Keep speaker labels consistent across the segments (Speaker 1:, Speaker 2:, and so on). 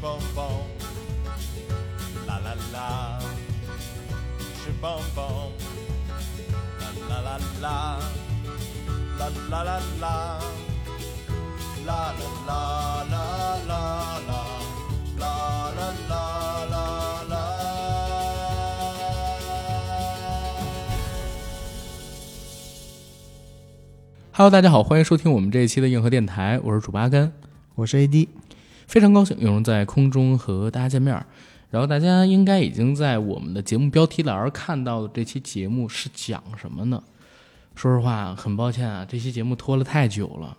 Speaker 1: bonbon, la la la, je bonbon, la la la la, la la la la, la la la la la la, la la la la la.
Speaker 2: Hello，大家好，欢迎收听我们这一期的硬核电台，我是主八根，
Speaker 3: 我是 AD，
Speaker 2: 非常高兴又能在空中和大家见面儿。然后大家应该已经在我们的节目标题栏儿看到这期节目是讲什么呢？说实话，很抱歉啊，这期节目拖了太久了，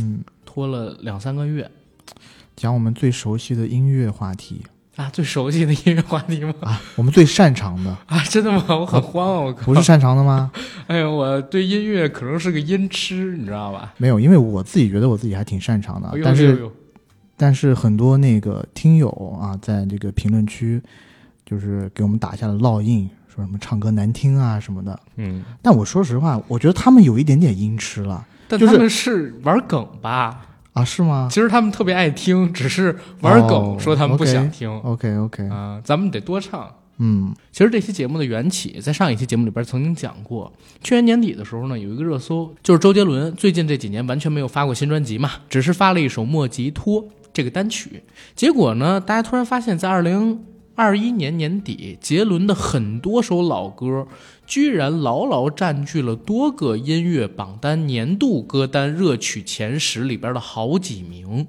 Speaker 3: 嗯，
Speaker 2: 拖了两三个月
Speaker 3: 讲我们最熟悉的音乐话题
Speaker 2: 啊。最熟悉的音乐话题吗？
Speaker 3: 啊，我们最擅长的，
Speaker 2: 啊，真的吗？我很慌啊，我靠
Speaker 3: 不！是擅长的吗？
Speaker 2: 哎呦，我对音乐可能是个音痴，你知道吧？
Speaker 3: 没有，因为我自己觉得我自己还挺擅长的
Speaker 2: 哎，呦
Speaker 3: 啊但
Speaker 2: 哎呦哎
Speaker 3: 是
Speaker 2: 呦
Speaker 3: 但是很多那个听友啊，在这个评论区就是给我们打下了烙印，说什么唱歌难听啊什么的。
Speaker 2: 嗯，
Speaker 3: 但我说实话，我觉得他们有一点点音痴了
Speaker 2: 但
Speaker 3: 就
Speaker 2: 他
Speaker 3: 是
Speaker 2: 们是玩梗吧？
Speaker 3: 啊，是吗
Speaker 2: 其实他们特别爱听，只是玩梗、
Speaker 3: 哦
Speaker 2: 说他们不想听啊、
Speaker 3: ？OK OK，
Speaker 2: 咱们得多唱。
Speaker 3: 嗯
Speaker 2: 其实这期节目的缘起，在上一期节目里边曾经讲过。去年年底的时候呢，有一个热搜，就是周杰伦最近这几年完全没有发过新专辑嘛，只是发了一首《莫吉托》这个单曲。结果呢，大家突然发现，在二零二一年年底，杰伦的很多首老歌，居然牢牢占据了多个音乐榜单年度歌单热曲前十里边的好几名。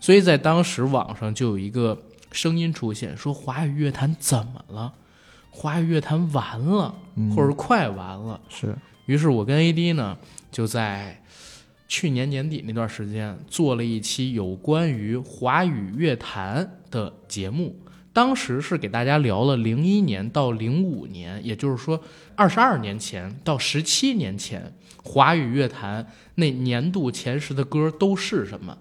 Speaker 2: 所以在当时网上就有一个声音出现，说华语乐坛怎么了？华语乐坛完了，
Speaker 3: 嗯，
Speaker 2: 或者是快完了。
Speaker 3: 是
Speaker 2: 于是我跟 AD 呢，就在去年年底那段时间做了一期有关于华语乐坛的节目。当时是给大家聊了零一年到零五年，也就是说二十二年前到十七年前，华语乐坛那年度前十的歌都是什么？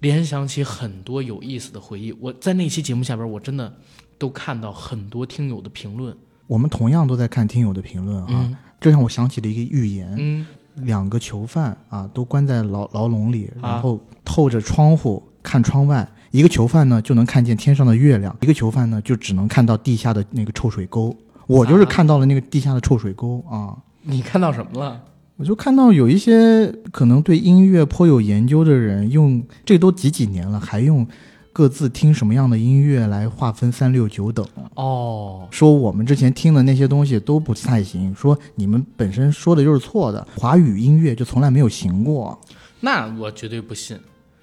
Speaker 2: 联想起很多有意思的回忆。我在那期节目下边，我真的都看到很多听友的评论。
Speaker 3: 我们同样都在看听友的评论啊，这让我想起了一个寓言，
Speaker 2: 嗯
Speaker 3: 两个囚犯啊，都关在牢牢笼里，
Speaker 2: 啊
Speaker 3: 然后透着窗户看窗外。一个囚犯呢就能看见天上的月亮，一个囚犯呢就只能看到地下的那个臭水沟。我就是
Speaker 2: 啊
Speaker 3: 看到了那个地下的臭水沟啊，
Speaker 2: 你看到什么了？
Speaker 3: 我就看到有一些可能对音乐颇有研究的人，用这都几几年了，还用各自听什么样的音乐来划分三六九等。
Speaker 2: 哦，
Speaker 3: 说我们之前听的那些东西都不太行，说你们本身说的就是错的，华语音乐就从来没有行过。
Speaker 2: 那我绝对不信，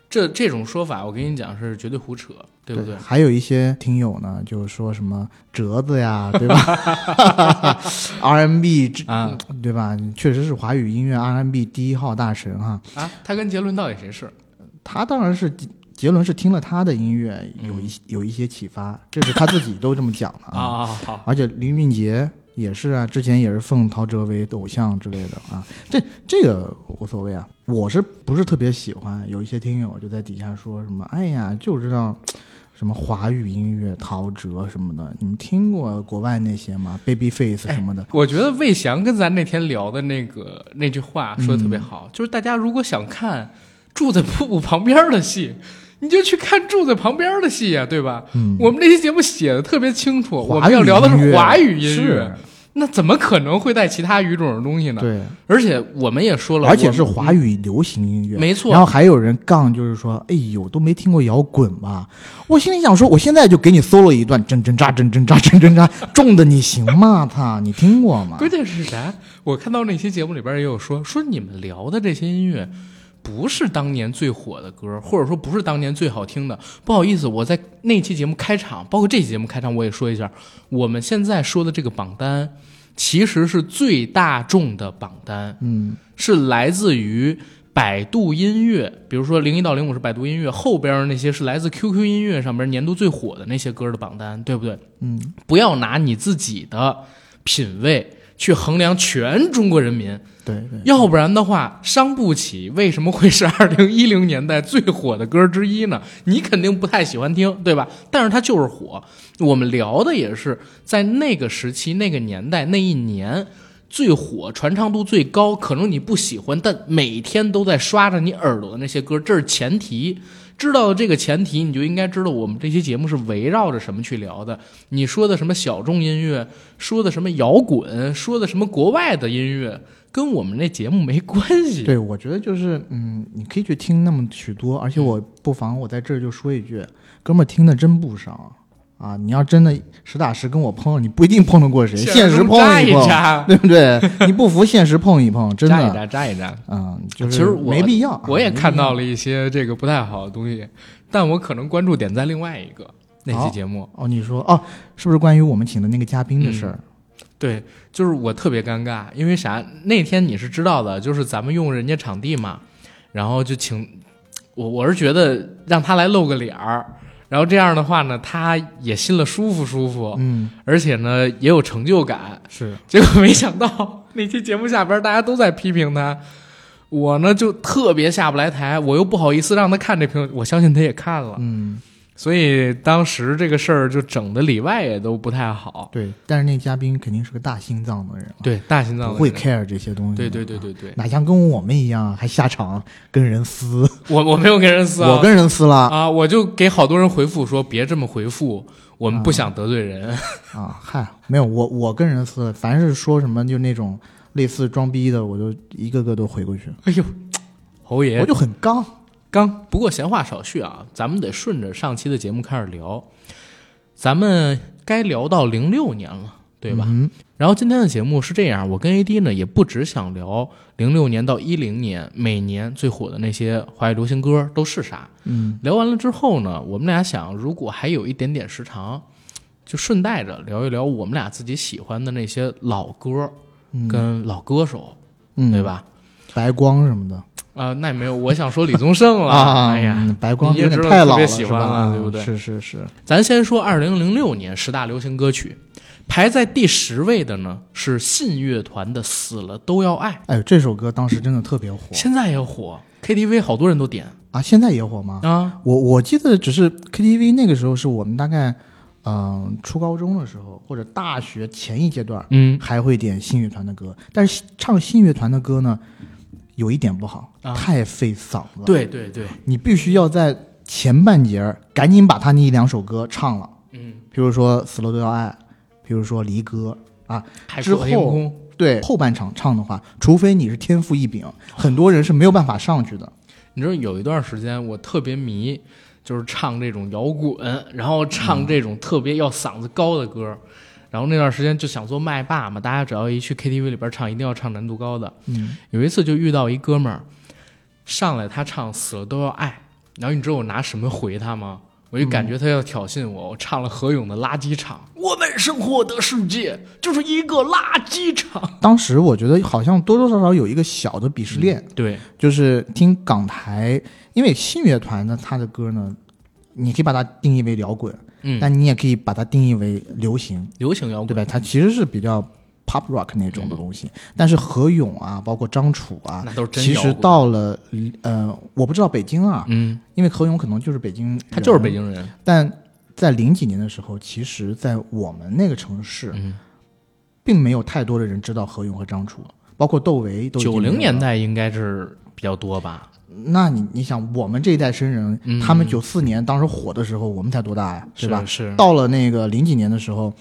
Speaker 2: 这这种说法，我跟你讲是绝对胡扯，对不对？
Speaker 3: 还有一些听友呢，就是说什么折 子呀，对吧 ？RMB
Speaker 2: 啊
Speaker 3: 对吧？确实是华语音乐 RMB 第一号大神哈。
Speaker 2: 啊，他跟杰伦到底谁是？
Speaker 3: 他当然是杰伦是听了他的音乐有一、有一些启发，这是他自己都这么讲的
Speaker 2: 嗯啊、
Speaker 3: 啊。
Speaker 2: 好，
Speaker 3: 而且林俊杰也是啊，之前也是奉陶喆为偶像之类的啊。这这个无所谓啊，我是不是特别喜欢？有一些听友就在底下说什么，哎呀，就知道。什么华语音乐，陶喆什么的，你们听过国外那些吗？Babyface 什么的，
Speaker 2: 我觉得魏翔跟咱那天聊的那个那句话说的特别好，
Speaker 3: 嗯
Speaker 2: 就是大家如果想看住在瀑布旁边的戏，你就去看住在旁边的戏呀、对吧？
Speaker 3: 嗯，
Speaker 2: 我们这期节目写的特别清楚，我
Speaker 3: 华
Speaker 2: 们
Speaker 3: 语
Speaker 2: 要聊的
Speaker 3: 音
Speaker 2: 是
Speaker 3: 乐
Speaker 2: 华语音乐
Speaker 3: 是，
Speaker 2: 那怎么可能会带其他语种的东西呢？
Speaker 3: 对，
Speaker 2: 而且我们也说了，
Speaker 3: 而且
Speaker 2: 我
Speaker 3: 是华语流行音乐，
Speaker 2: 没错
Speaker 3: 然后还有人杠，就是说，哎呦，都没听过摇滚吧？我心里想说，我现在就给你搜了一段，真真扎，真真扎，真真扎，中的你行吗？他，你听过吗？
Speaker 2: 关键是啥？我看到那期节目里边也有说，说你们聊的这些音乐，不是当年最火的歌，或者说不是当年最好听的。不好意思，我在那期节目开场，包括这期节目开场，我也说一下，我们现在说的这个榜单，其实是最大众的榜单，
Speaker 3: 嗯，
Speaker 2: 是来自于。百度音乐，比如说零一到零五是百度音乐，后边儿那些是来自 QQ 音乐上边年度最火的那些歌的榜单，对不对？
Speaker 3: 嗯，
Speaker 2: 不要拿你自己的品味去衡量全中国人民，
Speaker 3: 对对，
Speaker 2: 要不然的话，伤不起为什么会是 二零一零年代最火的歌之一呢？你肯定不太喜欢听，对吧？但是它就是火。我们聊的也是在那个时期、那个年代、那一年。最火、传唱度最高，可能你不喜欢，但每天都在刷着你耳朵的那些歌，这是前提。知道这个前提，你就应该知道我们这期节目是围绕着什么去聊的。你说的什么小众音乐，说的什么摇滚，说的什么国外的音乐，跟我们这节目没关系。
Speaker 3: 对，我觉得就是，嗯，你可以去听那么许多，而且
Speaker 2: 嗯
Speaker 3: 我不妨我在这儿就说一句，哥们儿听的真不少啊！你要真的实打实跟我碰，你不一定碰得过谁，现实碰
Speaker 2: 扎一
Speaker 3: 碰，
Speaker 2: 扎，
Speaker 3: 对不对？你不服现实碰一碰，真
Speaker 2: 扎一
Speaker 3: 的，
Speaker 2: 扎，扎一扎。
Speaker 3: 嗯，就是
Speaker 2: 其实我
Speaker 3: 没必要啊。
Speaker 2: 我也看到
Speaker 3: 没
Speaker 2: 了一些这个不太好的东西，但我可能关注点在另外一个那期
Speaker 3: 好
Speaker 2: 节目。
Speaker 3: 必要哦，你说哦，是不是关于我们请的那个嘉宾
Speaker 2: 嗯
Speaker 3: 的事儿？
Speaker 2: 对，就是我特别尴尬，因为啥？那天你是知道的，就是咱们用人家场地嘛，然后就请我，我是觉得让他来露个脸儿，然后这样的话呢，他也心了舒服舒服，
Speaker 3: 嗯，
Speaker 2: 而且呢也有成就感。
Speaker 3: 是
Speaker 2: 结果没想到那期节目下边大家都在批评他，我呢就特别下不来台，我又不好意思让他看这评论，我相信他也看了，
Speaker 3: 嗯，
Speaker 2: 所以当时这个事儿就整的里外也都不太好。
Speaker 3: 对。但是那嘉宾肯定是个大心脏的人啊，
Speaker 2: 对，大心脏
Speaker 3: 不
Speaker 2: 的
Speaker 3: 会
Speaker 2: 人
Speaker 3: care 这些东西。啊
Speaker 2: 对对对。对对，
Speaker 3: 哪像跟我们一样还下场跟人撕，
Speaker 2: 我我没有跟人撕、啊，
Speaker 3: 我跟人撕了，
Speaker 2: 啊，我就给好多人回复说别这么回复，我们不想得罪 人。
Speaker 3: 啊，嗨，没有我，我跟人撕，凡是说什么就那种类似装逼的，我就一个个都回过去，
Speaker 2: 哎呦，侯爷
Speaker 3: 我就很刚。
Speaker 2: 刚，不过闲话少叙啊，咱们得顺着上期的节目开始聊，咱们该聊到零六年了，对吧？
Speaker 3: 嗯
Speaker 2: 然后今天的节目是这样，我跟 AD 呢也不只想聊零六年到一零年每年最火的那些华语流行歌都是啥，
Speaker 3: 嗯，
Speaker 2: 聊完了之后呢，我们俩想，如果还有一点点时长，就顺带着聊一聊我们俩自己喜欢的那些老歌
Speaker 3: 嗯
Speaker 2: 跟老歌手，
Speaker 3: 嗯，
Speaker 2: 对？吧？
Speaker 3: 白光什么的
Speaker 2: 啊、那也没有，我想说李宗盛 了。
Speaker 3: 啊，
Speaker 2: 哎呀，
Speaker 3: 嗯白光
Speaker 2: 你也
Speaker 3: 有点
Speaker 2: 知道
Speaker 3: 太
Speaker 2: 特
Speaker 3: 老
Speaker 2: 别
Speaker 3: 了，
Speaker 2: 喜
Speaker 3: 是
Speaker 2: 欢
Speaker 3: 吧啊
Speaker 2: 了对不对
Speaker 3: 是是是，
Speaker 2: 咱先说二零零六年十大流行歌曲，排在第十位的呢是信乐团的《死了都要爱》，
Speaker 3: 哎呦，这首歌当时真的特别火
Speaker 2: 现在也火，KTV 好多人都点
Speaker 3: 啊，现在也火吗？
Speaker 2: 啊。
Speaker 3: 我我记得只是 KTV 那个时候是我们大概嗯、初高中的时候或者大学前一阶段
Speaker 2: 嗯，
Speaker 3: 还会点信乐团的歌，但是唱信乐团的歌呢，有一点不好，
Speaker 2: 啊
Speaker 3: 太费嗓子。，
Speaker 2: 对对对，
Speaker 3: 你必须要在前半截儿赶紧把他那一两首歌唱了，
Speaker 2: 嗯，
Speaker 3: 比如说《死了都要爱》，比如说《离歌》啊。
Speaker 2: 海
Speaker 3: 之
Speaker 2: 阔天
Speaker 3: 后
Speaker 2: 空。
Speaker 3: 对，后半场唱的话，除非你是天赋异禀，很多人是没有办法上去的。
Speaker 2: 你知道有一段时间我特别迷，就是唱这种摇滚，然后唱这种特别要嗓子高的歌。然后那段时间就想做麦霸嘛，大家只要一去 KTV 里边唱，一定要唱难度高的。
Speaker 3: 嗯，
Speaker 2: 有一次就遇到一哥们儿，上来他唱《死了都要爱》，然后你知道我拿什么回他吗？我就感觉他要挑衅我，我唱了何勇的《垃圾场》，我们生活的世界就是一个垃圾场。
Speaker 3: 当时我觉得好像多多少少有一个小的鄙视链，
Speaker 2: 对，
Speaker 3: 就是听港台，因为信乐团呢，它的歌呢，你可以把它定义为摇滚，
Speaker 2: 嗯，
Speaker 3: 但你也可以把它定义为流行，
Speaker 2: 流行摇
Speaker 3: 对
Speaker 2: 滚，
Speaker 3: 吧？它其实是比较 pop rock 那种的东西。但是何勇啊，包括张楚啊，
Speaker 2: 嗯那都是真
Speaker 3: 其
Speaker 2: 摇滚
Speaker 3: 实到了呃，我不知道北京啊，
Speaker 2: 嗯，
Speaker 3: 因为何勇可能就是北京，
Speaker 2: 他就是北。京人。
Speaker 3: 但在零几年的时候，其实，在我们那个城市，
Speaker 2: 嗯
Speaker 3: 并没有太多的人知道何勇和张楚，包括窦唯都已经
Speaker 2: 九
Speaker 3: 没有
Speaker 2: 零
Speaker 3: 了
Speaker 2: 年代应该是比较多吧？
Speaker 3: 那你你想，我们这一代生人，
Speaker 2: 嗯
Speaker 3: 他们九四年当时火的时候，我们才多大呀，对吧？
Speaker 2: 是嗯
Speaker 3: 到了那个零几年的时候，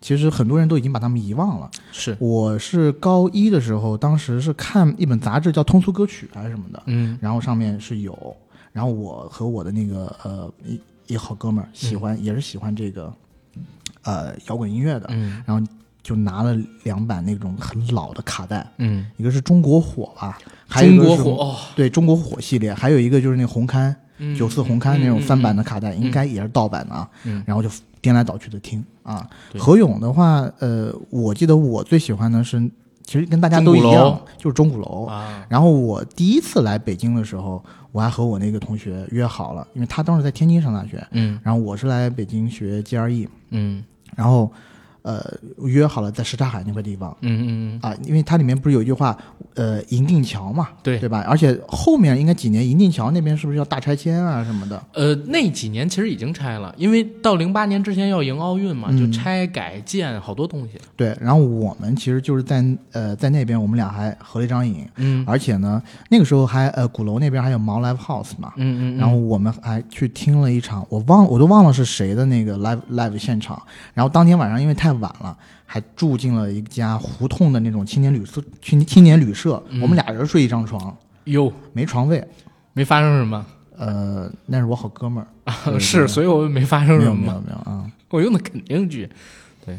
Speaker 3: 其实很多人都已经把他们遗忘了。
Speaker 2: 是，
Speaker 3: 我是高一的时候，当时是看一本杂志叫《通俗歌曲》还是什么的，
Speaker 2: 嗯
Speaker 3: 然后上面是有，然后我和我的那个呃一一好哥们
Speaker 2: 嗯
Speaker 3: 儿喜欢、也是喜欢这个呃摇滚音乐的，
Speaker 2: 嗯
Speaker 3: 然后就拿了两版那种很老的卡带，
Speaker 2: 嗯，
Speaker 3: 一个是中国火吧，还有一
Speaker 2: 中
Speaker 3: 个
Speaker 2: 国
Speaker 3: 是
Speaker 2: 火哦，
Speaker 3: 对中国火系列，还有一个就是那红勘
Speaker 2: 嗯
Speaker 3: 九四红勘那种翻版的卡带，
Speaker 2: 嗯
Speaker 3: 应该也是盗版的啊。
Speaker 2: 嗯
Speaker 3: 然后就颠来倒去的听啊。
Speaker 2: 对
Speaker 3: 何勇的话，呃，我记得我最喜欢的是，其实跟大家都一
Speaker 2: 钟鼓楼
Speaker 3: 样，就是钟鼓楼。
Speaker 2: 啊，
Speaker 3: 然后我第一次来北京的时候，我还和我那个同学约好了，因为他当时在天津上大学，
Speaker 2: 嗯
Speaker 3: E，然后我是来北京学 GRE，
Speaker 2: 嗯
Speaker 3: 然后，呃约好了在什刹海那块地方
Speaker 2: 嗯嗯
Speaker 3: 啊，因为它里面不是有一句话，呃，银锭桥嘛，
Speaker 2: 对
Speaker 3: 对吧？而且后面应该几年银锭桥那边是不是要大拆迁啊什么的？
Speaker 2: 呃，那几年其实已经拆了，因为到零八年之前要迎奥运
Speaker 3: 嗯
Speaker 2: 嘛，就拆改建好多东西。
Speaker 3: 对，然后我们其实就是在呃在那边，我们俩还合了一张影，
Speaker 2: 嗯
Speaker 3: 而且呢，那个时候还呃鼓楼那边还有毛 live house 嘛，
Speaker 2: 嗯嗯，
Speaker 3: 然后我们还去听了一场，我忘我都忘了是谁的那个 live live 现场。然后当天晚上因为太晚了，还住进了一家胡同的那种青年旅社，青青年旅社。
Speaker 2: 嗯
Speaker 3: 我们俩人睡一张床，
Speaker 2: 哟，
Speaker 3: 没床位。
Speaker 2: 没发生什么，
Speaker 3: 呃，那是我好哥们儿，对
Speaker 2: 是，所以我没发
Speaker 3: 没
Speaker 2: 生
Speaker 3: 有
Speaker 2: 什
Speaker 3: 没
Speaker 2: 么，
Speaker 3: 有没有啊，
Speaker 2: 我用的肯定句。对，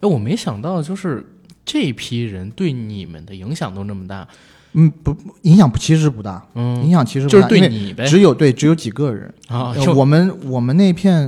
Speaker 2: 哎，我没想到就是这批人对你们的影响都那么大。
Speaker 3: 嗯，不影响不其实不大，
Speaker 2: 嗯，
Speaker 3: 影响其实不
Speaker 2: 就是
Speaker 3: 大
Speaker 2: 对
Speaker 3: 因为
Speaker 2: 你呗
Speaker 3: 只有对只有几个人。
Speaker 2: 啊，
Speaker 3: 呃
Speaker 2: 就
Speaker 3: 我们我们那片，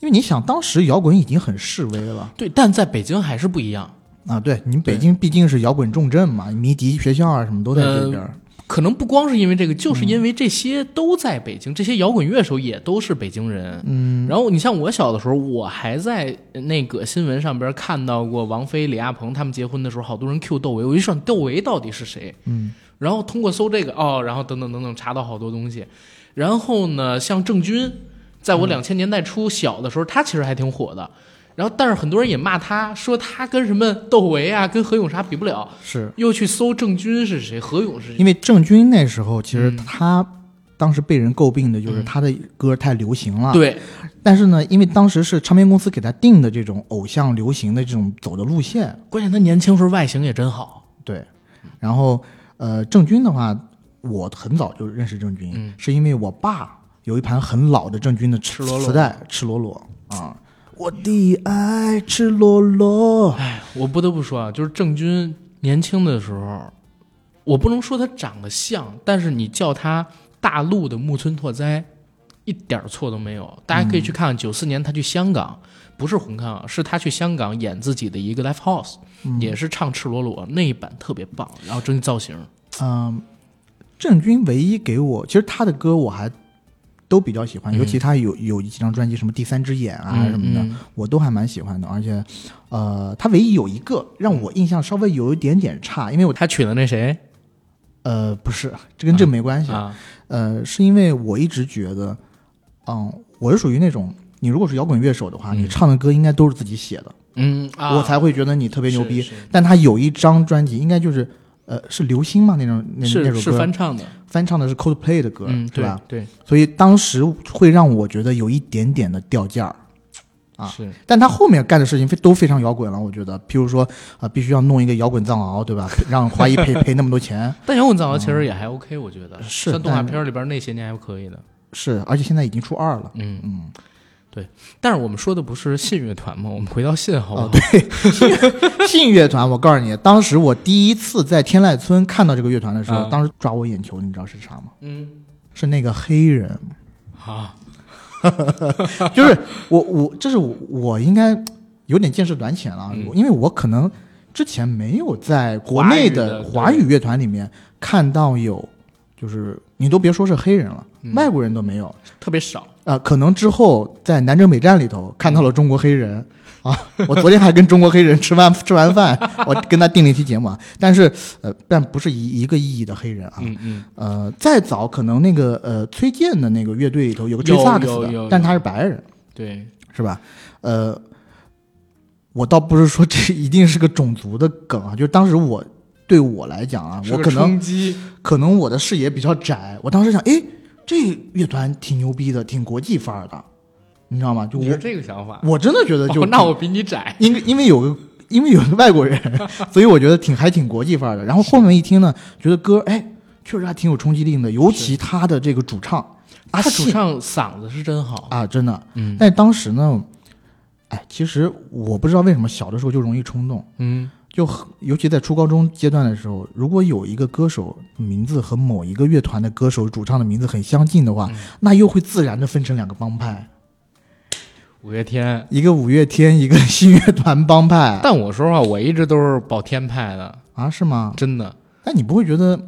Speaker 3: 因为你想，当时摇滚已经很示威了。
Speaker 2: 对，但在北京还是不一样。
Speaker 3: 啊，对，你
Speaker 2: 对
Speaker 3: 北京毕竟是摇滚重镇嘛，迷笛学校啊什么都在
Speaker 2: 呃
Speaker 3: 这边儿。
Speaker 2: 可能不光是因为这个，就是因为这些都在北京，这些摇滚乐手也都是北京人。嗯，然后你像我小的时候，我还在那个新闻上边看到过王菲、李亚鹏他们结婚的时候，好多人 Q 窦唯，我就想窦唯到底是谁？
Speaker 3: 嗯，
Speaker 2: 然后通过搜这个哦，然后等等等等查到好多东西。然后呢，像郑钧，在我两千年代初小的时候，他其实还挺火的。然后，但是很多人也骂他，说他跟什么窦唯啊，跟何咏啥比不了。
Speaker 3: 是
Speaker 2: 又去搜郑钧是谁，何勇是谁，
Speaker 3: 因为郑钧那时候其实
Speaker 2: 嗯
Speaker 3: 他当时被人诟病的就是
Speaker 2: 嗯
Speaker 3: 他的歌太流行了，、
Speaker 2: 对，
Speaker 3: 但是呢，因为当时是唱片公司给他定的这种偶像流行的这种走的路线，
Speaker 2: 关键他年轻时候外形也真好。
Speaker 3: 对。然后呃，郑钧的话，我很早就认识郑钧，
Speaker 2: 嗯
Speaker 3: 是因为我爸有一盘很老的郑钧的
Speaker 2: 赤裸裸
Speaker 3: 磁带，赤裸裸啊。我的爱赤裸裸，
Speaker 2: 哎，我不得不说啊，就是郑钧年轻的时候，我不能说他长得像，但是你叫他大陆的木村拓哉，一点儿错都没有。大家可以
Speaker 3: 嗯
Speaker 2: 去看九四年他去香港，不是红看啊，是他去香港演自己的一个 live house，、也
Speaker 3: 嗯
Speaker 2: 是唱赤裸裸那一版特别棒，然后整体造型，
Speaker 3: 嗯，郑钧唯一给我，其实他的歌我还都比较喜欢，
Speaker 2: 嗯
Speaker 3: 尤其他有有几张专辑，什么《第三只眼》啊
Speaker 2: 嗯
Speaker 3: 什么的，
Speaker 2: 嗯
Speaker 3: 我都还蛮喜欢的。而且，呃，他唯一有一个让我印象稍微有一点点差，因为我
Speaker 2: 嗯他娶了那谁
Speaker 3: 呃不是，这跟这没关系，
Speaker 2: 啊？
Speaker 3: 呃，是因为我一直觉得，嗯，我是属于那种。你如果是摇滚乐手的话，
Speaker 2: 嗯
Speaker 3: 你唱的歌应该都是自己写的，
Speaker 2: 嗯啊，
Speaker 3: 我才会觉得你特别牛逼。
Speaker 2: 是
Speaker 3: 但他有一张专辑，应该就是，呃，是《流星》吗？那种那
Speaker 2: 是
Speaker 3: 那首
Speaker 2: 是
Speaker 3: 歌
Speaker 2: 是翻唱的，
Speaker 3: 翻唱的是 Coldplay 的歌，
Speaker 2: 嗯，
Speaker 3: 是
Speaker 2: 对
Speaker 3: 吧？
Speaker 2: 对，
Speaker 3: 所以当时会让我觉得有一点点的掉价儿，啊
Speaker 2: 是
Speaker 3: 但他后面干的事情非都非常摇滚了，我觉得，譬如说啊、必须要弄一个摇滚藏獒，对吧？ 让华谊 赔赔那么多钱，
Speaker 2: 但摇滚藏獒其实也还 OK，我觉得
Speaker 3: 嗯是
Speaker 2: 像动画
Speaker 3: 但
Speaker 2: 片里边那些年还可以的。
Speaker 3: 是，而且现在已经出二了，
Speaker 2: 嗯，
Speaker 3: 嗯，
Speaker 2: 但是我们说的不是信乐团嘛，我们回到信好不好？
Speaker 3: 哦信乐团，我告诉你，当时我第一次在天籁村看到这个乐团的时候，
Speaker 2: 嗯
Speaker 3: 当时抓我眼球，你知道是啥吗？
Speaker 2: 嗯，
Speaker 3: 是那个黑人，
Speaker 2: 啊，
Speaker 3: 就是我我这是我我应该有点见识短浅了啊，
Speaker 2: 嗯
Speaker 3: 因为我可能之前没有在国内的
Speaker 2: 华
Speaker 3: 华
Speaker 2: 语的对
Speaker 3: 语乐团里面看到有，就是你都别说是黑人了，
Speaker 2: 嗯
Speaker 3: 外国人都没有
Speaker 2: 特别少。
Speaker 3: 啊、可能之后在南征北战里头看到了中国黑人啊，我昨天还跟中国黑人吃完吃完饭，我跟他定了一期节目啊，但是呃，但不是一一个意义的黑人啊，
Speaker 2: 嗯嗯，
Speaker 3: 呃，再早可能那个呃崔健的那个乐队里头有个吹
Speaker 2: 有
Speaker 3: 萨克斯
Speaker 2: 有有
Speaker 3: 的
Speaker 2: 有，
Speaker 3: 但他是白人。
Speaker 2: 对，
Speaker 3: 是吧？呃，我倒不是说这一定是个种族的梗啊，就是当时我对我来讲啊，
Speaker 2: 是
Speaker 3: 我
Speaker 2: 个
Speaker 3: 可能
Speaker 2: 冲击
Speaker 3: 可能我的视野比较窄，我当时想，诶，这乐团挺牛逼的，挺国际范儿的，你知道吗？就
Speaker 2: 你是
Speaker 3: 我
Speaker 2: 这个想法，
Speaker 3: 我真的觉得就、
Speaker 2: 哦那我比你窄。
Speaker 3: 因为因为有个。因为有个外国人， 所以我觉得挺还挺国际范儿的。然后后面一听呢，觉得歌哎，确实还挺有冲击力的，尤其他的这个主唱阿
Speaker 2: 他主
Speaker 3: 啊信
Speaker 2: 唱嗓子是真好，
Speaker 3: 啊，真的，
Speaker 2: 嗯
Speaker 3: 但当时呢，哎，其实我不知道为什么小的时候就容易冲动，
Speaker 2: 嗯
Speaker 3: 就很尤其在初高中阶段的时候，如果有一个歌手名字和某一个乐团的歌手主唱的名字很相近的话，那又会自然的分成两个帮派，
Speaker 2: 五月天。
Speaker 3: 一个五月天，一个新乐团帮派
Speaker 2: 啊但我说实话，我一直都是保天派的，
Speaker 3: 啊，是吗？
Speaker 2: 真的。
Speaker 3: 但你不会觉得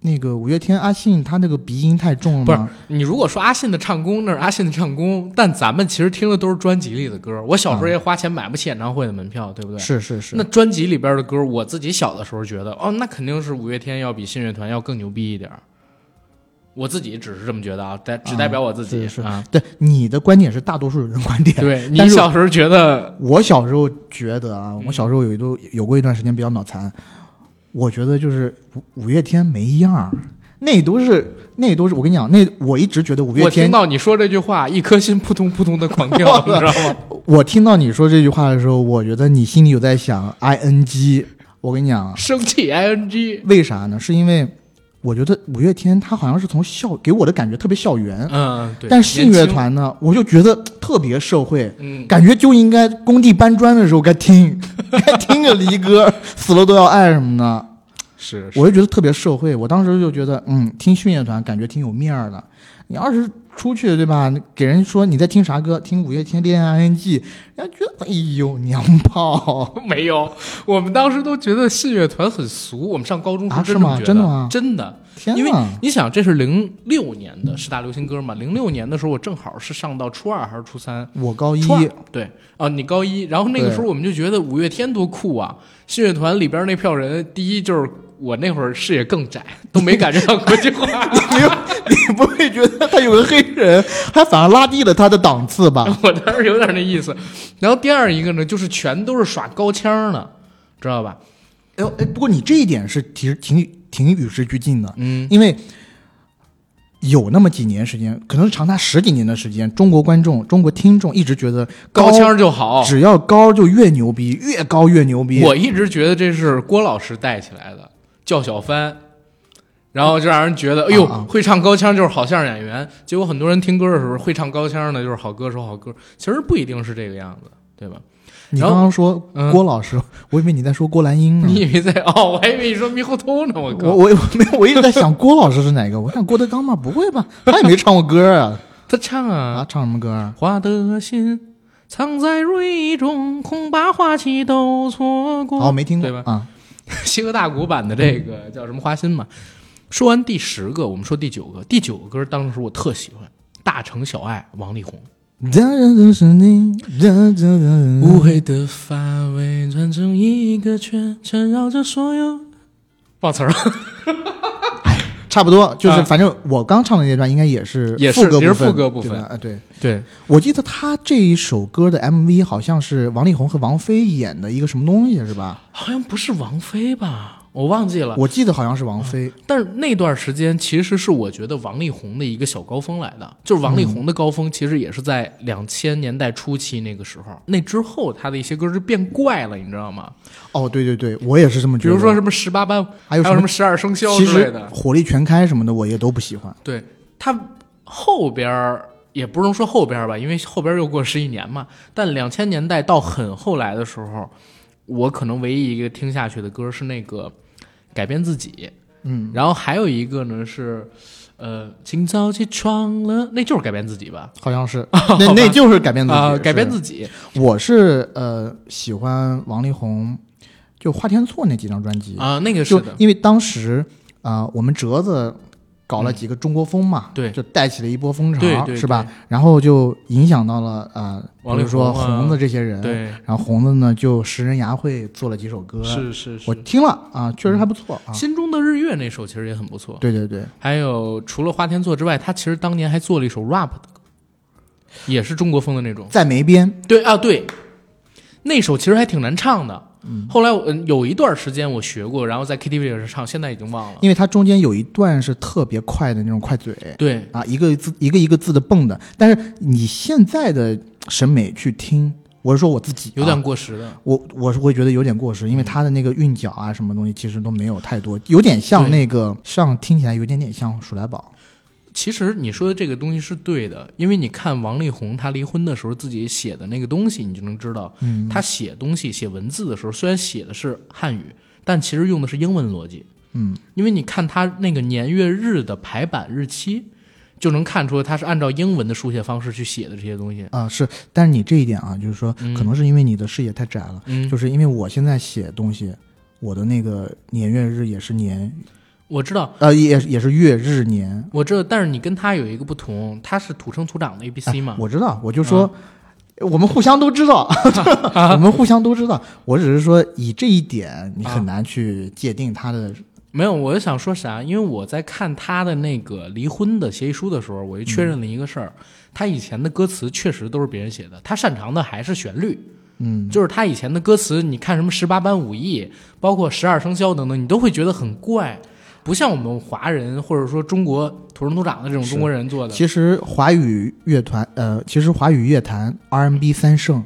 Speaker 3: 那个五月天阿信他那个鼻音太重了
Speaker 2: 不是
Speaker 3: 吗？
Speaker 2: 你如果说阿信的唱功，那是阿信的唱功，但咱们其实听的都是专辑里的歌。我小时
Speaker 3: 嗯
Speaker 2: 候也花钱买不起演唱会的门票，对不对？
Speaker 3: 是是是，
Speaker 2: 那专辑里边的歌，我自己小的时候觉得，哦，那肯定是五月天要比信乐团要更牛逼一点儿。我自己只是这么觉得啊，代只代表我自己
Speaker 3: 是是
Speaker 2: 啊。
Speaker 3: 对你的观点是大多数人的观点。
Speaker 2: 对你
Speaker 3: 但是
Speaker 2: 小时候觉得，
Speaker 3: 我小时候觉得啊，
Speaker 2: 嗯
Speaker 3: 我小时候有一度有过一段时间比较脑残，我觉得就是五五月天没样儿，那都是那都是我跟你讲，那我一直觉得五月
Speaker 2: 我听
Speaker 3: 天，
Speaker 2: 到你说这句话，一颗心扑通扑通的狂 跳，你知道吗？
Speaker 3: 我听到你说这句话的时候，我觉得你心里有在想 i n g，我跟你讲啊，
Speaker 2: 生气 ing，
Speaker 3: 为啥呢？是因为我觉得五月天他好像是从校给我的感觉特别校园，
Speaker 2: 嗯，对。
Speaker 3: 但是信乐
Speaker 2: 年轻，
Speaker 3: 团呢，我就觉得特别社会，
Speaker 2: 嗯，
Speaker 3: 感觉就应该工地搬砖的时候该 听，该听个离歌，死了都要爱什么的。
Speaker 2: 是是
Speaker 3: 我就觉得特别社会，我当时就觉得，嗯，听训练团感觉挺有面儿的。你要是出去对吧，给人说你在听啥歌，听五月天《恋爱 ING》，人家觉得哎呦娘炮，
Speaker 2: 哦没有，我们当时都觉得信乐团很俗。我们上高中时候
Speaker 3: 啊
Speaker 2: 真
Speaker 3: 是吗
Speaker 2: 这么觉得
Speaker 3: 真的吗
Speaker 2: 真的，
Speaker 3: 天
Speaker 2: 因为
Speaker 3: 哪！
Speaker 2: 你想，这是零六年的十大流行歌嘛？零六年的时候，我正好是上到初二还是初三？
Speaker 3: 我高一
Speaker 2: 初二对啊，你高一，然后那个
Speaker 3: 对
Speaker 2: 时候我们就觉得五月天多酷啊！信乐团里边那票人，第一就是我那会儿视野更窄，都没感觉到国际化。
Speaker 3: 没有， 你不会觉得他有个黑人，还反而拉低了他的档次吧？
Speaker 2: 我当时有点那意思。然后第二一个呢，就是全都是耍高腔的，知道吧？
Speaker 3: 哎呦，哎，不过你这一点是其实挺挺与时俱进的，
Speaker 2: 嗯，
Speaker 3: 因为有那么几年时间，可能是长达十几年的时间，中国观众、中国听众一直觉得
Speaker 2: 高腔就好。
Speaker 3: 只要高就越牛逼，越高越牛逼。
Speaker 2: 我一直觉得这是郭老师带起来的，叫小帆，然后就让人觉得，哎呦，
Speaker 3: 啊啊
Speaker 2: 会唱高腔就是好相声演员。结果很多人听歌的时候，会唱高腔的就是好歌手、好歌，其实不一定是这个样子，对吧？
Speaker 3: 你
Speaker 2: 然
Speaker 3: 刚
Speaker 2: 后
Speaker 3: 刚说
Speaker 2: 嗯
Speaker 3: 郭老师， 我以为你在说郭兰英呢。
Speaker 2: 你以为在哦，我还以为你说猕猴桃呢，我靠！
Speaker 3: 嗯我我我没有，我一直在想郭老师是哪个？我想郭德纲吧，不会吧？他也没唱过歌啊，
Speaker 2: 他唱
Speaker 3: 啊
Speaker 2: 啊，，
Speaker 3: 唱什么歌啊？
Speaker 2: 花的心藏在蕊中，恐怕花期都错过。
Speaker 3: 哦，没听过
Speaker 2: 对吧？
Speaker 3: 啊。
Speaker 2: 西河大鼓版的这个叫什么花心嘛。说完第十个，我们说第九个。第九个歌当时我特喜欢，《大城小爱》，王力宏。
Speaker 3: 哒哒哒是你，哒哒哒
Speaker 2: 乌
Speaker 3: 哒。
Speaker 2: 黑的发尾转成一个圈，缠绕着所有。忘词儿了，
Speaker 3: 差不多，就是
Speaker 2: 啊
Speaker 3: 反正我刚唱的那段应该也是
Speaker 2: 也是
Speaker 3: 副歌
Speaker 2: 也
Speaker 3: 部
Speaker 2: 是
Speaker 3: 分，
Speaker 2: 副歌部分
Speaker 3: 对吧啊，对。
Speaker 2: 对，
Speaker 3: 我记得他这一首歌的 MV 好像是王力宏和王菲演的一个什么东西，是吧？
Speaker 2: 好像不是王菲吧？我忘记了。
Speaker 3: 我记得好像是王菲。
Speaker 2: 但是那段时间其实是我觉得王力宏的一个小高峰来的，就是王力宏的高峰其实也是在两千年代初期那个时候。那之后他的一些歌就变怪了，你知道吗？
Speaker 3: 哦，对对对，我也是这么觉
Speaker 2: 比
Speaker 3: 得。
Speaker 2: 如说什么十八般，
Speaker 3: 还有
Speaker 2: 还
Speaker 3: 什
Speaker 2: 有什
Speaker 3: 么
Speaker 2: 么十二生肖
Speaker 3: 其
Speaker 2: 之类
Speaker 3: 实
Speaker 2: 的。
Speaker 3: 火力全开什么的，我也都不 喜欢。
Speaker 2: 对他后边儿也不能说后边儿吧，因为后边儿又过十一年嘛。但两千年代到很后来的时候，我可能唯一一个听下去的歌是那个《改变自己》，
Speaker 3: 嗯，
Speaker 2: 然后还有一个呢是，呃，今早起床了，那就是《改变自己》吧？
Speaker 3: 好像是，那那就是改变自己，
Speaker 2: 啊、
Speaker 3: 是
Speaker 2: 改变自己，
Speaker 3: 我是呃喜欢王力宏，就花天错那几张专辑，
Speaker 2: 啊、那个是
Speaker 3: 就
Speaker 2: 的，
Speaker 3: 因为当时啊、我们折子搞了几个中国风嘛，
Speaker 2: 嗯对
Speaker 3: 就带起了一波风潮，
Speaker 2: 对对
Speaker 3: 是吧？然后就影响到了呃，
Speaker 2: 王
Speaker 3: 比
Speaker 2: 力宏啊
Speaker 3: 如说红子这些人，
Speaker 2: 啊
Speaker 3: 啊
Speaker 2: 对，
Speaker 3: 然后红子呢就食人牙会做了几首歌，
Speaker 2: 是是是嗯
Speaker 3: 我。听了啊，确实还不错、啊，
Speaker 2: 心中的日月那首其实也很不错，
Speaker 3: 对对对。
Speaker 2: 还有除了花天错之外，他其实当年还做了一首 rap 的歌，也是中国风的那种。
Speaker 3: 在梅边，
Speaker 2: 对啊，对，那首其实还挺难唱的。后来我嗯有一段时间我学过，然后在 KTV 里唱，现在已经忘了。
Speaker 3: 因为它中间有一段是特别快的那种快嘴，
Speaker 2: 对，
Speaker 3: 啊，一个字一个一个字的蹦的。但是你现在的审美去听，我是说我自己、
Speaker 2: 有点
Speaker 3: 啊，
Speaker 2: 过时的。
Speaker 3: 我我是会觉得有点过时，
Speaker 2: 嗯
Speaker 3: 因为它的那个韵脚啊，什么东西其实都没有太多，有点像
Speaker 2: 对
Speaker 3: 那个像听起来有点点像鼠来宝。
Speaker 2: 其实你说的这个东西是对的，因为你看王力宏他离婚的时候自己写的那个东西，你就能知道，
Speaker 3: 嗯，
Speaker 2: 他写东西写文字的时候，虽然写的是汉语，但其实用的是英文逻辑。
Speaker 3: 嗯，
Speaker 2: 因为你看他那个年月日的排版日期，就能看出他是按照英文的书写方式去写的这些东西。
Speaker 3: 啊、是，但是你这一点啊，就是说，
Speaker 2: 嗯
Speaker 3: 可能是因为你的视野太窄了，
Speaker 2: 嗯，
Speaker 3: 就是因为我现在写东西，我的那个年月日也是年
Speaker 2: 我知道，
Speaker 3: 呃，也也是月日年。
Speaker 2: 我知道，但是你跟他有一个不同，他是土生土长的 A B C 嘛。
Speaker 3: 哎
Speaker 2: 啊
Speaker 3: 我知道，我就说、我们互相都 知道，我们互相都知道。我只是说以这一点，你
Speaker 2: 啊
Speaker 3: 很难去界定他的。
Speaker 2: 没有，我就想说啥，因为我在看他的那个离婚的协议书的时候，我就确认了一个事儿，他以前的歌词确实都是别人写的，他擅长的还是旋律，
Speaker 3: 嗯，
Speaker 2: 就是他以前的歌词，你看什么十八般武艺，包括十二生肖等等，你都会觉得很怪，不像我们华人或者说中国土生土长的这种中国人做的。
Speaker 3: 其实华语乐团，呃，其实华语乐坛 R&B 三圣，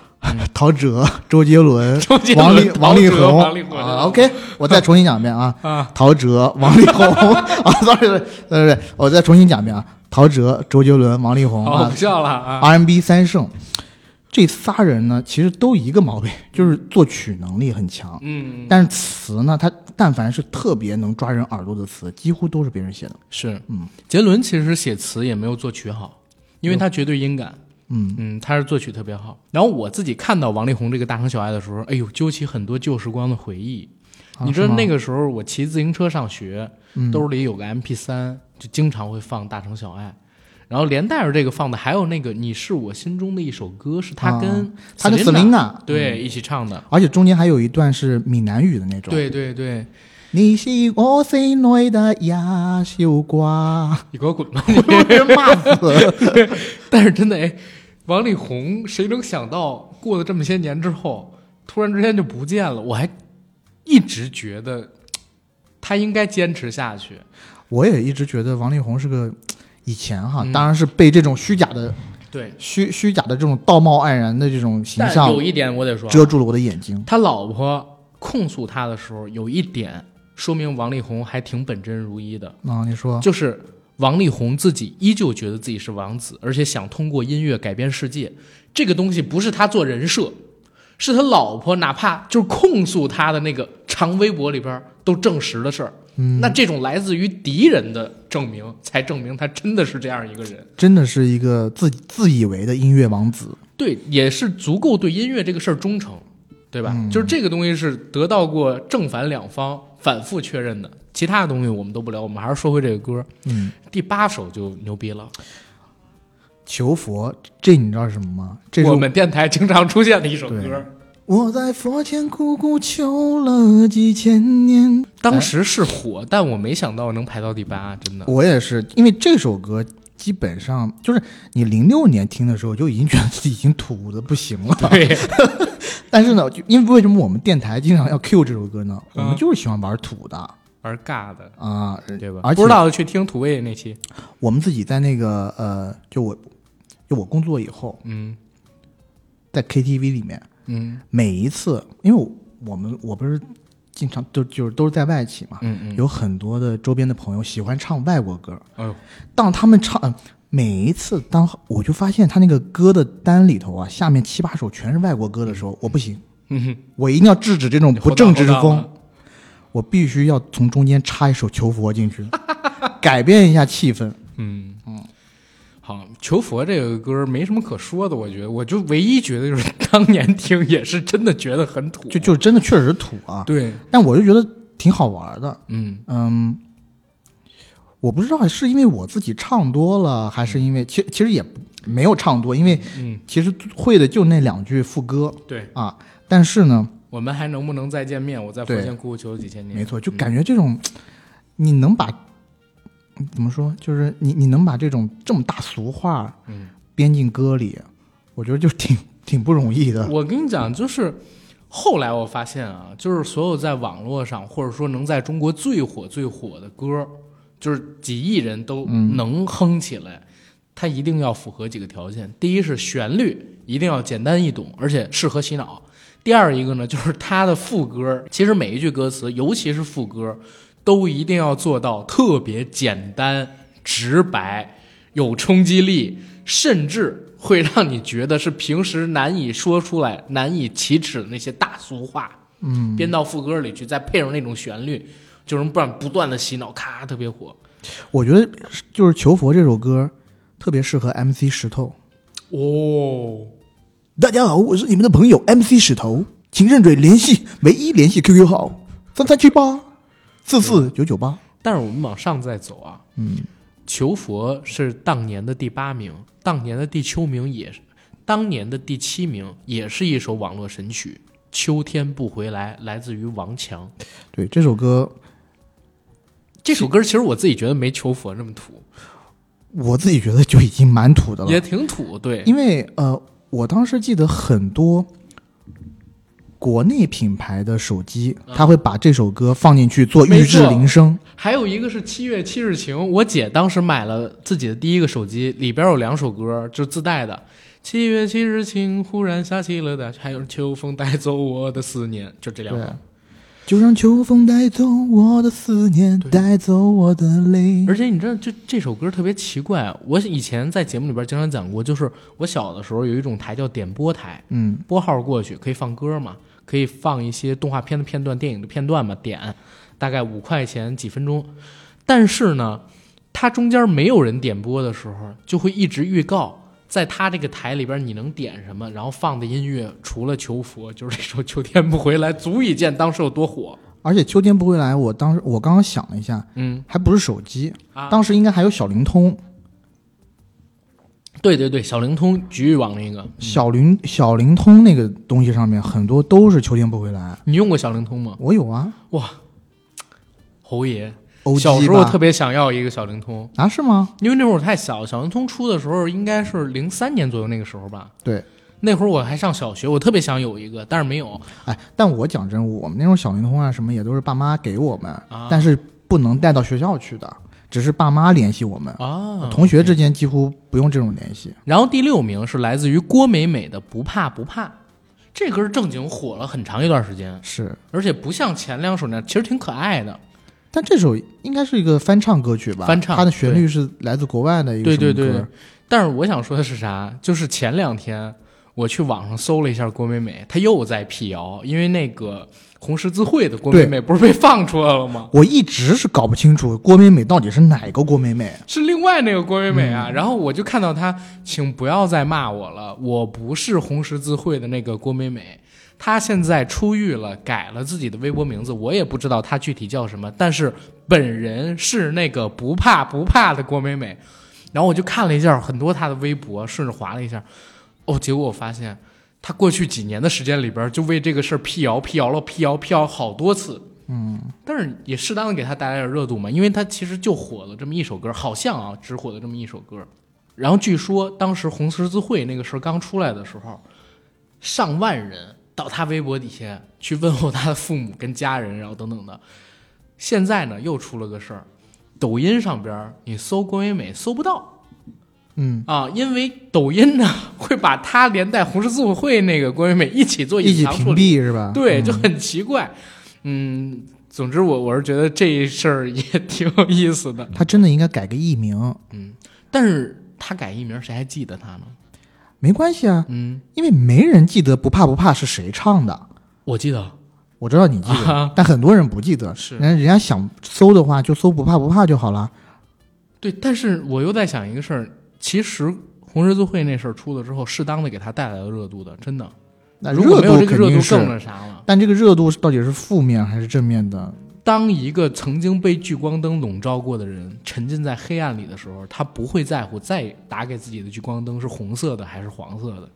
Speaker 3: 陶喆、周杰伦、
Speaker 2: 嗯 周杰伦
Speaker 3: 王力、
Speaker 2: 陶
Speaker 3: 王力
Speaker 2: 喆
Speaker 3: 宏。
Speaker 2: 王力宏
Speaker 3: 啊，OK，我再重新讲一遍啊，
Speaker 2: 啊，
Speaker 3: 陶喆、王力 宏啊，sorry，对对对，我再重新讲一遍啊，陶喆、周杰伦、王力宏
Speaker 2: 好，我
Speaker 3: 啊
Speaker 2: 不笑了啊。
Speaker 3: ，R&B 三圣，这仨人呢，其实都一个毛病， 就是作曲能力很强，
Speaker 2: 嗯，
Speaker 3: 但是词呢，他但凡是特别能抓人耳朵的词，几乎都是别人写的。
Speaker 2: 是，
Speaker 3: 嗯，
Speaker 2: 杰伦其实写词也没有作曲好，因为他绝对音感，
Speaker 3: 嗯，
Speaker 2: 嗯，他是作曲特别好。然后我自己看到王力宏这个《大城小爱》的时候，哎呦，揪起很多旧时光的回忆。
Speaker 3: 啊
Speaker 2: 你知
Speaker 3: 是
Speaker 2: 道
Speaker 3: 吗
Speaker 2: 那个时候我骑自行车上学，
Speaker 3: 嗯
Speaker 2: 兜里有个 MP 三，就经常会放《大城小爱》，然后连带着这个放的还有那个《你是我心中的一首歌》，是他
Speaker 3: 啊
Speaker 2: 跟
Speaker 3: 他跟
Speaker 2: Selina
Speaker 3: Selina 嗯
Speaker 2: 对一起唱的。
Speaker 3: 而且中间还有一段是闽南语的那种。，
Speaker 2: 对对对，
Speaker 3: 你是我心内的亚秀瓜，
Speaker 2: 你给我滚吧！
Speaker 3: 我被人骂死。
Speaker 2: 但是真的哎，王力宏谁能想到，过了这么些年之后，突然之间就不见了？我还一直觉得嘖他应该坚持下去。
Speaker 3: 我也一直觉得王力宏是个，以前哈，
Speaker 2: 嗯
Speaker 3: 当然是被这种虚假的、
Speaker 2: 对，
Speaker 3: 虚虚假的这种道貌岸然的这种形
Speaker 2: 但
Speaker 3: 象
Speaker 2: 有一点我得说啊，
Speaker 3: 遮住了我的眼睛。
Speaker 2: 他老婆控诉他的时候，有一点说明王力宏还挺本真如一的，
Speaker 3: 啊，你说，
Speaker 2: 就是。王力宏自己依旧觉得自己是王子，而且想通过音乐改变世界。这个东西不是他做人设，是他老婆哪怕就是控诉他的那个长微博里边儿都证实的事儿。
Speaker 3: 嗯，
Speaker 2: 那这种来自于敌人的证明，才证明他真的是这样一个人。
Speaker 3: 真的是一个自自以为的音乐王子。
Speaker 2: 对，也是足够对音乐这个事儿忠诚，对吧？
Speaker 3: 嗯
Speaker 2: 就是这个东西是得到过正反两方反复确认的，其他的东西我们都不聊，我们还是说回这个歌。
Speaker 3: 嗯，
Speaker 2: 第八首就牛逼了，
Speaker 3: 求佛，这你知道是什么吗？这是
Speaker 2: 我们电台经常出现的一首歌
Speaker 3: 对。我在佛前苦苦求了几千年。
Speaker 2: 当时是火，但我没想到能排到第八，真 的。
Speaker 3: 我也是，因为这首歌基本上就是你零六年听的时候就已经觉得自己已经土的不行了。
Speaker 2: 对，
Speaker 3: 但是呢，就因为为什么我们电台经常要 Q 这首歌呢？我们就是喜欢玩土的
Speaker 2: 玩尬的，
Speaker 3: 啊，
Speaker 2: 对吧？
Speaker 3: 而且
Speaker 2: 不知道的去听土味那期，
Speaker 3: 我们自己在那个呃，就我就我工作以后，
Speaker 2: 嗯
Speaker 3: 在 KTV 里面，
Speaker 2: 嗯
Speaker 3: 每一次，因为我我们我不是经常都就是都是在外企嘛，
Speaker 2: 嗯嗯，
Speaker 3: 有很多的周边的朋友喜欢唱外国歌，
Speaker 2: 哎呦，
Speaker 3: 当他们唱，呃每一次当我就发现他那个歌的单里头啊，下面七八首全是外国歌的时候，我不行，
Speaker 2: 嗯哼。
Speaker 3: 我一定要制止这种
Speaker 2: 你后
Speaker 3: 不
Speaker 2: 挡
Speaker 3: 正直之
Speaker 2: 后挡
Speaker 3: 风，我必须要从中间插一首求佛进去， 改变一下气氛。
Speaker 2: 嗯，好，求佛这个歌没什么可说的，我觉得，我就唯一觉得就是当年听也是真的觉得很土，
Speaker 3: 就就是真的确实土啊，
Speaker 2: 对，
Speaker 3: 但我就觉得挺好玩的。
Speaker 2: 嗯
Speaker 3: 嗯，我不知道是因为我自己唱多了，还是因为其其实也不没有唱多，因为
Speaker 2: 嗯，
Speaker 3: 其实会的就那两句副歌
Speaker 2: 对，
Speaker 3: 啊。但是呢，
Speaker 2: 我们还能不能再见面？我在佛
Speaker 3: 对
Speaker 2: 前苦苦求了几千年，
Speaker 3: 没错，就
Speaker 2: 嗯
Speaker 3: 感觉这种，你能把嗯怎么说，就是你你能把这种这么大俗话
Speaker 2: 嗯
Speaker 3: 编进歌里，我觉得就挺 挺不容易的。
Speaker 2: 我跟你讲，就是后来我发现啊，就是所有在网络上或者说能在中国最火最火的歌，就是几亿人都能哼起来，它一定要符合几个条件：第一是旋律一定要简单易懂，而且适合洗脑；第二一个呢，就是它的副歌，其实每一句歌词，尤其是副歌，都一定要做到特别简单、直白、有冲击力，甚至会让你觉得是平时难以说出来、难以启齿的那些大俗话，嗯，编到副歌里去，再配上那种旋律，就是不然不断的洗脑，咔，特别火。
Speaker 3: 我觉得就是《求佛》这首歌特别适合 MC 石头。
Speaker 2: 哦，
Speaker 3: 大家好，我是你们的朋友 MC 石头，请认准联系唯一联系 QQ 号三三七八自四九九八，
Speaker 2: 但是我们往上再走啊，
Speaker 3: 嗯，
Speaker 2: 求佛是当年的第八名，当年的第秋名也是，当年的第七名也是一首网络神曲《秋天不回来》，来自于王强。
Speaker 3: 对，这首歌
Speaker 2: 这首歌其实我自己觉得没求佛那么土，
Speaker 3: 我自己觉得就已经蛮土的了
Speaker 2: 也，挺土。对，
Speaker 3: 因为呃，我当时记得很多国内品牌的手机，它会把这首歌放进去做预制
Speaker 2: 嗯没错
Speaker 3: 铃声，
Speaker 2: 还有一个是《七月七日晴》，我姐当时买了自己的第一个手机，里边有两首歌，就是自带的。七月七日晴，忽然下起了大，还有秋风带走我的思念，就这两
Speaker 3: 对
Speaker 2: 首。，
Speaker 3: 就让秋风带走我的思念，
Speaker 2: 对
Speaker 3: 带走我的泪。
Speaker 2: 而且你知道，就这首歌特别奇怪。我以前在节目里边经常讲过，就是我小的时候有一种台叫点播台，
Speaker 3: 嗯，
Speaker 2: 拨号过去可以放歌嘛，可以放一些动画片的片段、电影的片段嘛，点大概五块钱几分钟。但是呢，它中间没有人点播的时候，就会一直预告，在它这个台里边你能点什么，然后放的音乐除了求佛，就是这首《秋天不回来》，足以见当时有多火。
Speaker 3: 而且秋天不会来，我当时我刚刚想了一下，
Speaker 2: 嗯
Speaker 3: 还不是手机，
Speaker 2: 啊，嗯
Speaker 3: 当时应该还有小灵通，
Speaker 2: 对对对，小灵通、局域网那个，
Speaker 3: 小灵小灵通那个东西上面很多都是秋天不回来。
Speaker 2: 你用过小灵通吗？
Speaker 3: 我有啊，
Speaker 2: 哇，侯爷，
Speaker 3: 欧
Speaker 2: 小
Speaker 3: 基
Speaker 2: 时候
Speaker 3: 吧
Speaker 2: 特别想要一个小灵通，
Speaker 3: 啊是吗？
Speaker 2: 因为那会儿我太小，小灵通出的时候应该是零三年左右那个时候吧。
Speaker 3: 对，
Speaker 2: 那会儿我还上小学，我特别想有一个，但是没有。
Speaker 3: 哎，但我讲真，我们那种小灵通啊什么也都是爸妈给我们，
Speaker 2: 啊
Speaker 3: 但是不能带到学校去的，只是爸妈联系我们，
Speaker 2: 啊，
Speaker 3: 同学之间几乎不用这种联系。
Speaker 2: 然后第六名是来自于郭美美的《不怕不怕》，这歌正经火了很长一段时间，
Speaker 3: 是，
Speaker 2: 而且不像前两首那样，其实挺可爱的。
Speaker 3: 但这首应该是一个翻唱歌曲吧？
Speaker 2: 翻唱
Speaker 3: 它的旋律是来自国外的一个
Speaker 2: 对
Speaker 3: 什么
Speaker 2: 对对
Speaker 3: 歌，
Speaker 2: 但是我想说的是啥？就是前两天我去网上搜了一下郭美美，她又在辟谣，因为那个红十字会的郭美美不是被放出来了吗？
Speaker 3: 我一直是搞不清楚郭美美到底是哪个郭美美。
Speaker 2: 是另外那个郭美美啊，然后我就看到她，请不要再骂我了，我不是红十字会的那个郭美美，她现在出狱了，改了自己的微博名字，我也不知道她具体叫什么，但是本人是那个不怕不怕的郭美美。然后我就看了一下很多她的微博，顺着划了一下，哦，结果我发现她过去几年的时间里边，就为这个事儿辟谣、辟谣了、辟谣、辟谣好多次。但是也适当的给他带来点热度嘛，因为他其实就火了这么一首歌，好像啊只火了这么一首歌。然后据说当时红十字会那个事儿刚出来的时候，上万人到他微博底下去问候他的父母跟家人，然后等等的。现在呢又出了个事儿，抖音上边儿你搜郭美美搜不到，
Speaker 3: 嗯，
Speaker 2: 啊，因为抖音呢会把他连带红十字会那个郭美美一起做
Speaker 3: 一
Speaker 2: 隐
Speaker 3: 起
Speaker 2: 藏处
Speaker 3: 屏
Speaker 2: 理。
Speaker 3: 蔽是吧？
Speaker 2: 对，
Speaker 3: 嗯
Speaker 2: 就很奇怪。嗯，总之我我是觉得这事儿也挺有意思的。
Speaker 3: 她真的应该改个艺名，
Speaker 2: 嗯但是他改艺名，谁还记得他呢？
Speaker 3: 没关系啊，
Speaker 2: 嗯，
Speaker 3: 因为没人记得《不怕不怕》是谁唱的。
Speaker 2: 我记得
Speaker 3: 我知道你记得，
Speaker 2: 啊
Speaker 3: 但很多人不记得。
Speaker 2: 是
Speaker 3: 人人家想搜的话，就搜“不怕不怕”就好了。
Speaker 2: 对，但是我又在想一个事儿，其实红十字会那事儿出了之后，适当的给他带来了热度的，真的。
Speaker 3: 那
Speaker 2: 如果
Speaker 3: 热
Speaker 2: 没有
Speaker 3: 度
Speaker 2: 这个
Speaker 3: 肯
Speaker 2: 热
Speaker 3: 定
Speaker 2: 度，
Speaker 3: 是，
Speaker 2: 更那啥了。
Speaker 3: 但这个热度到底是负面还是正面的？
Speaker 2: 当一个曾经被聚光灯笼罩过的人沉浸在黑暗里的时候，他不会在乎再打给自己的聚光灯是红色的还是黄色的，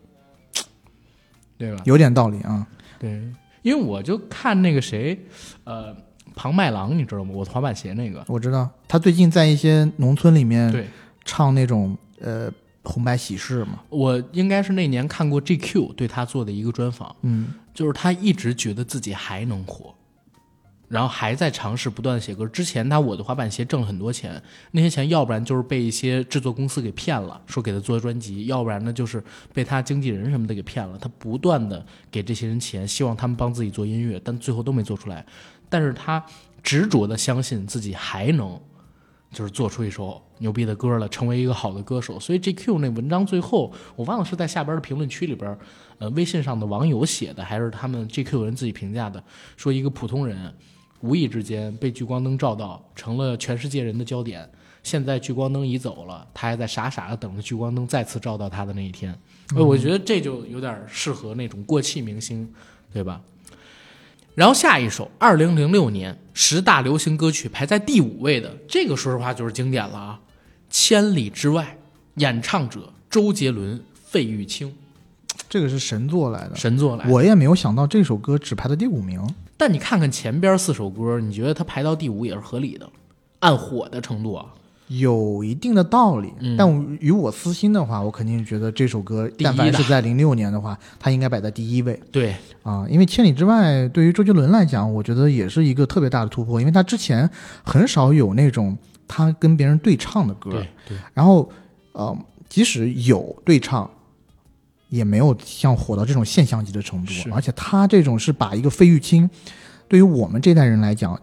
Speaker 2: 对吧？
Speaker 3: 有点道理啊。
Speaker 2: 对，因为我就看那个谁，呃，庞麦郎，你知道吗？我滑板鞋那个，
Speaker 3: 我知道他最近在一些农村里面
Speaker 2: 对
Speaker 3: 唱那种呃红白喜事嘛。
Speaker 2: 我应该是那年看过 GQ 对他做的一个专访，
Speaker 3: 嗯，
Speaker 2: 就是他一直觉得自己还能火，然后还在尝试不断地写歌。之前他我的滑板鞋挣了很多钱，那些钱要不然就是被一些制作公司给骗了，说给他做专辑；要不然呢就是被他经纪人什么的给骗了。他不断的给这些人钱，希望他们帮自己做音乐，但最后都没做出来。但是他执着的相信自己还能。就是做出一首牛逼的歌了，成为一个好的歌手。所以 GQ 那文章最后，我忘了是在下边的评论区里边，呃，微信上的网友写的，还是他们 GQ 人自己评价的，说一个普通人无意之间被聚光灯照到，成了全世界人的焦点。现在聚光灯移走了，他还在傻傻的等着聚光灯再次照到他的那一天。呃我觉得这就有点适合那种过气明星，对吧？然后下一首，二零零六年十大流行歌曲排在第五位的，这个说实话就是经典了啊，《千里之外》，演唱者周杰伦、费玉清，
Speaker 3: 这个是神作来的。
Speaker 2: 神作来。
Speaker 3: 我也没有想到这首歌只排到第五名，
Speaker 2: 但你看看前边四首歌，你觉得它排到第五也是合理的，按火的程度啊，
Speaker 3: 有一定的道理。
Speaker 2: 嗯
Speaker 3: 但我与我私心的话，我肯定是觉得这首歌，
Speaker 2: 第一的
Speaker 3: 但凡是在零六年的话，它应该摆在第一位
Speaker 2: 对，
Speaker 3: 啊、因为《千里之外》对于周杰伦来讲，我觉得也是一个特别大的突破，因为他之前很少有那种他跟别人对唱的歌。
Speaker 2: 对对，
Speaker 3: 然后，呃，即使有对唱，也没有像火到这种现象级的程度
Speaker 2: 是。
Speaker 3: 而且他这种是把一个费玉清，对于我们这代人来讲，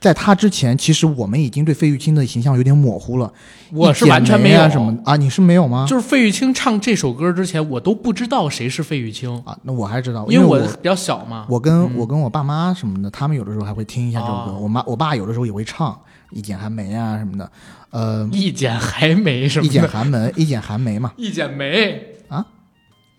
Speaker 3: 在他之前，其实我们已经对费玉清的形象有点模糊了。
Speaker 2: 我是
Speaker 3: 一剪
Speaker 2: 完全
Speaker 3: 梅
Speaker 2: 没有
Speaker 3: 啊什么的啊？你是没有吗？
Speaker 2: 就是费玉清唱这首歌之前，我都不知道谁是费玉清，
Speaker 3: 啊，那我还知道，
Speaker 2: 因
Speaker 3: 为
Speaker 2: 我
Speaker 3: 我。
Speaker 2: 比较小嘛。
Speaker 3: 我跟、我跟我爸妈什么的，他们有的时候还会听一下这首歌。
Speaker 2: 哦
Speaker 3: 我妈我爸有的时候也会唱《一剪寒梅》啊什么的，呃，
Speaker 2: 一剪还没什
Speaker 3: 一
Speaker 2: 么
Speaker 3: 剪
Speaker 2: 的，
Speaker 3: 寒梅，一剪寒梅嘛，
Speaker 2: 一剪梅
Speaker 3: 啊，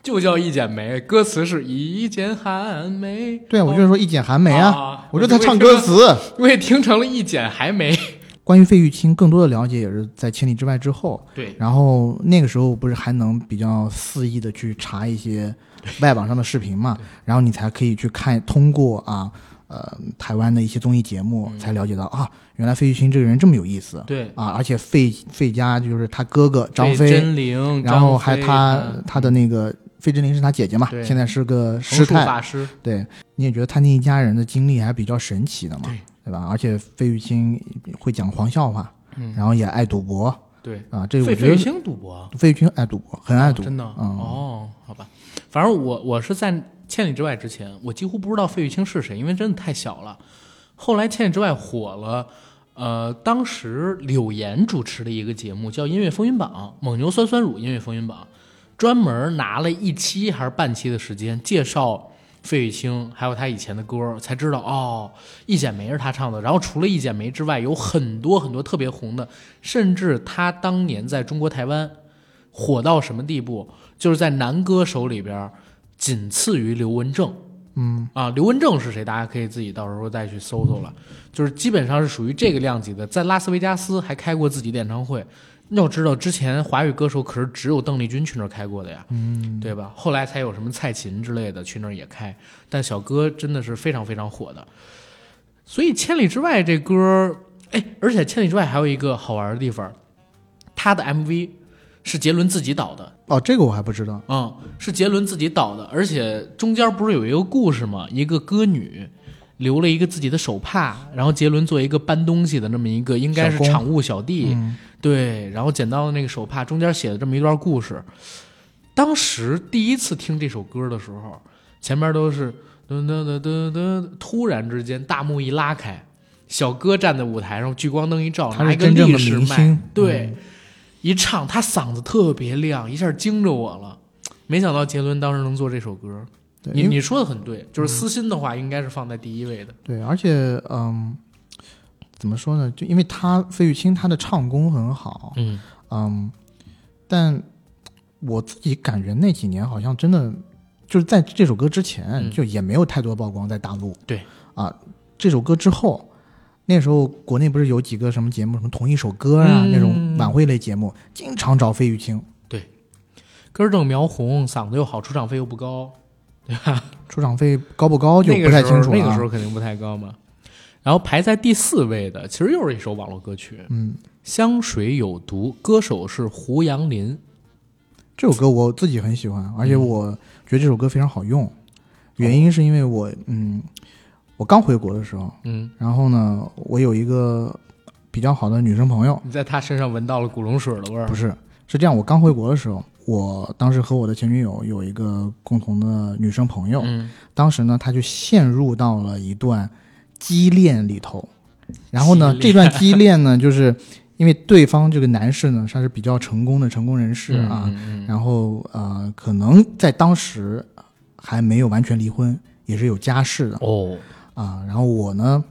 Speaker 2: 就叫一剪梅，歌词是一剪寒梅。
Speaker 3: 对啊，我就是说一剪寒梅啊，
Speaker 2: 啊
Speaker 3: 我说他唱歌词。
Speaker 2: 我也听成了一剪还没。
Speaker 3: 关于费玉清更多的了解也是在《千里之外》之后，
Speaker 2: 对，
Speaker 3: 然后那个时候不是还能比较肆意的去查一些外网上的视频嘛，然后你才可以去看，通过啊呃台湾的一些综艺节目才了解到、啊，原来费玉清这个人这么有意思，
Speaker 2: 对
Speaker 3: 啊，而且费费家就是他哥哥张
Speaker 2: 费
Speaker 3: 飞，
Speaker 2: 真灵，
Speaker 3: 然后
Speaker 2: 张
Speaker 3: 还
Speaker 2: 飞
Speaker 3: 他
Speaker 2: 嗯
Speaker 3: 他的那个费贞绫是他姐姐嘛，
Speaker 2: 对
Speaker 3: 现在是个
Speaker 2: 横
Speaker 3: 师
Speaker 2: 竖
Speaker 3: 太，
Speaker 2: 法师，
Speaker 3: 对，你也觉得他那一家人的经历还比较神奇的嘛，
Speaker 2: 对
Speaker 3: 吧？而且费玉清会讲黄笑话，
Speaker 2: 嗯
Speaker 3: 然后也爱赌博
Speaker 2: 对，
Speaker 3: 啊，这
Speaker 2: 费
Speaker 3: 我觉
Speaker 2: 费玉
Speaker 3: 得
Speaker 2: 清赌博，啊
Speaker 3: 费玉清爱赌博，很爱赌，
Speaker 2: 真的啊
Speaker 3: 嗯，
Speaker 2: 哦，好吧，反正我我是在《千里之外》之前，我几乎不知道费玉清是谁，因为真的太小了。后来《千里之外》火了，呃，当时柳岩主持的一个节目叫《音乐风云榜》，蒙牛酸酸乳音乐风云榜，专门拿了一期还是半期的时间介绍。费玉清，还有他以前的歌，才知道哦，《一剪梅》是他唱的。然后除了《一剪梅》之外，有很多很多特别红的，甚至他当年在中国台湾火到什么地步，就是在男歌手里边儿仅次于刘文正。嗯啊，刘文正是谁？大家可以自己到时候再去搜搜了。就是基本上是属于这个量级的，在拉斯维加斯还开过自己的演唱会。要知道，之前华语歌手可是只有邓丽君去那儿开过的呀，嗯，对吧？后来才有什么蔡琴之类的去那儿也开，但小哥真的是非常非常火的。所以《千里之外》这歌儿，哎，而且《千里之外》还有一个好玩的地方，他的 MV 是杰伦自己导的，
Speaker 3: 哦，这个我还不知道，
Speaker 2: 嗯，是杰伦自己导的，而且中间不是有一个故事吗？一个歌女留了一个自己的手帕，然后杰伦做一个搬东西的那么一个，应该是
Speaker 3: 小工
Speaker 2: 厂务小弟，
Speaker 3: 嗯，
Speaker 2: 对，然后捡到的那个手帕，中间写的这么一段故事。当时第一次听这首歌的时候，前面都是噔噔噔噔噔，突然之间大幕一拉开，小哥站在舞台上，聚光灯一照，
Speaker 3: 他
Speaker 2: 拿
Speaker 3: 是
Speaker 2: 一个
Speaker 3: 真正的
Speaker 2: 立式
Speaker 3: 明
Speaker 2: 麦
Speaker 3: 星，嗯
Speaker 2: 对，一唱他嗓子特别亮，一下惊着我了。没想到杰伦当时能做这首歌，
Speaker 3: 对，
Speaker 2: 你
Speaker 3: 因为嗯
Speaker 2: 你说的很对，就是私心的话应该是放在第一位的，
Speaker 3: 对，而且嗯，怎么说呢？就因为他费玉清他的唱功很好，
Speaker 2: 嗯，
Speaker 3: 嗯，但我自己感觉那几年好像真的就是在这首歌之前
Speaker 2: 嗯
Speaker 3: 就也没有太多曝光在大陆。
Speaker 2: 对
Speaker 3: 啊，这首歌之后，那时候国内不是有几个什么节目，什么同一首歌啊、
Speaker 2: 嗯
Speaker 3: 那种晚会类节目，经常找费玉清
Speaker 2: 根正苗红，嗓子又好，出场费又不高，
Speaker 3: 出场费高不高就
Speaker 2: 那
Speaker 3: 不
Speaker 2: 个
Speaker 3: 太
Speaker 2: 时候
Speaker 3: 清楚了、啊
Speaker 2: 那个时候肯定不太高嘛。然后排在第四位的，其实又是一首网络歌曲，
Speaker 3: 嗯，
Speaker 2: 香水有毒》，歌手是胡杨林。
Speaker 3: 这首歌我自己很喜欢，而且
Speaker 2: 嗯哦
Speaker 3: 我觉得这首歌非常好用，原因是因为我嗯，我刚回国的时候，
Speaker 2: 嗯，
Speaker 3: 然后呢，我有一个比较好的女生朋友。
Speaker 2: 你在他身上闻到了古龙水的味儿
Speaker 3: 不。是，是这样，我刚回国的时候，我当时和我的前女友有一个共同的女生朋友，
Speaker 2: 嗯，
Speaker 3: 当时呢，她就陷入到了一段畸恋里头，然后呢，
Speaker 2: 畸恋
Speaker 3: 这段畸恋呢，就是因为对方这个男士呢，他是比较成功的成功人士啊，
Speaker 2: 嗯嗯
Speaker 3: 然后呃，可能在当时还没有完全离婚，也是有家室的，
Speaker 2: 哦，
Speaker 3: 啊，然后我呢，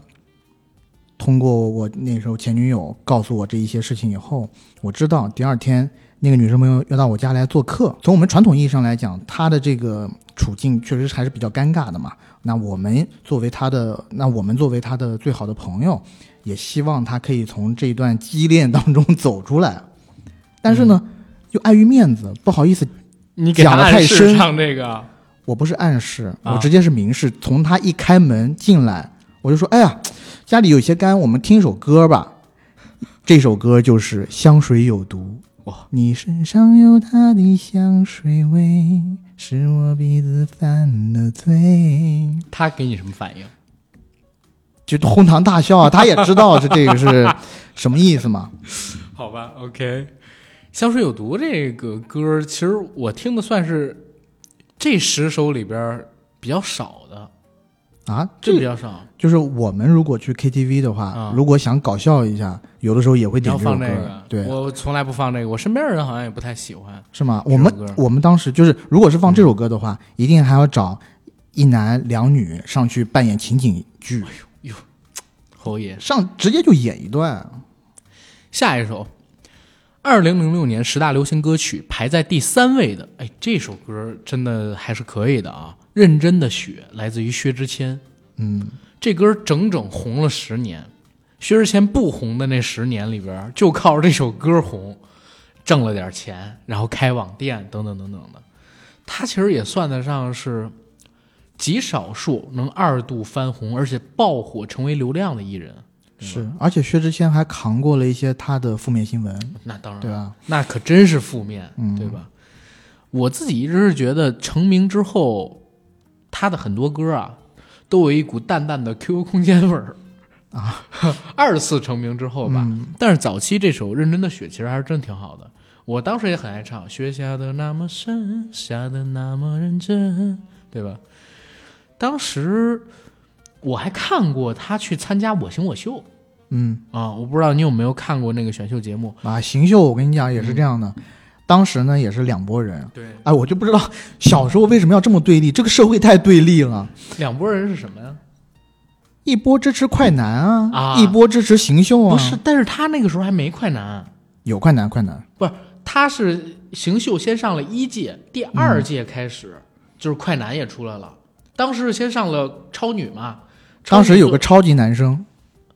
Speaker 3: 通过我那时候前女友告诉我这一些事情以后，我知道第二天那个女生朋友要到我家来做客。从我们传统意义上来讲，她的这个处境确实还是比较尴尬的嘛。那我们作为他的，那我们作为他的最好的朋友，也希望他可以从这段畸恋当中 走出来。但是呢，又碍于面子，不好意思，
Speaker 2: 你给他
Speaker 3: 讲得太
Speaker 2: 暗示
Speaker 3: 深
Speaker 2: 上这个，
Speaker 3: 我不是暗示，
Speaker 2: 啊
Speaker 3: 我直接是明示。从他一开门进来，我就说：“哎呀，家里有些干，我们听一首歌吧。”这首歌就是《香水有毒》。
Speaker 2: 哇，
Speaker 3: 你身上有他的香水味，使我鼻子犯了罪。
Speaker 2: 他给你什么反应？
Speaker 3: 就哄堂大笑啊！他也知道这这个是什么意 思嘛。
Speaker 2: 好吧，OK。香水有毒这个歌儿，其实我听的算是这十首里边儿比较少的，
Speaker 3: 啊，
Speaker 2: 这
Speaker 3: 这
Speaker 2: 比
Speaker 3: 个
Speaker 2: 较少。
Speaker 3: 就是我们如果去 KTV 的话，
Speaker 2: 啊
Speaker 3: 如果想搞笑一下，有的时候也会
Speaker 2: 你
Speaker 3: 点
Speaker 2: 要
Speaker 3: 这首
Speaker 2: 放
Speaker 3: 歌，
Speaker 2: 这个，
Speaker 3: 对，
Speaker 2: 我从来不放这个，我身边的人好像也不太喜欢。
Speaker 3: 是吗？
Speaker 2: 这首
Speaker 3: 我们
Speaker 2: 歌
Speaker 3: 我们当时就是，如果是放这首歌的话，一定还要找一男两女上去扮演情景
Speaker 2: 哦
Speaker 3: 剧，
Speaker 2: 侯爷，
Speaker 3: 上直接就演一段。
Speaker 2: 下一首，二零零六年十大流行歌曲排在第三位的，哎，这首歌真的还是可以的啊！认真的雪来自于薛之谦，
Speaker 3: 嗯，
Speaker 2: 这歌整整红了十年。薛之谦不红的那十年里边，就靠这首歌红，挣了点钱，然后开网店等等等等的。他其实也算得上是极少数能二度翻红，而且爆火成为流量的艺人。
Speaker 3: 是，而且薛之谦还扛过了一些他的负面新闻，
Speaker 2: 那当然，
Speaker 3: 对吧？
Speaker 2: 那可真是负面，
Speaker 3: 嗯
Speaker 2: 对吧？我自己一直是觉得成名之后，他的很多歌啊，都有一股淡淡的 QQ 空间味儿啊。二次成名之后吧，但是早期这首《认真的雪》其实还是真挺好的，我当时也很爱唱。雪下的那么深，下的那么认真，对吧？当时我还看过他去参加《我型我秀》
Speaker 3: 嗯。
Speaker 2: 啊，我不知道你有没有看过那个选秀节目？
Speaker 3: 啊，邢秀，我跟你讲也是这样的，
Speaker 2: 嗯
Speaker 3: 当时呢也是两拨人，
Speaker 2: 对，
Speaker 3: 哎，我就不知道小时候为什么要这么对立，这个社会太对立了，
Speaker 2: 两拨人是什么呀？
Speaker 3: 一波支持快男啊，
Speaker 2: 啊
Speaker 3: 一波支持邢秀啊，
Speaker 2: 不是，但是他那个时候还没快男，
Speaker 3: 有快男快男，
Speaker 2: 不是，他是邢秀先上了一届，第二届开始、就是快男也出来了，当时是先上了超女嘛，超
Speaker 3: 当时
Speaker 2: 女
Speaker 3: 有个
Speaker 2: 做
Speaker 3: 超级男生，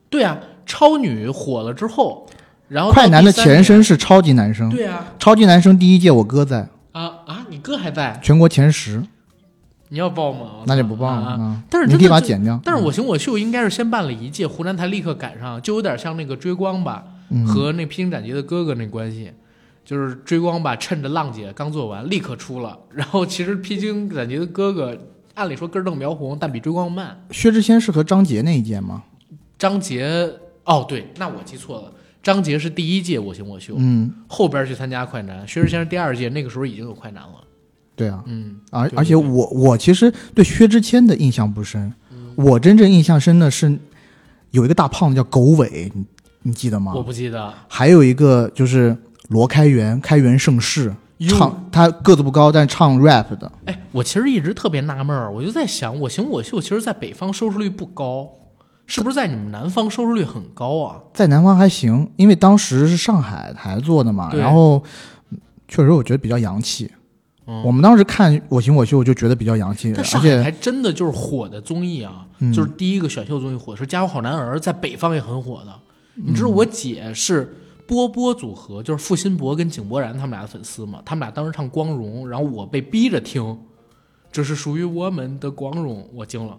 Speaker 2: 对啊，超女火了之后，然后到
Speaker 3: 快男的
Speaker 2: 第三届
Speaker 3: 前身是超级男生，
Speaker 2: 对啊
Speaker 3: 超级男生第一届我哥在
Speaker 2: 啊啊，你哥还在，
Speaker 3: 全国前十，
Speaker 2: 你要报吗？
Speaker 3: 那就不报了
Speaker 2: 啊啊
Speaker 3: 啊，
Speaker 2: 但是
Speaker 3: 你
Speaker 2: 真
Speaker 3: 可以
Speaker 2: 的
Speaker 3: 把它
Speaker 2: 就
Speaker 3: 剪掉，
Speaker 2: 但是我行我秀应该是先办了一届，湖南台立刻赶上，就有点像那个追光吧，
Speaker 3: 嗯
Speaker 2: 和那披荆斩棘的哥哥那关系，就是追光吧，趁着浪姐刚做完，立刻出了。 然后其实披荆斩棘的哥哥，按理说根正苗红，但比追光慢。
Speaker 3: 薛之谦是和张杰那一届吗？
Speaker 2: 张杰，哦对，那我记错了，张杰是第一届我行我秀，
Speaker 3: 嗯，
Speaker 2: 后边去参加快男，薛之谦是第二届，那个时候已经有快男了。
Speaker 3: 对啊，
Speaker 2: 嗯，
Speaker 3: 而
Speaker 2: 对对
Speaker 3: 而且
Speaker 2: 对
Speaker 3: 我我其实对薛之谦的印象不深，
Speaker 2: 嗯
Speaker 3: 我真正印象深的是有一个大胖子叫狗尾，你你记得吗
Speaker 2: 我？不记得。
Speaker 3: 还有一个就是罗开元，开元盛世，
Speaker 2: 哟
Speaker 3: 唱他个子不高，但唱 rap 的，
Speaker 2: 哎，我其实一直特别纳闷儿，我就在想，我行我秀其实在北方收视率不高，是不是在你们南方收视率很高啊？
Speaker 3: 在南方还行，因为当时是上海台做的嘛，
Speaker 2: 对
Speaker 3: 然后嗯确实我觉得比较洋气。
Speaker 2: 嗯
Speaker 3: 我们当时看《我行我秀》就觉得比较洋气，
Speaker 2: 但
Speaker 3: 而
Speaker 2: 上海
Speaker 3: 且
Speaker 2: 台真的就是火的综艺啊，
Speaker 3: 嗯
Speaker 2: 就是第一个选秀综艺火是《家有好男儿》，在北方也很火的。你知道我姐是波波组合，就是付辛博跟井柏然他们俩的粉丝嘛？他们俩当时唱《光荣》，然后我被逼着听，这是属于我们的光荣，我惊了，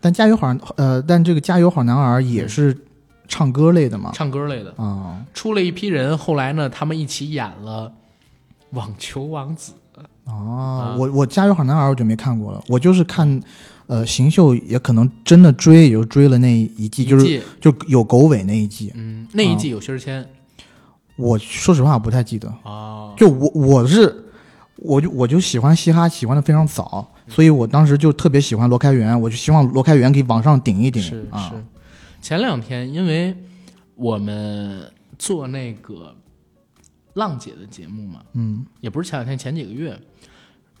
Speaker 3: 但《加油好》呃，但这个《加油好男儿》
Speaker 2: 嗯
Speaker 3: 也是唱歌类的嘛，
Speaker 2: 唱歌类的。
Speaker 3: 啊、
Speaker 2: 出了一批人，后来呢，他们一起演了《网球王子》。
Speaker 3: 哦
Speaker 2: 啊，
Speaker 3: 我我《家有好男儿》我就没看过了，我就是看，呃，邢秀也可能真的追，也就追了那一季，就
Speaker 2: 一
Speaker 3: 是啊
Speaker 2: 季
Speaker 3: 就有狗尾那一季。
Speaker 2: 嗯，那一季有薛之谦
Speaker 3: 我说实话，我不太记得。
Speaker 2: 啊，
Speaker 3: 就我我是，我就我就喜欢嘻哈，喜欢的非常早，
Speaker 2: 嗯
Speaker 3: 所以我当时就特别喜欢罗开元，我就希望罗开元可以往上顶一顶
Speaker 2: 是
Speaker 3: 啊。
Speaker 2: 是。前两天因为我们做那个浪姐的节目嘛，
Speaker 3: 嗯
Speaker 2: 也不是前两天，前几个月，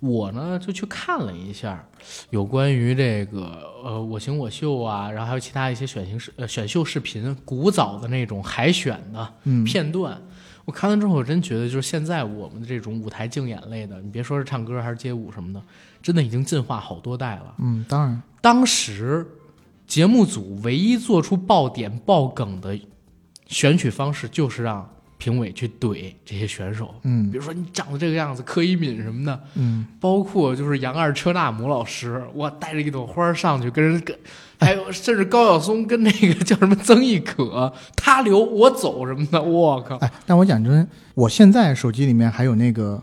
Speaker 2: 我呢就去看了一下，有关于这个呃我行我秀啊，然后还有其他一些选型视呃选秀视频，古早的那种海选的
Speaker 3: 嗯
Speaker 2: 片段。我看完之后，我真觉得就是现在我们的这种舞台竞演类的，你别说是唱歌还是街舞什么的，真的已经进化好多代了。
Speaker 3: 嗯，当然，
Speaker 2: 当时节目组唯一做出爆点爆梗的选取方式，就是让评委去怼这些选手，
Speaker 3: 嗯
Speaker 2: 比如说你长得这个样子，柯以敏什么的，
Speaker 3: 嗯，
Speaker 2: 包括就是杨二车纳姆老师，哇，带着一朵花上去跟人跟，还有甚至高晓松跟那个叫什么曾轶可，他留我走什么的，我靠，
Speaker 3: 哎，但我讲真，我现在手机里面还有那个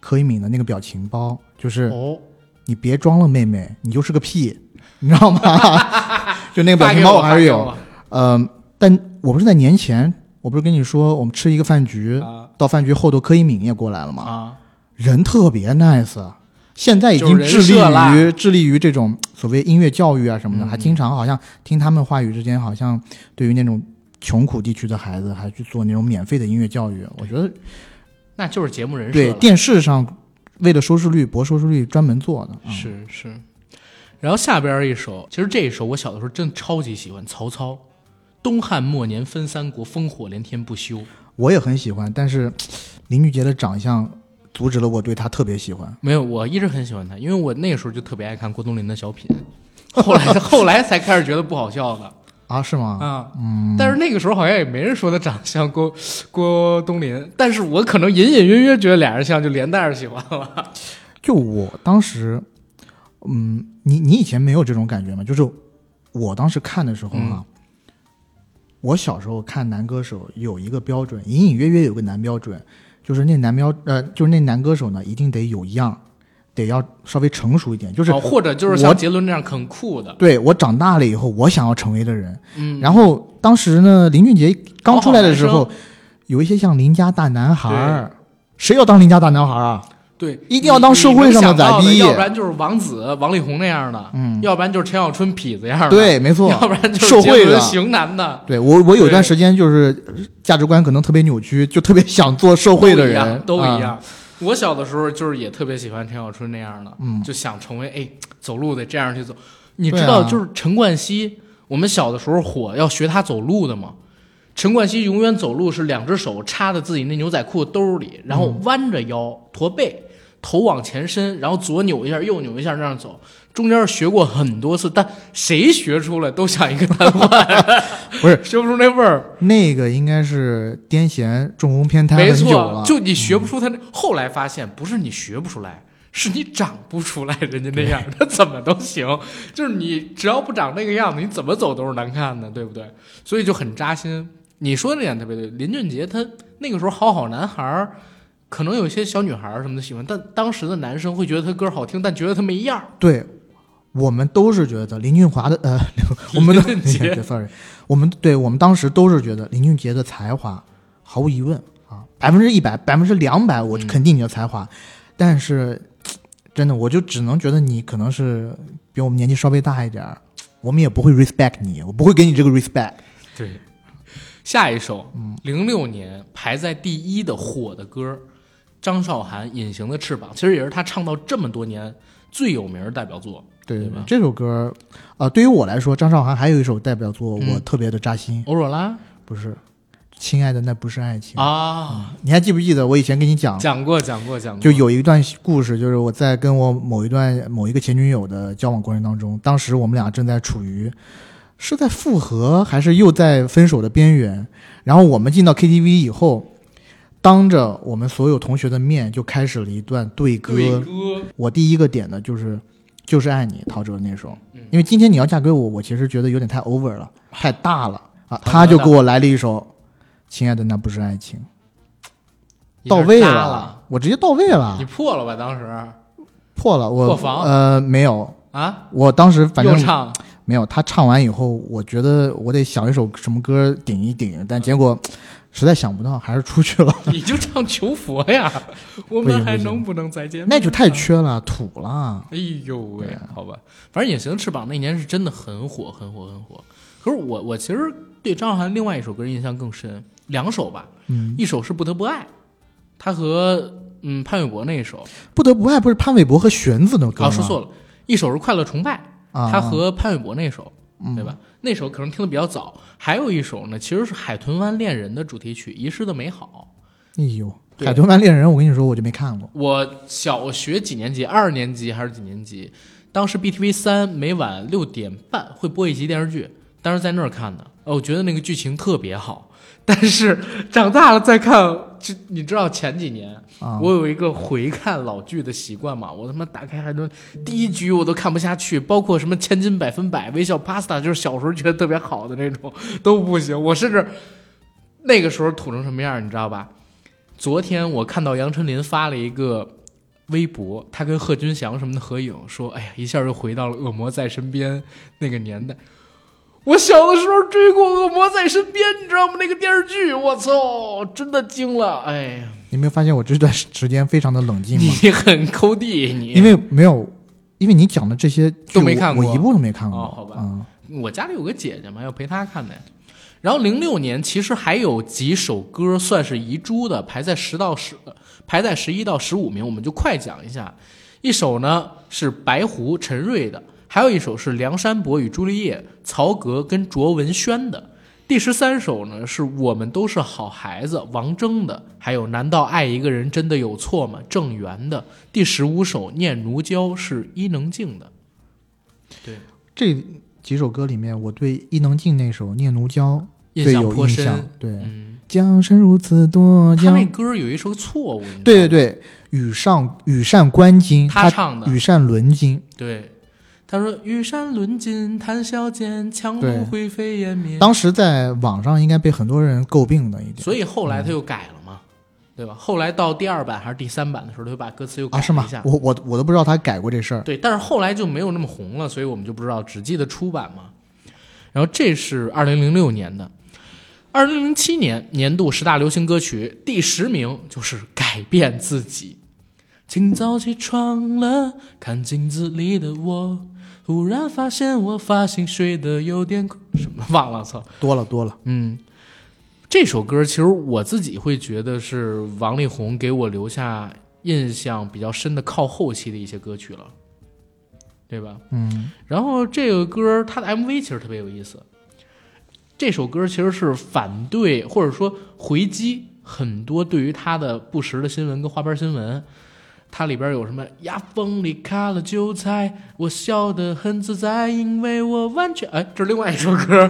Speaker 3: 柯以敏的那个表情包，就是
Speaker 2: 哦，
Speaker 3: 你别装了，妹妹，你就是个屁，你知道吗？ 就那个表
Speaker 2: 发
Speaker 3: 情
Speaker 2: 给
Speaker 3: 包
Speaker 2: 我
Speaker 3: 我还是有，
Speaker 2: 发
Speaker 3: 嗯，但我不是在年前，我不是跟你说我们吃一个饭
Speaker 2: 给
Speaker 3: 局
Speaker 2: 我，啊
Speaker 3: 到饭局后头柯以敏也过来了嘛，
Speaker 2: 啊，
Speaker 3: 人特别 nice。现啊在已经
Speaker 2: 就是
Speaker 3: 致
Speaker 2: 人
Speaker 3: 力
Speaker 2: 设啦
Speaker 3: 于致力于这种所谓音乐教育啊什么的，
Speaker 2: 嗯
Speaker 3: 还经常好像听他们话语之间，好像对于那种穷苦地区的孩子，还去做那种免费的音乐教育。我觉得
Speaker 2: 那就是节目人设
Speaker 3: 对
Speaker 2: 了
Speaker 3: 电视上为了收视率博收视率专门做的，嗯
Speaker 2: 是是。然后下边儿一首，其实这一首我小的时候真超级喜欢，曹操。东汉末年分三国，烽火连天不休。
Speaker 3: 我也很喜欢，但是林俊杰的长相阻止了我对他特别喜欢。
Speaker 2: 没有，我一直很喜欢他，因为我那个时候就特别爱看郭冬临的 小品，后来后来才开始觉得不好笑的
Speaker 3: 啊，是吗？
Speaker 2: 啊。但是那个时候好像也没人说他长得像郭郭冬临，但是我可能隐隐约约觉得俩人像，就连带着喜欢了。
Speaker 3: 就我当时，嗯，你你以前没有这种感觉吗？就是我当时看的时候啊，
Speaker 2: 嗯
Speaker 3: 我小时候看男歌手有一个标准，隐隐约约有个男标准，就是那男标呃，就是那男歌手呢一定得有样，得要稍微成熟一点， 就是。
Speaker 2: 哦或者就是
Speaker 3: 我
Speaker 2: 像杰伦这样很酷的，
Speaker 3: 对我长大了以后，我想要成为的人。
Speaker 2: 嗯，哦
Speaker 3: 然后当时呢，林俊杰刚出来的时
Speaker 2: 好好
Speaker 3: 候，有一些像邻家大男孩儿，谁要当邻家大男孩儿啊？
Speaker 2: 对，
Speaker 3: 一定要当社会上的
Speaker 2: 你
Speaker 3: 咋地
Speaker 2: 能想到的要不然就是王子、王力宏那样的，
Speaker 3: 嗯
Speaker 2: 要不然就是陈小春痞子样的，，
Speaker 3: 对，没错，
Speaker 2: 要不然就是
Speaker 3: 受贿
Speaker 2: 杰伦
Speaker 3: 的。
Speaker 2: 型男的，
Speaker 3: 对我，我有
Speaker 2: 啊对
Speaker 3: 段时间就是价值观可能特别扭曲， 就特别想做受贿的人，
Speaker 2: 都一样。都一
Speaker 3: 啊
Speaker 2: 样我小的时候就是也特别喜欢陈小春那样的，
Speaker 3: 嗯
Speaker 2: 就想成为哎，走路得这样去走。你
Speaker 3: 对
Speaker 2: 知道，
Speaker 3: 啊
Speaker 2: 就是陈冠希，我们小的时候火要学他走路的嘛。陈冠希永远走路是两只手插在自己那牛仔裤兜里，然后弯着腰驼背，头往前伸，然后左扭一下，右扭一下，这样走。中间学过很多次，但谁学出来都像一个瘫痪，
Speaker 3: 不是
Speaker 2: 学不出那味儿。
Speaker 3: 那个应该是癫痫中风偏瘫
Speaker 2: 没
Speaker 3: 很久
Speaker 2: 错
Speaker 3: 了，，
Speaker 2: 就你学不出他那。后来发现，不是你学不出来，是你长不出来人家那样， 他怎么都行。就是你只要不长那个样子，你怎么走都是难看的，对不对？所以就很扎心。你说这点特别对，林俊杰他那个时候好好男孩儿，可能有些小女孩儿什么的喜欢，但当时的男生会觉得他歌好听，但觉得他没样儿。
Speaker 3: 对，我们都是觉得林俊华的 呃，我们的
Speaker 2: 林俊杰
Speaker 3: 对，sorry，我们对我们当时都是觉得林俊杰的才华毫无疑问啊，百分之一百、百分之两百，我
Speaker 2: 嗯
Speaker 3: 肯定你的才华，但是真的我就只能觉得你可能是比我们年纪稍微大一点儿，我们也不会 respect 你，我不会给你这个 respect。
Speaker 2: 对，下一首，
Speaker 3: 嗯
Speaker 2: 零六年排在第一的火的歌，张韶涵《隐形的翅膀》，其实也是她唱到这么多年最有名的代表作。
Speaker 3: 对
Speaker 2: 对
Speaker 3: 对
Speaker 2: 吧
Speaker 3: 这首歌，啊、对于我来说，张韶涵还有一首代表作，我
Speaker 2: 嗯
Speaker 3: 特别的扎心，
Speaker 2: 欧若拉
Speaker 3: 不是，亲爱的，那不是爱情。
Speaker 2: 啊，
Speaker 3: 你还记不记得我以前跟你讲，
Speaker 2: 讲过，讲过，讲过，
Speaker 3: 嗯就有一段故事，就是我在跟我某一段某一个前女友的交往过程当中，当时我们俩正在处于是在复合还是又在分手的边缘。然后我们进到 KTV 以后，当着我们所有同学的面就开始了一段对歌。
Speaker 2: 对歌，
Speaker 3: 我第一个点的就是就是爱你陶喆那首
Speaker 2: 嗯，
Speaker 3: 因为今天你要嫁给我，我其实觉得有点太 over 了，太大了啊。
Speaker 2: 陶
Speaker 3: 他
Speaker 2: 喆
Speaker 3: 就
Speaker 2: 的
Speaker 3: 给我来了一首《亲爱的那不是爱情》，
Speaker 2: 一下
Speaker 3: 到位
Speaker 2: 扎
Speaker 3: 了，啊我直接到位了
Speaker 2: 你。破了吧？当时
Speaker 3: 破了，我
Speaker 2: 破防
Speaker 3: 呃没有，
Speaker 2: 啊，
Speaker 3: 我当时反
Speaker 2: 又
Speaker 3: 正
Speaker 2: 唱
Speaker 3: 没有。他唱完以后，我觉得我得想一首什么歌顶一顶，但结果实在想不到，还是出去了。
Speaker 2: 你就唱求佛 呀，我
Speaker 3: 不
Speaker 2: 们
Speaker 3: 行不
Speaker 2: 还
Speaker 3: 行
Speaker 2: 能不能再见？
Speaker 3: 那就太缺了，土了。
Speaker 2: 哎呦喂，
Speaker 3: 啊
Speaker 2: 好吧，反正《隐形的翅膀》那年是真的很火，很火，很火。可是我我其实对张韶涵另外一首歌印象更深，两首吧，
Speaker 3: 嗯
Speaker 2: 一首是《不得不爱》，她和嗯，潘玮柏那一首，
Speaker 3: 不得不爱不是潘玮柏和玄子的歌吗？
Speaker 2: 啊，说错了，一首是《快乐崇拜》，
Speaker 3: 啊，
Speaker 2: 他和潘玮柏那首，
Speaker 3: 嗯
Speaker 2: 对吧？那首可能听的比较早，还有一首呢，其实是《海豚湾恋人》的主题曲《遗失的美好
Speaker 3: 哎呦，《
Speaker 2: 对
Speaker 3: 海豚湾恋人》，我跟你说，我就没看过》。。
Speaker 2: 我小学几年级，二年级还是几年级？当时 BTV 三每晚六点半会播一集电视剧，当时在那儿看的。哦，我觉得那个剧情特别好，但是长大了再看，就你知道前几年
Speaker 3: 啊，
Speaker 2: 我有一个回看老剧的习惯嘛，我他妈打开海豚第一局我都看不下去，包括什么千金百分百、微笑 Pasta，就是小时候觉得特别好的那种都不行。我甚至那个时候土成什么样，你知道吧？昨天我看到杨丞琳发了一个微博，他跟贺军翔什么的合影，说：“哎呀，一下又回到了《恶魔在身边》那个年代。”我小的时候追过《恶魔在身边》，你知道吗？那个电视剧，我操，真的惊了！哎呀，
Speaker 3: 你没有发现我这段时间非常的冷静吗？
Speaker 2: 你很抠地，你
Speaker 3: 因为没有，因为你讲的这些剧
Speaker 2: 都没看过
Speaker 3: 我一部都没看过。
Speaker 2: 哦好吧
Speaker 3: 嗯
Speaker 2: 我家里有个姐姐嘛，要陪她看的呀。然后零六年其实还有几首歌算是遗珠的，排在十到十，排在十一到十五名，我们就快讲一下。一首呢是白狐陈瑞的，还有一首是梁山伯与朱丽叶曹格跟卓文萱的。第十三首呢是我们都是好孩子王铮的，还有难道爱一个人真的有错吗郑源的。第十五首念奴娇是伊能静的。对，
Speaker 3: 这几首歌里面，我对伊能静那首《念奴娇》
Speaker 2: 印
Speaker 3: 最
Speaker 2: 象
Speaker 3: 有
Speaker 2: 颇
Speaker 3: 印
Speaker 2: 深。
Speaker 3: 象。对，
Speaker 2: 嗯，
Speaker 3: 江山如此多
Speaker 2: 他那
Speaker 3: 娇。
Speaker 2: 歌儿有一首错误，你知道吗
Speaker 3: 对对，对，羽扇羽扇纶巾，
Speaker 2: 他
Speaker 3: 他嗯
Speaker 2: 唱的
Speaker 3: 羽扇纶巾。
Speaker 2: 对，他说玉山论尽谈笑间，樯橹
Speaker 3: 对
Speaker 2: 灰飞烟灭。
Speaker 3: 当时在网上应该被很多人诟病的一点。
Speaker 2: 所以后
Speaker 3: 嗯
Speaker 2: 来他又改了嘛，对吧？后来到第二版还是第三版的时候，他又把歌词又改
Speaker 3: 啊，是
Speaker 2: 了
Speaker 3: 吗
Speaker 2: 一下？。
Speaker 3: 我我我都不知道他改过这事儿。
Speaker 2: 对，但是后来就没有那么红了，所以我们就不知道，只记得初版嘛。然后这是二零零六年的，二零零七年年度十大流行歌曲第十名就是《改变自己》。今早起床了，看镜子里的我，忽然发现我发型睡得有点苦什么忘了，操！
Speaker 3: 多了多了，
Speaker 2: 嗯，这首歌其实我自己会觉得是王力宏给我留下印象比较深的靠后期的一些歌曲了，对吧？
Speaker 3: 嗯，
Speaker 2: 然后这个歌它的 MV 其实特别有意思，这首歌其实是反对或者说回击很多对于他的不实的新闻跟花边新闻。它里边有什么牙缝里卡了韭菜，我笑得很自在，因为我完全哎，这是另外一首歌，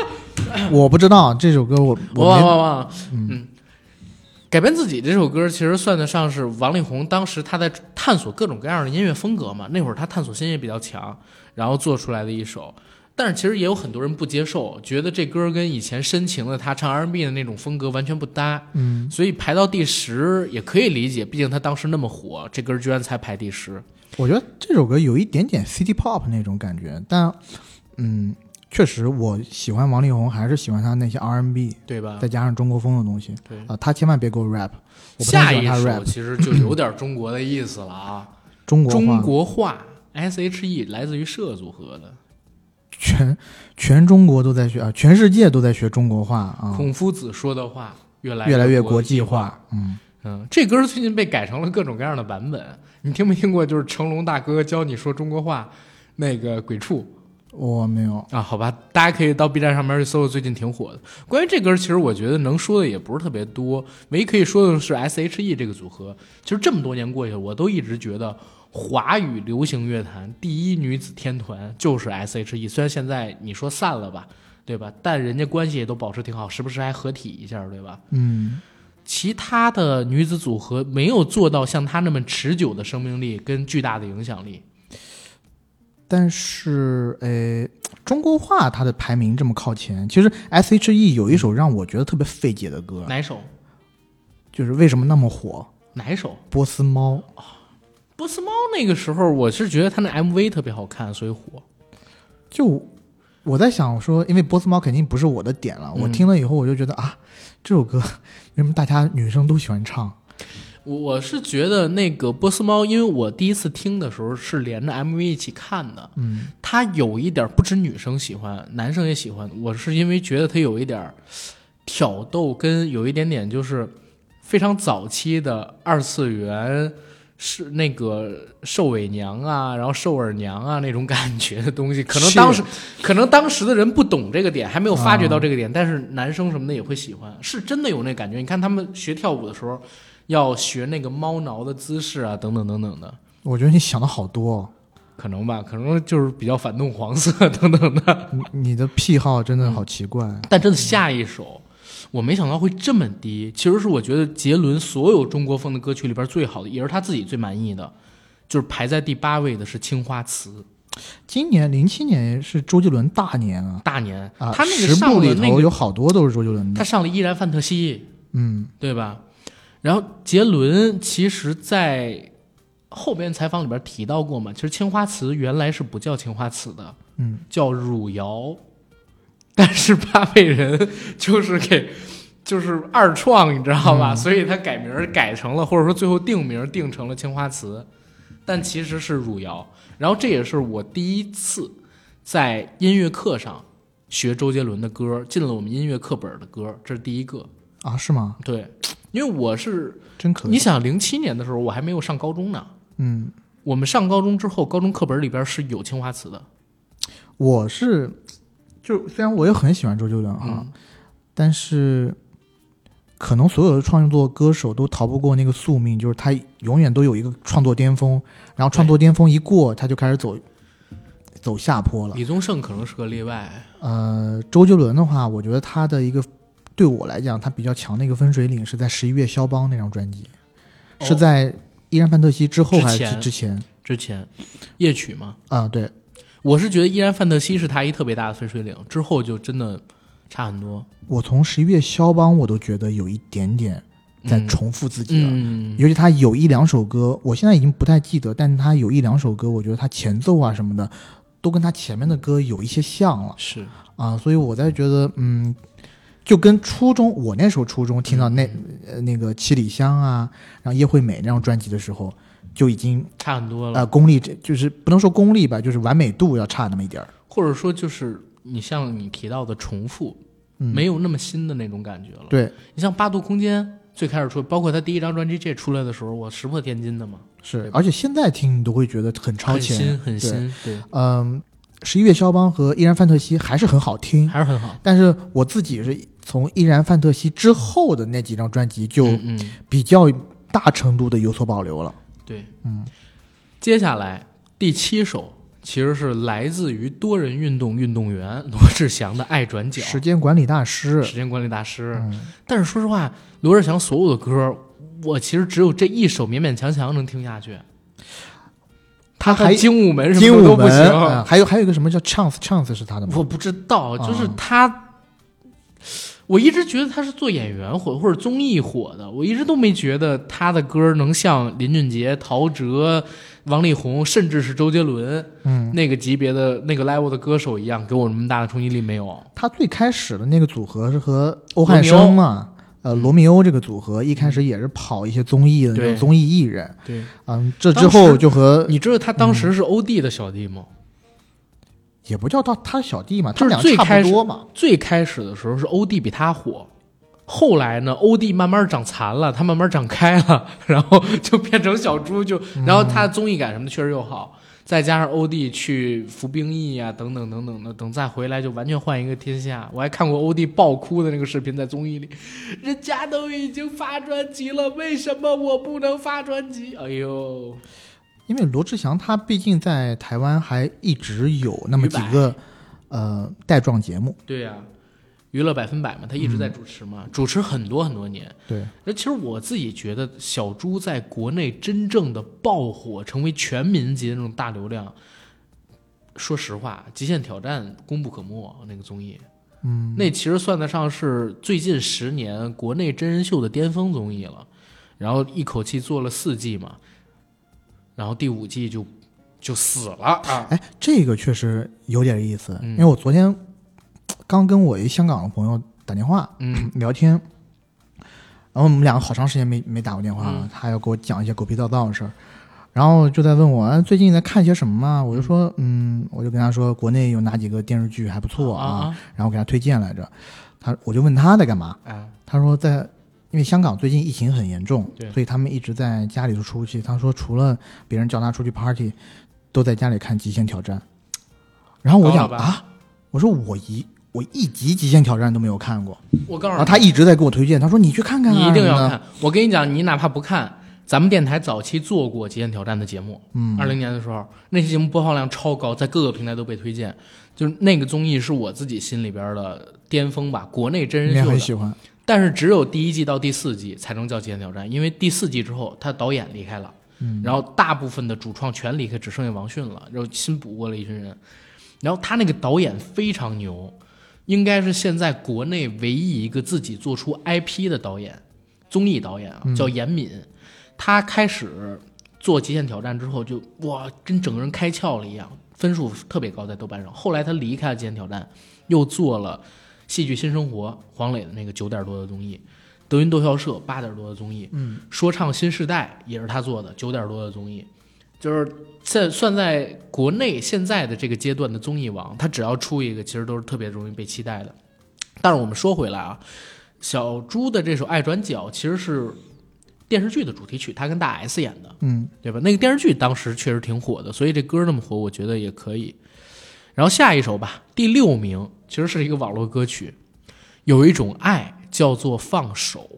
Speaker 3: 我不知道这首歌我
Speaker 2: 我
Speaker 3: 我
Speaker 2: 忘
Speaker 3: 没
Speaker 2: 了忘了，嗯，改编自己这首歌其实算得上是王力宏当时他在探索各种各样的音乐风格嘛，那会儿他探索心也比较强，然后做出来的一首。但是其实也有很多人不接受，觉得这歌跟以前深情的他唱 R&B 的那种风格完全不搭，
Speaker 3: 嗯，
Speaker 2: 所以排到第十也可以理解，毕竟他当时那么火，这歌居然才排第十。
Speaker 3: 我觉得这首歌有一点点 City Pop 那种感觉，但嗯，确实我喜欢王力宏，还是喜欢他那些 R&B，
Speaker 2: 对吧
Speaker 3: 再？加上中国风的东西
Speaker 2: 对
Speaker 3: 啊、他千万别给我 rap，我不
Speaker 2: 下
Speaker 3: 太喜
Speaker 2: 一
Speaker 3: 欢他
Speaker 2: 首
Speaker 3: rap
Speaker 2: 其实就有点中国的意思了啊，
Speaker 3: 中国
Speaker 2: 中
Speaker 3: 话，
Speaker 2: 国话 S H E 来自于社组合的。
Speaker 3: 全全中国都在学啊，全世界都在学中国话啊，
Speaker 2: 孔夫子说的话越来
Speaker 3: 越来越国
Speaker 2: 国
Speaker 3: 际
Speaker 2: 化。
Speaker 3: 化，嗯，
Speaker 2: 嗯，这歌最近被改成了各种各样的版本，你听没听过？就是成龙大哥教你说中国话，那个鬼畜
Speaker 3: 我没有，
Speaker 2: 啊，好吧，大家可以到 B 站上面去搜搜，最近挺火的。关于这歌，其实我觉得能说的也不是特别多，唯一可以说的是 S.H.E 这个组合。其实这么多年过去了，我都一直觉得华语流行乐坛第一女子天团就是 S.H.E。虽然现在你说散了吧，对吧？但人家关系也都保持挺好，时不时还合体一下，对吧？
Speaker 3: 嗯，
Speaker 2: 其他的女子组合没有做到像她那么持久的生命力跟巨大的影响力。
Speaker 3: 但是呃，中国话它的排名这么靠前，其实 S.H.E 有一首让我觉得特别费解的歌，
Speaker 2: 哪首？
Speaker 3: 就是为什么那么火，
Speaker 2: 哪首？
Speaker 3: 波斯猫。
Speaker 2: 波斯猫那个时候，我是觉得他那 MV 特别好看，所以火。
Speaker 3: 就我在想说，因为波斯猫肯定不是我的点了，
Speaker 2: 嗯
Speaker 3: 我听了以后我就觉得啊，这首歌 为什么大家女生都喜欢唱？
Speaker 2: 我我是觉得那个波斯猫，因为我第一次听的时候是连着 MV 一起看的，
Speaker 3: 嗯，
Speaker 2: 它有一点不止女生喜欢，男生也喜欢。我是因为觉得它有一点挑逗，跟有一点点就是非常早期的二次元是那个兽尾娘啊，然后兽耳娘啊那种感觉的东西，可能
Speaker 3: 是
Speaker 2: 当时可能当时的人不懂这个点，还没有发掘到这个点，但是男生什么的也会喜欢，是真的有那感觉。你看他们学跳舞的时候，要学那个猫挠的姿势啊，等等等等的。
Speaker 3: 我觉得你想的好多、哦，
Speaker 2: 可能吧，可能就是比较反动黄色啊等等的，
Speaker 3: 你你的癖好真的好奇怪。
Speaker 2: 但真的下一首，我没想到会这么低。其实是我觉得杰伦所有中国风的歌曲里边最好的，也是他自己最满意的，就是排在第八位的是《青花瓷》。
Speaker 3: 今年零七年是周杰伦大年啊，
Speaker 2: 大年，
Speaker 3: 啊，
Speaker 2: 他那个
Speaker 3: 十部
Speaker 2: 上了
Speaker 3: 里
Speaker 2: 那
Speaker 3: 头
Speaker 2: 个，
Speaker 3: 有好多都是周杰伦
Speaker 2: 他
Speaker 3: 的。
Speaker 2: 上了《依然范特西》，
Speaker 3: 嗯，
Speaker 2: 对吧？然后杰伦其实，在后边采访里边提到过嘛，其实青花瓷原来是不叫青花瓷的，
Speaker 3: 嗯，
Speaker 2: 叫汝窑， 但是巴贝人就是给就是二创，你知道吧？所以他改名儿改成了，或者说最后定名儿定成了青花瓷，但其实是汝窑。然后这也是我第一次在音乐课上学周杰伦的歌，进了我们音乐课本的歌，这是第一个。
Speaker 3: 啊，是吗？
Speaker 2: 对，因为我是
Speaker 3: 真可
Speaker 2: 你
Speaker 3: 以。
Speaker 2: 想，零七年的时候我还没有上高中呢。
Speaker 3: 嗯，
Speaker 2: 我们上高中之后，高中课本里边是有青花瓷的。
Speaker 3: 我是，就虽然我也很喜欢周杰伦啊，
Speaker 2: 嗯，
Speaker 3: 但是可能所有的创作歌手都逃不过那个宿命，就是他永远都有一个创作巅峰，然后创作巅峰一过，他就开始走走下坡了。
Speaker 2: 李宗盛可能是个例外。
Speaker 3: 呃，周杰伦的话，我觉得他的一个对我来讲，他比较强的一个分水岭是在十一月肖邦那张专辑，是
Speaker 2: 哦
Speaker 3: 在《依然范特西》之后
Speaker 2: 之
Speaker 3: 还是
Speaker 2: 前
Speaker 3: 之前？
Speaker 2: 之前夜曲嘛，
Speaker 3: 啊、对，
Speaker 2: 我是觉得《依然范特西》是他一特别大的分水岭，之后就真的差很多。
Speaker 3: 我从十一月肖邦，我都觉得有一点点在
Speaker 2: 嗯
Speaker 3: 重复自己了。
Speaker 2: 嗯，
Speaker 3: 尤其他有一两首歌，我现在已经不太记得，但是他有一两首歌，我觉得他前奏啊什么的，都跟他前面的歌有一些像了
Speaker 2: 是
Speaker 3: 啊，所以我在觉得，嗯，就跟初中我那时候初中
Speaker 2: 嗯
Speaker 3: 听到那、呃那个七里香啊，然后叶惠美那张专辑的时候，就已经
Speaker 2: 差很多了。
Speaker 3: 呃功力就是不能说功力吧，就是完美度要差那么一点儿。
Speaker 2: 或者说，就是你像你提到的重复，
Speaker 3: 嗯
Speaker 2: 没有那么新的那种感觉了。
Speaker 3: 对，
Speaker 2: 你像八度空间最开始出，包括他第一张专辑这出来的时候，我石破天惊的嘛，
Speaker 3: 是，而且现在听你都会觉得很超
Speaker 2: 很新
Speaker 3: 前，
Speaker 2: 很
Speaker 3: 对
Speaker 2: 新，对，
Speaker 3: 嗯，十一月肖邦和依然范特西还是很好听，
Speaker 2: 还是很好。
Speaker 3: 但是我自己是从《依然范特西》之后的那几张专辑就
Speaker 2: 嗯嗯，
Speaker 3: 比较大程度的有所保留了。
Speaker 2: 对，
Speaker 3: 嗯。
Speaker 2: 接下来第七首其实是来自于多人运动运动员罗志祥的《爱转角》，
Speaker 3: 时间管理大师，
Speaker 2: 时间管理大师。
Speaker 3: 嗯，
Speaker 2: 但是说实话，罗志祥所有的歌，我其实只有这一首勉勉强强能听下去。
Speaker 3: 他
Speaker 2: 还
Speaker 3: 还
Speaker 2: 精武门什
Speaker 3: 精
Speaker 2: 么的都
Speaker 3: 武
Speaker 2: 不
Speaker 3: 门，
Speaker 2: 行，
Speaker 3: 嗯还有还有一个什么叫 Chance Chance 是他的吗？
Speaker 2: 我不知道，
Speaker 3: 啊
Speaker 2: 就是他，我一直觉得他是做演员火或者综艺火的，我一直都没觉得他的歌能像林俊杰、陶喆、王力宏，甚至是周杰伦
Speaker 3: 嗯，
Speaker 2: 那个级别的那个 level 的歌手一样，给我那么大的冲击力没有。
Speaker 3: 他最开始的那个组合是和欧汉声嘛，
Speaker 2: 嗯
Speaker 3: 呃，罗密欧这个组合一开始也是跑一些综艺的那
Speaker 2: 对
Speaker 3: 种综艺艺人，
Speaker 2: 对，
Speaker 3: 嗯，这
Speaker 2: 当
Speaker 3: 之后
Speaker 2: 时
Speaker 3: 就和
Speaker 2: 你知道他当
Speaker 3: 嗯
Speaker 2: 时是欧弟的小弟吗？
Speaker 3: 也不叫他他小弟嘛，
Speaker 2: 就
Speaker 3: 他
Speaker 2: 是
Speaker 3: 们俩
Speaker 2: 最
Speaker 3: 差
Speaker 2: 开
Speaker 3: 不
Speaker 2: 始
Speaker 3: 多嘛，
Speaker 2: 最开始的时候是欧弟比他火，后来呢，欧弟慢慢长残了，他慢慢长开了，然后就变成小猪，就然后他的综艺感什么的确实又好，再加上欧弟去服兵役啊，等等等等的，等再回来就完全换一个天下。我还看过欧弟爆哭的那个视频，在综艺里，人家都已经发专辑了，为什么我不能发专辑？哎呦，
Speaker 3: 因为罗志祥他毕竟在台湾还一直有那么几个呃带状节目，
Speaker 2: 对呀、娱乐百分百嘛，他一直在主持嘛，主持很多很多年。
Speaker 3: 对，
Speaker 2: 那其实我自己觉得，小猪在国内真正的爆火，成为全民级的那种大流量，说实话，《极限挑战》功不可没。那个综艺，
Speaker 3: 嗯，
Speaker 2: 那其实算得上是最近十年国内真人秀的巅峰综艺了。然后一口气做了四季嘛，然后第五季就就死了啊！
Speaker 3: 哎，这个确实有点意思，
Speaker 2: 嗯
Speaker 3: 因为我昨天刚跟我一香港的朋友打电话
Speaker 2: 嗯，
Speaker 3: 聊天，然后我们两个好长时间没没打过电话了，
Speaker 2: 嗯
Speaker 3: 他要给我讲一些狗屁倒灶的事儿。然后就在问我啊最近在看些什么嘛，我就说嗯，我就跟他说国内有哪几个电视剧 还不错
Speaker 2: 啊
Speaker 3: 然后给他推荐来着。他我就问他在干嘛，
Speaker 2: 啊啊！
Speaker 3: 他说在，因因为香港最近疫情很严重
Speaker 2: 对，
Speaker 3: 所以他们一直在家里头出不去。他说除了别人叫他出去 party，都在家里看《极限挑战》。然后我
Speaker 2: 高
Speaker 3: 想
Speaker 2: 了吧
Speaker 3: 啊，我说我一我一集《极限挑战》都没有看过，
Speaker 2: 我告诉
Speaker 3: 然
Speaker 2: 你，
Speaker 3: 后啊他一直在给我推荐，他说你去看看、啊，
Speaker 2: 你一定要
Speaker 3: 什么的。
Speaker 2: 看。我跟你讲，你哪怕不看，咱们电台早期做过《极限挑战》的节目，
Speaker 3: 嗯
Speaker 2: 二零年的时候，那期节目播放量超高，在各个平台都被推荐。就是那个综艺是我自己心里边的巅峰吧，国内真
Speaker 3: 你也
Speaker 2: 人秀
Speaker 3: 很
Speaker 2: 的
Speaker 3: 喜欢，
Speaker 2: 但是只有第一季到第四季才能叫《极限挑战》，因为第四季之后他导演离开了，
Speaker 3: 嗯
Speaker 2: 然后大部分的主创全离开，只剩下王迅了，然后新补过了一群人。然后他那个导演非常牛，应该是现在国内唯一一个自己做出 IP 的导演，综艺导演啊，叫严敏。他开始做《极限挑战》之后就，哇，跟整个人开窍了一样，分数特别高在豆瓣上。后来他离开了《极限挑战》，又做了《戏剧新生活》黄磊的那个九点多的综艺，德云逗笑社八点多的综艺，
Speaker 3: 嗯，
Speaker 2: 说唱新时代也是他做的九点多的综艺，就是在算在国内现在的这个阶段的综艺王，他只要出一个，其实都是特别容易被期待的。但是我们说回来啊，小猪的这首《爱转角》其实是电视剧的主题曲，他跟大 S 演的，
Speaker 3: 嗯，
Speaker 2: 对吧？那个电视剧当时确实挺火的，所以这歌那么火，我觉得也可以。然后下一首吧，第六名其实是一个网络歌曲，有一种爱叫做放手。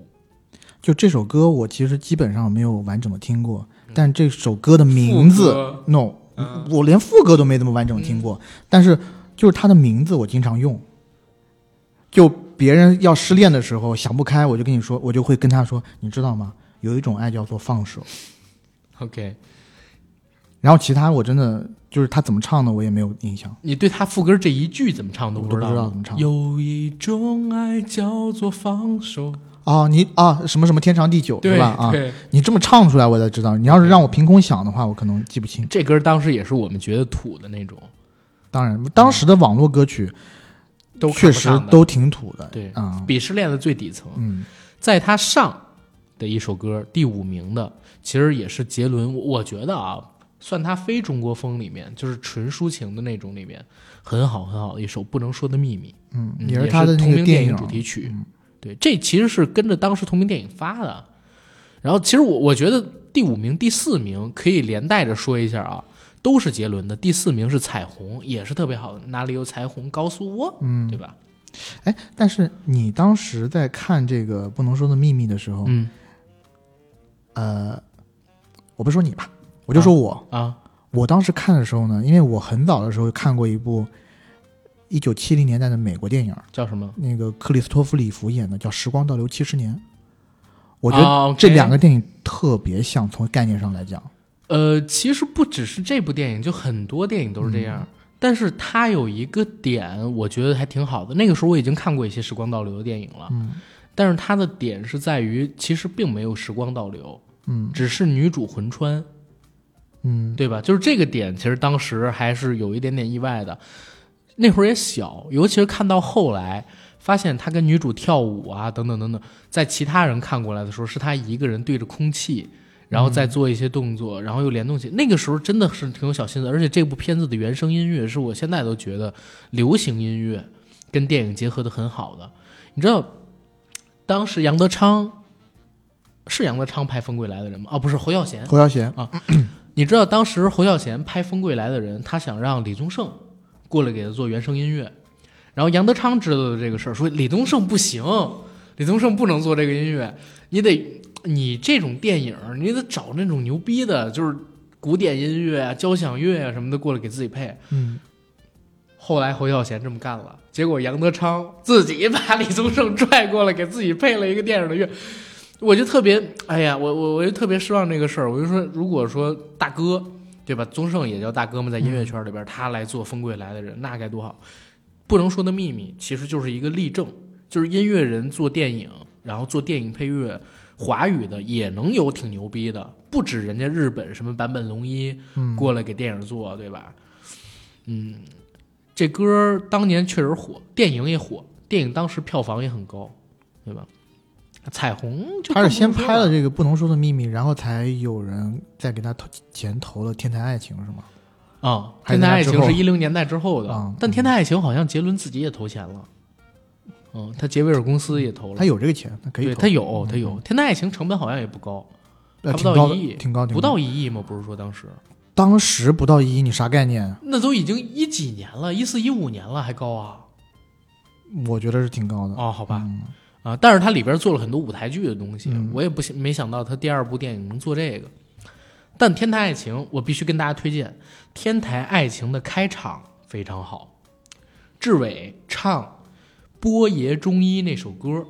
Speaker 3: 就这首歌我其实基本上没有完整的听过，但这首歌的名
Speaker 2: 嗯副
Speaker 3: 字
Speaker 2: 歌嗯
Speaker 3: no，、我连副歌都没怎么完整听过，但是就是它的名字我经常用，就别人要失恋的时候想不开，我就跟你说，我就会跟他说，你知道吗？有一种爱叫做放手。
Speaker 2: OK，
Speaker 3: 然后其他我真的就是他怎么唱的我也没有印象。
Speaker 2: 你对他副歌这一句怎么唱都
Speaker 3: 我
Speaker 2: 不
Speaker 3: 都
Speaker 2: 知道吗
Speaker 3: 不知道怎么唱
Speaker 2: 有一种爱叫做放手，
Speaker 3: 哦，你啊什么什么天长地久
Speaker 2: 对
Speaker 3: 是吧？啊，
Speaker 2: 对，
Speaker 3: 你这么唱出来我才知道。你要是让我凭空想的话，我可能记不清。
Speaker 2: 这歌当时也是我们觉得土的那种，
Speaker 3: 当然，当时的网络歌曲
Speaker 2: 都看
Speaker 3: 确
Speaker 2: 不
Speaker 3: 实
Speaker 2: 上的
Speaker 3: 都挺土的。
Speaker 2: 对
Speaker 3: 啊，
Speaker 2: 鄙视链的最底层。
Speaker 3: 嗯，
Speaker 2: 在他上的一首歌，第五名的，其实也是杰伦，我我觉得啊，算他非中国风里面，就是纯抒情的那种里面，很好很好的一首《不能说的秘密》，
Speaker 3: 嗯，
Speaker 2: 嗯
Speaker 3: 也
Speaker 2: 是
Speaker 3: 是他的
Speaker 2: 同
Speaker 3: 那
Speaker 2: 名
Speaker 3: 个电
Speaker 2: 影
Speaker 3: 影
Speaker 2: 主题曲。
Speaker 3: 嗯
Speaker 2: 对，这其实是跟着当时同名电影发的。然后，其实我我觉得第五名、第四名可以连带着说一下啊，都是杰伦的。第四名是《彩虹》，也是特别好的，哪里有彩虹告诉我，
Speaker 3: 嗯
Speaker 2: 对，吧？
Speaker 3: 哎，但是你当时在看这个《不能说的秘密》的时候，
Speaker 2: 嗯
Speaker 3: 呃，我不说你吧，我就说我，
Speaker 2: 啊，
Speaker 3: 我当时看的时候呢，因为我很早的时候看过一部一九七零年代的美国电影，
Speaker 2: 叫什么？
Speaker 3: 那个克里斯托弗里弗演的叫《时光倒流七十年》，我觉得
Speaker 2: 啊
Speaker 3: 这
Speaker 2: ，OK
Speaker 3: 两个电影特别像，从概念上来讲，
Speaker 2: 呃，其实不只是这部电影，就很多电影都是这样。但是它有一个点，我觉得还挺好的。那个时候我已经看过一些时光倒流的电影了，
Speaker 3: 嗯
Speaker 2: 但是它的点是在于，其实并没有时光倒流，
Speaker 3: 嗯
Speaker 2: 只是女主魂穿，
Speaker 3: 嗯，
Speaker 2: 对吧？就是这个点，其实当时还是有一点点意外的。那会儿也小，尤其是看到后来，发现他跟女主跳舞啊，等等等等，在其他人看过来的时候，是他一个人对着空气，然后再做一些动作，然后又联动起。那个时候真的是挺有小心思，而且这部片子的原声音乐是我现在都觉得流行音乐跟电影结合的很好的。你知道，当时杨德昌是杨德昌拍《风归来的人》吗？哦，不是，侯孝贤。
Speaker 3: 侯孝贤，
Speaker 2: 你知道当时侯孝贤拍《风归来的人》，他想让李宗盛过来给他做原声音乐，然后杨德昌知道了这个事儿，说李宗盛不行，李宗盛不能做这个音乐，你得你这种电影儿，你得找那种牛逼的，就是古典音乐啊、交响乐啊什么的过来给自己配。
Speaker 3: 嗯，
Speaker 2: 后来侯孝贤这么干了，结果杨德昌自己把李宗盛拽过来，给自己配了一个电影的乐，我就特别，哎呀，我我我就特别失望这个事儿。我就说，如果说大哥，对吧？宗盛也叫大哥嘛，在音乐圈里边，他来做《风归来的人》，那该多好！不能说的秘密，其实就是一个例证，就是音乐人做电影，然后做电影配乐，华语的也能有挺牛逼的，不止人家日本什么坂本龙一，
Speaker 3: 嗯
Speaker 2: 过来给电影做，对吧？嗯，这歌儿当年确实火，电影也火，电影当时票房也很高，对吧？彩虹就
Speaker 3: 他
Speaker 2: 更不
Speaker 3: 是先
Speaker 2: 用说
Speaker 3: 拍了这个《不能说的秘密》，然后才有人再给他投钱投了《天台爱情》，是吗？
Speaker 2: 啊，《
Speaker 3: 还
Speaker 2: 天
Speaker 3: 是
Speaker 2: 台
Speaker 3: 他
Speaker 2: 爱
Speaker 3: 之
Speaker 2: 情》
Speaker 3: 后
Speaker 2: 是一零年代之后的，
Speaker 3: 嗯
Speaker 2: 但《天台爱情》好像杰伦自己也投钱了，嗯，他杰威尔公司也投了
Speaker 3: 他，有这个钱，他可以
Speaker 2: 对
Speaker 3: 投，嗯
Speaker 2: 他有他有，天的爱情成本好像也不高，还
Speaker 3: 呃
Speaker 2: 不
Speaker 3: 挺
Speaker 2: 到
Speaker 3: 高的
Speaker 2: 一亿
Speaker 3: 挺高，挺
Speaker 2: 不
Speaker 3: 高
Speaker 2: 到一亿吗？不是说当时
Speaker 3: 当时不到一亿，你啥概念？
Speaker 2: 那都已经一几年了，一四一五年了还高啊？
Speaker 3: 我觉得是挺高的。
Speaker 2: 哦，好吧，
Speaker 3: 嗯
Speaker 2: 啊，但是它里边做了很多舞台剧的东西，
Speaker 3: 嗯
Speaker 2: 我也不想没想到它第二部电影能做这个。但《天台爱情》，我必须跟大家推荐，《天台爱情》的开场非常好，志伟唱《波爷中医》那首歌，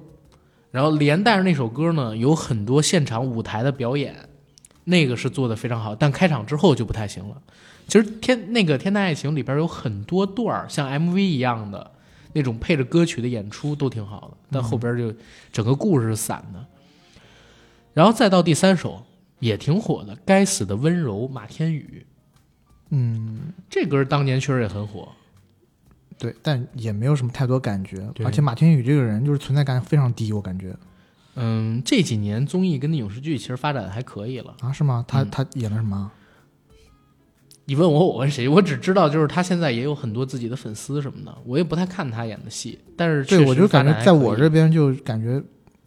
Speaker 2: 然后连带着那首歌呢，有很多现场舞台的表演，那个是做的非常好。但开场之后就不太行了。其实天那个《天台爱情》里边有很多段儿像 MV 一样的那种配着歌曲的演出都挺好的，
Speaker 3: 嗯
Speaker 2: 但后边就整个故事是散的。然后再到第三首也挺火的，《该死的温柔》马天宇
Speaker 3: 嗯，
Speaker 2: 这歌当年确实也很火，
Speaker 3: 对，但也没有什么太多感觉，
Speaker 2: 对
Speaker 3: 而且马天宇这个人就是存在感非常低，我感觉
Speaker 2: 嗯，这几年综艺跟影视剧其实发展得还可以了。
Speaker 3: 啊，是吗？他、
Speaker 2: 嗯
Speaker 3: 他演了什么？啊
Speaker 2: 你问我，我问谁？我只知道就是他现在也有很多自己的粉丝什么的，我也不太看他演的戏，但是确
Speaker 3: 对，
Speaker 2: 实
Speaker 3: 我就感
Speaker 2: 发展
Speaker 3: 觉
Speaker 2: 还
Speaker 3: 在
Speaker 2: 可以
Speaker 3: 我这边就感觉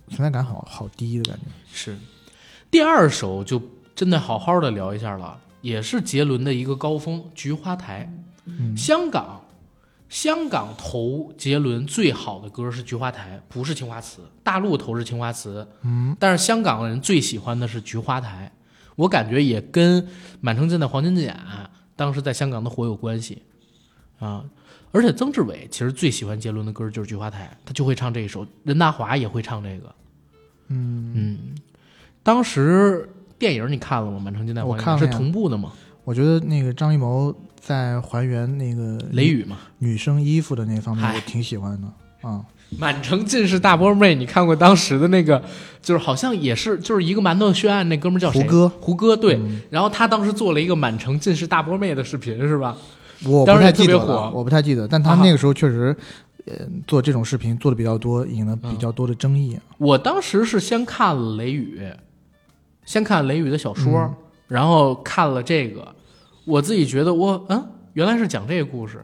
Speaker 3: 存在感好好低的感觉。
Speaker 2: 是第二首就真的好好的聊一下了，也是杰伦的一个高峰，《菊花台》。
Speaker 3: 嗯
Speaker 2: 香港，香港投杰伦最好的歌是《菊花台》，不是《青花瓷》。大陆投是《青花瓷》，
Speaker 3: 嗯，
Speaker 2: 但是香港人最喜欢的是《菊花台》，我感觉也跟《满城尽带黄金甲》当时在香港的火有关系啊。而且曾志伟其实最喜欢杰伦的歌就是《菊花台》，他就会唱这一首，任达华也会唱这个。
Speaker 3: 嗯，
Speaker 2: 嗯，当时电影你看了吗？《满城尽带黄金甲》
Speaker 3: 我看
Speaker 2: 是
Speaker 3: 了呀
Speaker 2: 同步的嘛？
Speaker 3: 我觉得那个张艺谋在还原那个
Speaker 2: 雷雨嘛？
Speaker 3: 女生衣服的那方面，
Speaker 2: 嗨
Speaker 3: 我挺喜欢的啊、
Speaker 2: 满城尽是大波妹，你看过当时的那个，就是好像也是就是一个馒头血案，那哥们儿叫谁？
Speaker 3: 胡歌，
Speaker 2: 胡歌对。
Speaker 3: 嗯
Speaker 2: 然后他当时做了一个满城尽是大波妹的视频，是吧？
Speaker 3: 我不
Speaker 2: 当时
Speaker 3: 太记得
Speaker 2: 特别火
Speaker 3: 了，我不太记得，但他
Speaker 2: 啊哈
Speaker 3: 那个时候确实，呃，做这种视频做的比较多，引了比较多的争议。
Speaker 2: 我当时是先看了雷雨，先看雷雨的小说，
Speaker 3: 嗯
Speaker 2: 然后看了这个，我自己觉得我嗯，原来是讲这个故事。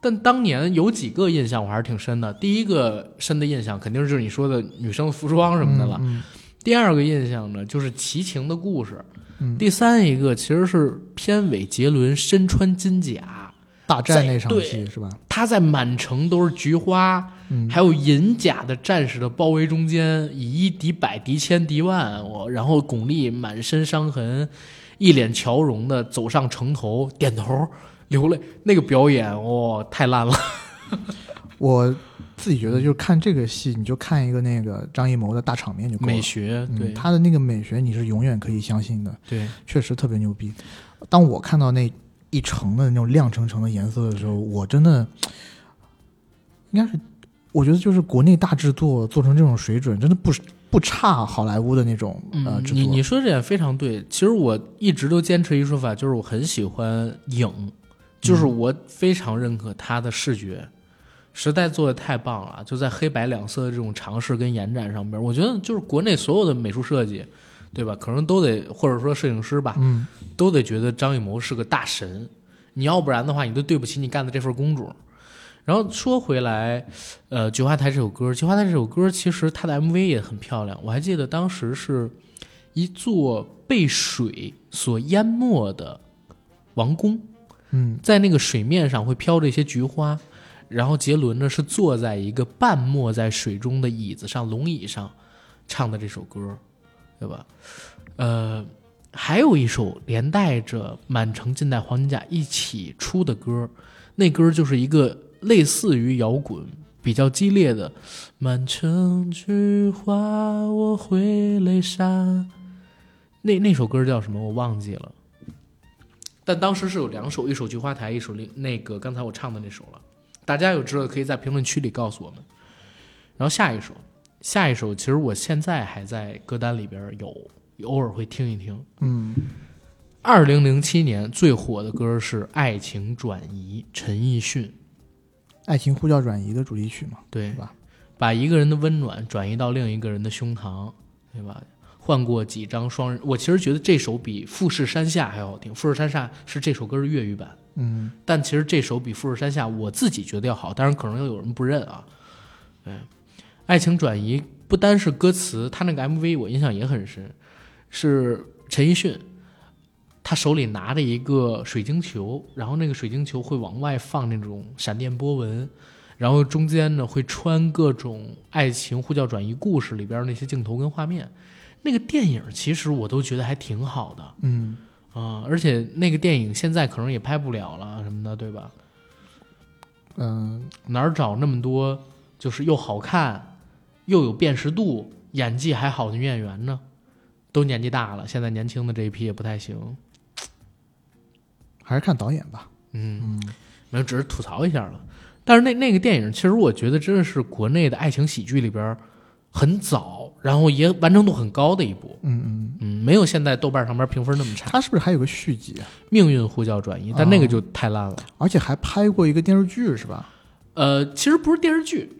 Speaker 2: 但当年有几个印象我还是挺深的，第一个深的印象肯定就是你说的女生服装什么的了。
Speaker 3: 嗯
Speaker 2: 第二个印象呢，就是齐秦的故事。
Speaker 3: 嗯
Speaker 2: 第三一个其实是片尾杰伦身穿金甲，
Speaker 3: 大战那场
Speaker 2: 在
Speaker 3: 戏是吧？
Speaker 2: 他在满城都是菊花，
Speaker 3: 嗯，
Speaker 2: 还有银甲的战士的包围中间，以一敌百，敌千敌万。我然后巩俐满身伤痕，一脸乔容的走上城头，点头流泪，那个表演哇、太烂了。
Speaker 3: 我自己觉得就是看这个戏，你就看一个那个张艺谋的大场面就够了
Speaker 2: 美。学
Speaker 3: 嗯
Speaker 2: 对、
Speaker 3: 他的那个美学你是永远可以相信的，
Speaker 2: 对，
Speaker 3: 确实特别牛逼。当我看到那一层的那种亮澄澄的颜色的时候，我真的应该是，我觉得就是国内大制作做成这种水准，真的不是不差好莱坞的那种呃
Speaker 2: 嗯，
Speaker 3: 制
Speaker 2: 你
Speaker 3: 作
Speaker 2: 你。说这点非常对。其实我一直都坚持一说法，就是我很喜欢影，就是
Speaker 3: 嗯
Speaker 2: 我非常认可它的视觉，实在做的太棒了。就在黑白两色的这种尝试跟延展上边，我觉得就是国内所有的美术设计，对吧？可能都得或者说摄影师吧，
Speaker 3: 嗯，
Speaker 2: 都得觉得张艺谋是个大神，你要不然的话，你都对不起你干的这份工作。然后说回来，呃，《菊花台》这首歌，《菊花台》这首歌其实它的 MV 也很漂亮，我还记得当时是一座被水所淹没的王宫，
Speaker 3: 嗯，
Speaker 2: 在那个水面上会飘着一些菊花，然后杰伦呢是坐在一个半没在水中的椅子上，龙椅上唱的这首歌，对吧？呃，还有一首连带着《满城尽带黄金甲》一起出的歌，那歌就是一个类似于摇滚。比较激烈的，满城菊花，我会泪洒。那那首歌叫什么？我忘记了。但当时是有两首，一首《菊花台》，一首另那个刚才我唱的那首了。大家有知道的可以在评论区里告诉我们。然后下一首，下一首其实我现在还在歌单里边有，偶尔会听一听。
Speaker 3: 嗯，
Speaker 2: 二零零七年最火的歌是《爱情转移》，陈奕迅
Speaker 3: 爱情呼叫转移的主题曲嘛，
Speaker 2: 对
Speaker 3: 是吧？
Speaker 2: 把一个人的温暖转移到另一个人的胸膛，对吧？换过几张双人，我其实觉得这首比《富士山下》还好听，《富士山下》是这首歌的粤语版。
Speaker 3: 嗯，
Speaker 2: 但其实这首比《富士山下》我自己觉得要好，当然可能有人不认啊。嗯，爱情转移》不单是歌词，他那个 MV 我印象也很深，是陈奕迅，他手里拿着一个水晶球，然后那个水晶球会往外放那种闪电波纹，然后中间呢会穿各种爱情呼叫转移故事里边那些镜头跟画面。那个电影其实我都觉得还挺好的
Speaker 3: 嗯，
Speaker 2: 啊、而且那个电影现在可能也拍不了了什么的，对吧？
Speaker 3: 嗯、
Speaker 2: 哪儿找那么多就是又好看又有辨识度、演技还好的运演员呢？都年纪大了，现在年轻的这一批也不太行。
Speaker 3: 还是看导演吧。
Speaker 2: 嗯，没有，只是吐槽一下了。但是那那个电影，其实我觉得真的是国内的爱情喜剧里边儿很早，然后也完成度很高的一部。
Speaker 3: 嗯嗯，
Speaker 2: 嗯，没有现在豆瓣上边评分那么差。
Speaker 3: 他是不是还有个续集啊？
Speaker 2: 命运呼叫转移，但那个就太烂了。
Speaker 3: 而且还拍过一个电视剧是吧？
Speaker 2: 呃，其实不是电视剧，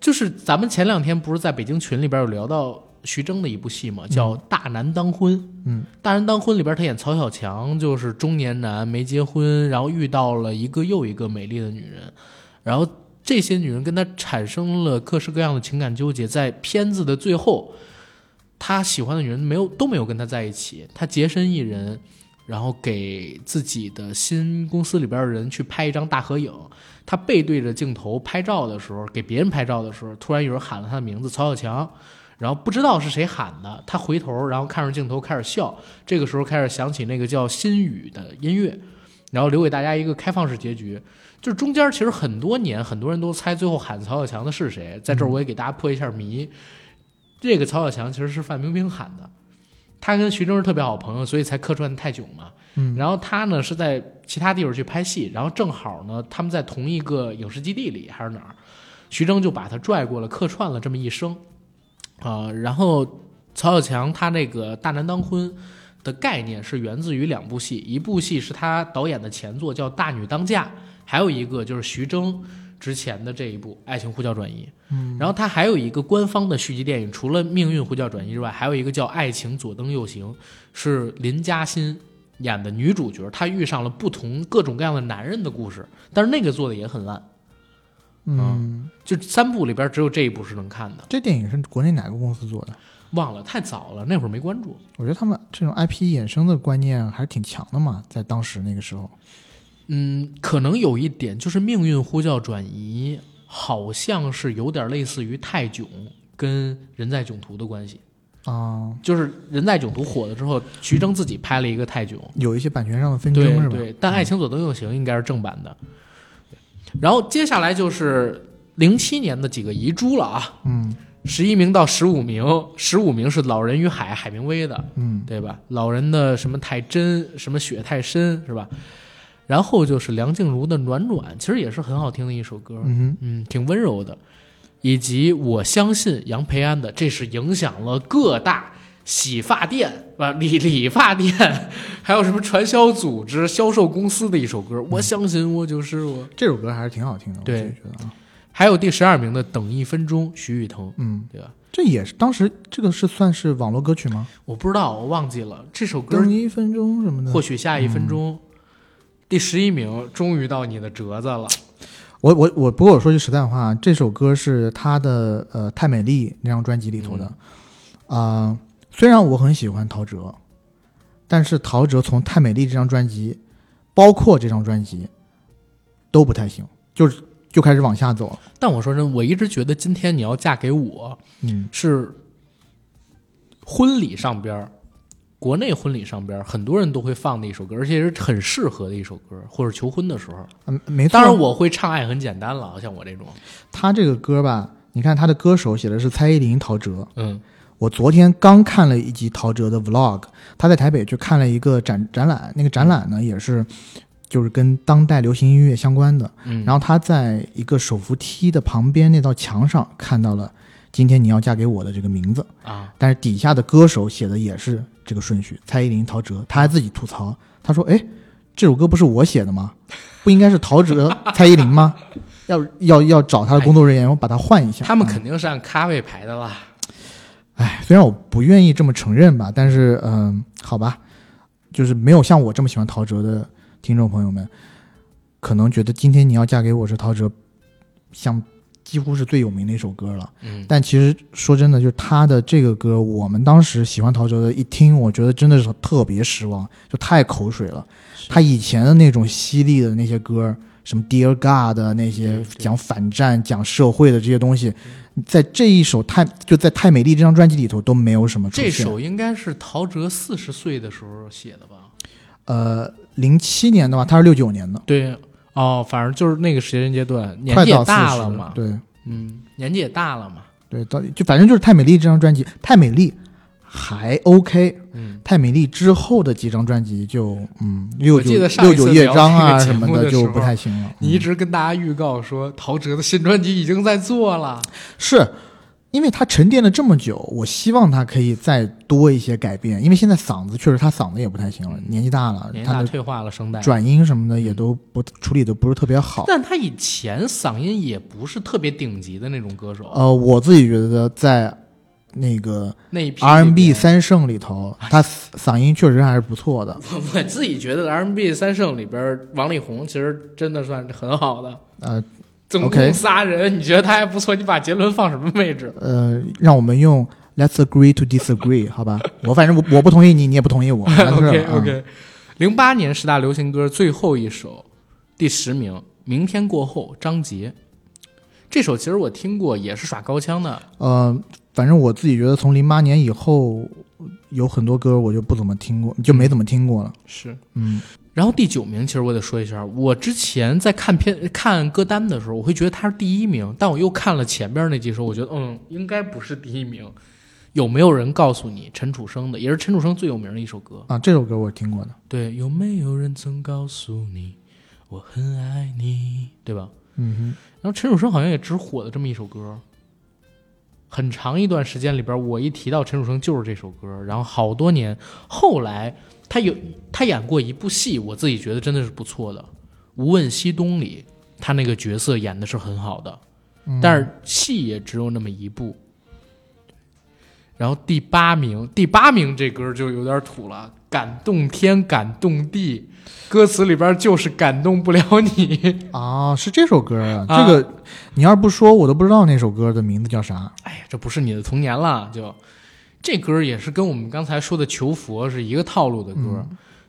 Speaker 2: 就是咱们前两天不是在北京群里边有聊到徐峥的一部戏嘛，叫《大男当婚》。
Speaker 3: 嗯，
Speaker 2: 《大男当婚》里边他演曹小强，就是中年男没结婚，然后遇到了一个又一个美丽的女人，然后这些女人跟他产生了各式各样的情感纠结，在片子的最后，他喜欢的女人没有都没有跟他在一起，他洁身一人。然后给自己的新公司里边的人去拍一张大合影，他背对着镜头拍照的时候，给别人拍照的时候，突然有人喊了他的名字曹小强，然后不知道是谁喊的，他回头，然后看着镜头开始笑。这个时候开始响起那个叫《心语》的音乐，然后留给大家一个开放式结局。就是中间其实很多年，很多人都猜最后喊曹小强的是谁，在这儿我也给大家破一下谜。这个曹小强其实是范冰冰喊的，他跟徐峥是特别好朋友，所以才客串泰囧嘛。
Speaker 3: 嗯
Speaker 2: 然后他呢是在其他地方去拍戏，然后正好呢他们在同一个影视基地里还是哪儿，徐峥就把他拽过来客串了这么一生，啊、然后曹小强他那个大男当婚的概念是源自于两部戏，一部戏是他导演的前作叫《大女当嫁》，还有一个就是徐峥之前的这一部《爱情呼叫转移》。嗯，然后他还有一个官方的续集电影，除了《命运呼叫转移》之外，还有一个叫《爱情左灯右行》，是林嘉欣演的女主角，她遇上了不同各种各样的男人的故事，但是那个做的也很烂，
Speaker 3: 嗯，
Speaker 2: 就三部里边只有这一部是能看的，
Speaker 3: 这电影是国内哪个公司做的？
Speaker 2: 忘了太早了，那会儿没关注。
Speaker 3: 我觉得他们这种 IP 衍生的观念还是挺强的嘛，在当时那个时候。
Speaker 2: 嗯，可能有一点就是命运呼叫转移，好像是有点类似于泰囧跟人在囧途的关系，
Speaker 3: 啊、
Speaker 2: 就是人在囧途火了之后，徐峥自己拍了一个泰囧，
Speaker 3: 有一些版权上的纷争
Speaker 2: 对
Speaker 3: 是吧？
Speaker 2: 对，但《爱情左灯右行》应该是正版的。然后接下来就是零七年的几个遗珠了啊，
Speaker 3: 嗯
Speaker 2: 十一名到十五名，十五名是《老人与海》海明威的，
Speaker 3: 嗯，
Speaker 2: 对吧？老人的什么太真，什么雪太深，是吧？然后就是梁静茹的《暖暖》，其实也是很好听的一首歌，
Speaker 3: 嗯
Speaker 2: 嗯，挺温柔的。以及我相信杨培安的，这是影响了各大洗发店啊、理理发店， 还有什么传销组织、销售公司的一首
Speaker 3: 嗯
Speaker 2: 歌。我相信我就是我。
Speaker 3: 哼，这首歌还是挺好听的，我自己
Speaker 2: 对
Speaker 3: 觉得啊，
Speaker 2: 还有第十二名的《等一分钟》，徐誉腾，
Speaker 3: 嗯，
Speaker 2: 对吧？
Speaker 3: 这也是当时这个是算是网络歌曲吗？
Speaker 2: 我不知道，我忘记了这首歌
Speaker 3: 等一分钟什么的
Speaker 2: 或，许下一分钟，第十一名终于到你的折子了。
Speaker 3: 我我我，不过我说句实在话，啊这首歌是他的呃《太美丽》那张专辑里头的，啊、
Speaker 2: 嗯
Speaker 3: 虽然我很喜欢陶喆，但是陶喆从《太美丽》这张专辑，包括这张专辑，都不太行，就是就开始往下走了。
Speaker 2: 但我说真，我一直觉得今天你要嫁给我
Speaker 3: 嗯
Speaker 2: 是婚礼上边儿，国内婚礼上边儿很多人都会放的一首歌，而且是很适合的一首歌，或者求婚的时候。
Speaker 3: 嗯，没错。
Speaker 2: 当然我会唱《爱很简单》了，像我这种，
Speaker 3: 他这个歌吧，你看他的歌手写的是蔡依林、陶喆，
Speaker 2: 嗯
Speaker 3: 我昨天刚看了一集陶喆的 vlog，他在台北去看了一个展展览，那个展览呢也是就是跟当代流行音乐相关的。
Speaker 2: 嗯，
Speaker 3: 然后他在一个手扶梯的旁边那道墙上看到了“今天你要嫁给我的”这个名字，
Speaker 2: 后啊，
Speaker 3: 但是底下的歌手写的也是这个顺序，蔡依林、陶喆。他还自己吐槽，他说：“哎，这首歌不是我写的吗？不应该是陶喆、蔡依林 吗？要要要找他的工作人员，我把他换一下。”
Speaker 2: 他们肯定是按咖位排的啦。
Speaker 3: 唉，虽然我不愿意这么承认吧，但是嗯、好吧，就是没有像我这么喜欢陶喆的听众朋友们，可能觉得今天你要嫁给我是陶喆，像几乎是最有名的一首歌了。
Speaker 2: 嗯，
Speaker 3: 但其实说真的，就是他的这个歌，我们当时喜欢陶喆的，一听我觉得真的是特别失望，就太口水了。他以前的那种犀利的那些歌，什么《Dear God》的那些
Speaker 2: 对对
Speaker 3: 讲反战、讲社会的这些东西，在这一首太就在《太美丽》这张专辑里头都没有什么出
Speaker 2: 这
Speaker 3: 现。
Speaker 2: 首应该是陶喆四十岁的时候写的吧？
Speaker 3: 呃，零七年的话，他是六九年的，
Speaker 2: 对，哦，反正就是那个时间阶段，年
Speaker 3: 快
Speaker 2: 纪
Speaker 3: 到
Speaker 2: 也
Speaker 3: 四
Speaker 2: 大
Speaker 3: 十
Speaker 2: 了嘛，
Speaker 3: 对。
Speaker 2: 嗯，年纪也大了嘛，
Speaker 3: 对，到底就反正就是《太美丽》这张专辑，《太美丽》还 OK，《
Speaker 2: 嗯，
Speaker 3: 太美丽》之后的几张专辑就嗯六
Speaker 2: 我
Speaker 3: 九
Speaker 2: 记得上
Speaker 3: 六
Speaker 2: 一次
Speaker 3: 九乐章啊
Speaker 2: 聊这
Speaker 3: 什
Speaker 2: 个节目
Speaker 3: 么
Speaker 2: 的时
Speaker 3: 就
Speaker 2: 候
Speaker 3: 不太行了。嗯
Speaker 2: 你一直跟大家预告说陶喆的新专辑已经在做了，
Speaker 3: 是因为他沉淀了这么久，我希望他可以再多一些改变，因为现在嗓子确实他嗓子也不太行了，年纪大了，
Speaker 2: 嗯年纪
Speaker 3: 他
Speaker 2: 大
Speaker 3: 的
Speaker 2: 退化了声带。
Speaker 3: 转音什么的也都不处理的不是特别好。
Speaker 2: 但他以前嗓音也不是特别顶级的那种歌手，
Speaker 3: 呃，我自己觉得在那个
Speaker 2: 那一批里
Speaker 3: R&B
Speaker 2: 面
Speaker 3: 三圣里头，他嗓音确实还是不错的。
Speaker 2: 我我自己觉得 R&B 三圣里边儿，王力宏其实真的算是很好的，
Speaker 3: 呃，
Speaker 2: 总
Speaker 3: OK
Speaker 2: 共仨人，你觉得他还不错？你把杰伦放什么位置？
Speaker 3: 呃，让我们用 Let's agree to disagree，好吧？ 我反正我我不同意你，你也不同意我。嗯完事 儿
Speaker 2: OK
Speaker 3: 了
Speaker 2: OK，零八年十大流行歌最后一首，第十名，《明天过后》张杰。这首其实我听过，也是耍高腔的。
Speaker 3: 嗯呃，反正我自己觉得从零八年以后，有很多歌我就不怎么听过，就没怎么听过了。
Speaker 2: 是。
Speaker 3: 嗯，
Speaker 2: 然后第九名，其实我得说一下，我之前在看片看歌单的时候，我会觉得他是第一名，但我又看了前边那几首，我觉得嗯，应该不是第一名。有没有人告诉你陈楚生的，也是陈楚生最有名的一首歌？
Speaker 3: 啊，这首歌我听过的。
Speaker 2: 对，有没有人曾告诉你我很爱你，对吧？
Speaker 3: 嗯
Speaker 2: 然后陈楚生好像也只火了这么一首歌，很长一段时间里边，我一提到陈楚生就是这首歌。然后好多年后来，他有他演过一部戏，我自己觉得真的是不错的，《无问西东》里他那个角色演的是很好的，
Speaker 3: 哼，
Speaker 2: 但是戏也只有那么一部。然后第八名，第八名这歌就有点土了，感动天，感动地，歌词里边就是感动不了你。
Speaker 3: 嗯啊，是这首歌啊，
Speaker 2: 啊
Speaker 3: 这个你要是不说，我都不知道那首歌的名字叫啥。
Speaker 2: 哎呀，这不是你的童年了，就这歌也是跟我们刚才说的《求佛》是一个套路的歌。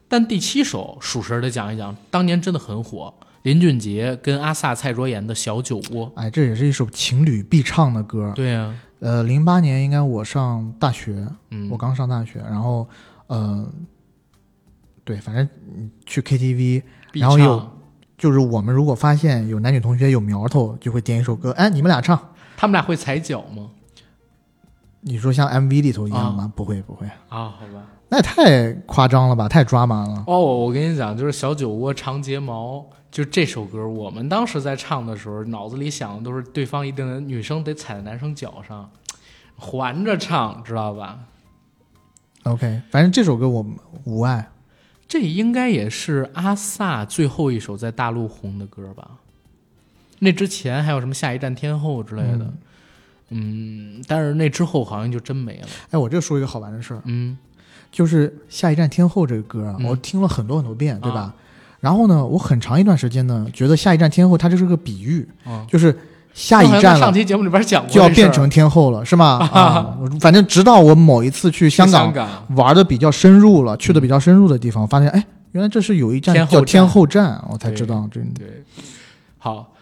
Speaker 2: 但第七首，属实的讲一讲，当年真的很火，林俊杰跟阿萨、蔡卓妍的小酒窝。
Speaker 3: 哎，这也是一首情侣必唱的歌。
Speaker 2: 对呀、
Speaker 3: 呃，零八年应该我上大学，
Speaker 2: 嗯，
Speaker 3: 我刚上大学，然后，呃，对，反正嗯去 KTV，
Speaker 2: 必
Speaker 3: 然后
Speaker 2: 唱
Speaker 3: 有就是我们如果发现有男女同学有苗头，就会点一首歌，哎，你们俩唱。
Speaker 2: 他们俩会踩脚吗？
Speaker 3: 你说像 MV 里头一样吗？不会，不会，
Speaker 2: 啊，好吧。
Speaker 3: 那也太夸张了吧，太抓马了。
Speaker 2: 哦，我跟你讲，就是小酒窝、长睫毛，就这首歌，我们当时在唱的时候，脑子里想的都是对方一定得女生得踩在男生脚上，环着唱，知道吧？
Speaker 3: OK，反正这首歌我无爱。
Speaker 2: 这应该也是阿萨最后一首在大陆红的歌吧？那之前还有什么《下一站天后》之类的，嗯但是那之后好像就真没了。
Speaker 3: 哎，我这说一个好玩的事儿，
Speaker 2: 嗯，
Speaker 3: 就是《下一站天后》这个歌啊，
Speaker 2: 嗯
Speaker 3: 我听了很多很多遍，对吧？
Speaker 2: 啊
Speaker 3: 然后呢，我很长一段时间呢，觉得《下一站天后》它这是个比喻，
Speaker 2: 哦
Speaker 3: 就是下一
Speaker 2: 好像
Speaker 3: 站
Speaker 2: 在
Speaker 3: 了
Speaker 2: 上，期节目里边讲过
Speaker 3: 就要
Speaker 2: 这事儿
Speaker 3: 变成天后了，是吗？啊，反正直到我某一次
Speaker 2: 去
Speaker 3: 去香港
Speaker 2: 香港
Speaker 3: 玩的比较深入了，去的比较深入的地方，发现哎，原来这是有一站
Speaker 2: 天后
Speaker 3: 叫
Speaker 2: 站
Speaker 3: 天后站，我才知道这。
Speaker 2: 对，好，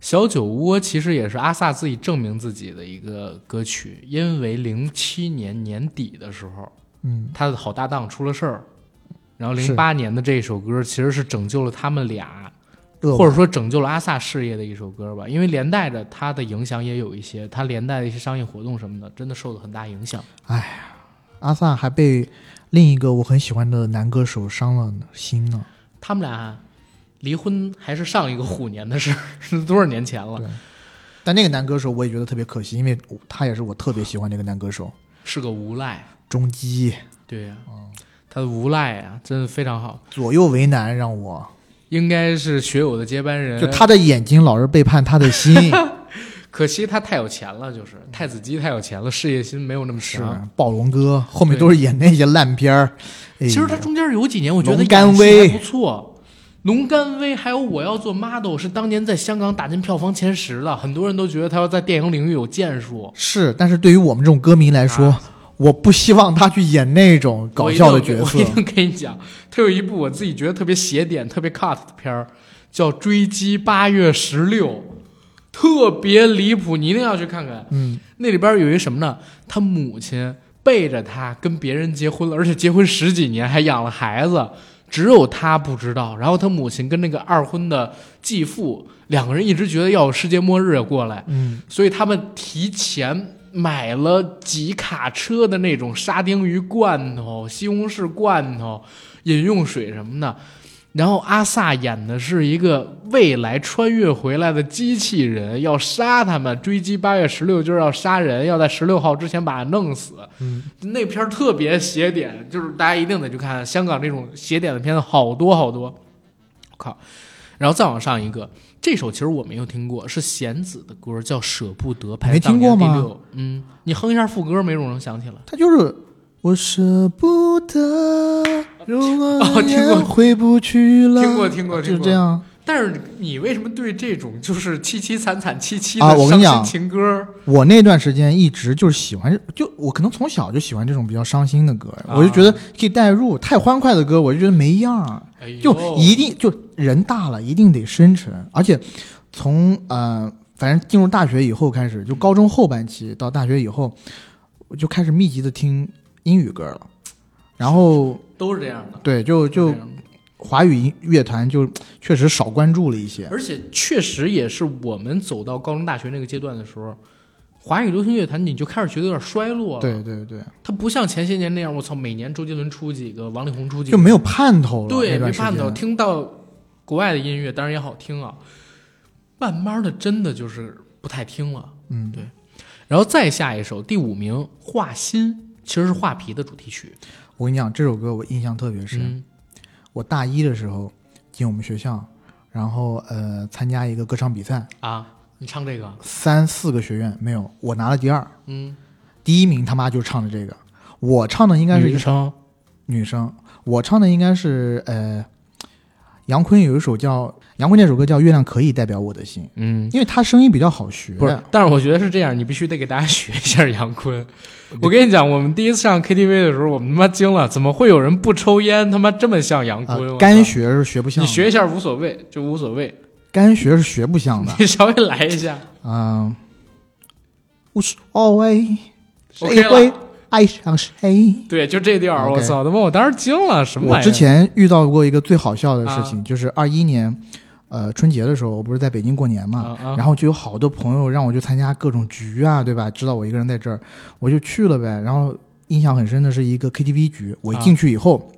Speaker 2: 小酒窝其实也是阿萨自己证明自己的一个歌曲，因为零七年年底的时候，
Speaker 3: 嗯，
Speaker 2: 他的好搭档出了事儿，然后
Speaker 3: 是
Speaker 2: 零八年的这首歌其实是拯救了他们俩，
Speaker 3: 饿
Speaker 2: 或
Speaker 3: 我
Speaker 2: 者说拯救了阿萨事业的一首歌吧，因为连带着他的影响也有一些，他连带的一些商业活动什么的，真的受了很大影响。
Speaker 3: 阿萨还被另一个我很喜欢的男歌手伤了心呢。
Speaker 2: 他们俩啊离婚还是上一个虎年的事 儿，是多少年前了？
Speaker 3: 但那个男歌手我也觉得特别可惜，因为他也是我特别喜欢的一个男歌手，
Speaker 2: 是个无赖。
Speaker 3: 中基
Speaker 2: 对呀、他的无赖啊，真的非常好，
Speaker 3: 左右为难，让我
Speaker 2: 应该是学友的接班人。
Speaker 3: 就，他的眼睛老是背叛他的 心，
Speaker 2: 可惜他太有钱了，就是太子基太有钱了，事业心没有那么
Speaker 3: 是
Speaker 2: 强。
Speaker 3: 暴龙哥后面都是演那些烂片儿。哎
Speaker 2: 其实他中间有几年，我觉得
Speaker 3: 龙甘
Speaker 2: 演戏还
Speaker 3: 薇
Speaker 2: 不错，龙甘薇还有我要做 model 是当年在香港打进票房前十的，很多人都觉得他要在电影领域有建树。
Speaker 3: 是，但是对于我们这种歌迷来说，
Speaker 2: 啊
Speaker 3: 我不希望他去演那种搞笑的角色
Speaker 2: 我一定我一定跟你讲，他有一部我自己觉得特别邪点、特别 cut 的片儿，叫《追击八月十六》，特别离谱，你一定要去看看。
Speaker 3: 嗯，
Speaker 2: 那里边有一什么呢？他母亲背着他跟别人结婚了，而且结婚十几年还养了孩子，只有他不知道。然后他母亲跟那个二婚的继父两个人一直觉得要有世界末日过来，
Speaker 3: 嗯，
Speaker 2: 所以他们提前买了几卡车的那种沙丁鱼罐头、西红柿罐头、饮用水什么的。然后阿萨演的是一个未来穿越回来的机器人，要杀他们，追击八月十六就是要杀人，要在十六号之前把他弄死。
Speaker 3: 嗯，
Speaker 2: 那片儿特别邪点，就是大家一定得去看。香港这种邪点的片子好多好多，我靠！然后再往上一个，这首其实我没有听过，是弦子的歌，叫《舍不得》，排
Speaker 3: 没听过吗
Speaker 2: 当年第六？嗯，你哼一下副歌，没准能想起来。
Speaker 3: 他就是我舍不得，如 果
Speaker 2: 哦听过
Speaker 3: 也回不去了，
Speaker 2: 听过听过
Speaker 3: 就
Speaker 2: 听
Speaker 3: 是
Speaker 2: 过
Speaker 3: 这样。
Speaker 2: 但是你为什么对这种就是凄凄惨惨戚戚
Speaker 3: 啊
Speaker 2: 的
Speaker 3: 我
Speaker 2: 伤
Speaker 3: 跟你
Speaker 2: 心
Speaker 3: 讲
Speaker 2: 情歌，
Speaker 3: 我那段时间一直就是喜欢，就我可能从小就喜欢这种比较伤心的歌，
Speaker 2: 啊
Speaker 3: 我就觉得可以代入。太欢快的歌，我就觉得没样儿。
Speaker 2: 哎呦
Speaker 3: 就一定就人大了，一定得深沉，而且从呃，反正进入大学以后开始，就高中后半期到大学以后，我就开始密集的听英语歌了，然后
Speaker 2: 都是这样的，
Speaker 3: 对，就
Speaker 2: 都是
Speaker 3: 就
Speaker 2: 这样的
Speaker 3: 华语音乐坛就确实少关注了一些，
Speaker 2: 而且确实也是我们走到高中大学那个阶段的时候，华语流行乐坛你就开始觉得有点衰落了。
Speaker 3: 对对对，
Speaker 2: 它不像前些年那样，我操，每年周杰伦出几个，王力宏出几个，
Speaker 3: 就没有盼头了，
Speaker 2: 对
Speaker 3: 那
Speaker 2: 没
Speaker 3: 段时
Speaker 2: 盼头。
Speaker 3: 间。
Speaker 2: 听到国外的音乐，当然也好听啊，慢慢的真的就是不太听了。
Speaker 3: 嗯，
Speaker 2: 然后再下一首，第五名《画心》，其实是《画皮》的主题曲。
Speaker 3: 我跟你讲，这首歌我印象特别深，
Speaker 2: 嗯
Speaker 3: 我大一的时候进我们学校，然后呃参加一个歌唱比赛，
Speaker 2: 啊，你唱这个，
Speaker 3: 三四个学院没有，我拿了第二。
Speaker 2: 嗯，
Speaker 3: 第一名他妈就唱的这个，我唱的应该是一
Speaker 2: 女
Speaker 3: 个
Speaker 2: 生
Speaker 3: 女生，我唱的应该是呃，杨坤有一首叫杨坤那首歌叫《月亮可以代表我的心》，
Speaker 2: 嗯。
Speaker 3: 因为他声音比较好学，呃
Speaker 2: 不是，但是我觉得是这样，你必须得给大家学一下杨坤。我跟你讲，我们第一次上 KTV 的时候，我们他妈惊了，怎么会有人不抽烟？他妈这么像杨
Speaker 3: 啊
Speaker 2: 坤？我，操
Speaker 3: 干学是学不像
Speaker 2: 你
Speaker 3: 的，
Speaker 2: 学一下无所谓， 就无所谓，
Speaker 3: 干学是学不 像的，
Speaker 2: 你稍微来一下。
Speaker 3: 嗯，无所谓，
Speaker 2: OK
Speaker 3: 谁
Speaker 2: 了
Speaker 3: 会爱上谁？
Speaker 2: 对，就这调儿，
Speaker 3: OK
Speaker 2: 我操他妈！我当时惊了，什么
Speaker 3: 我
Speaker 2: 玩意儿？啊
Speaker 3: 之前遇到过一个最好笑的事情，就是二一年，呃，春节的时候，我不是在北京过年嘛，
Speaker 2: 啊啊
Speaker 3: 然后就有好多朋友让我去参加各种局啊，对吧？知道我一个人在这儿，我就去了呗。然后印象很深的是一个 KTV 局，我一进去以后，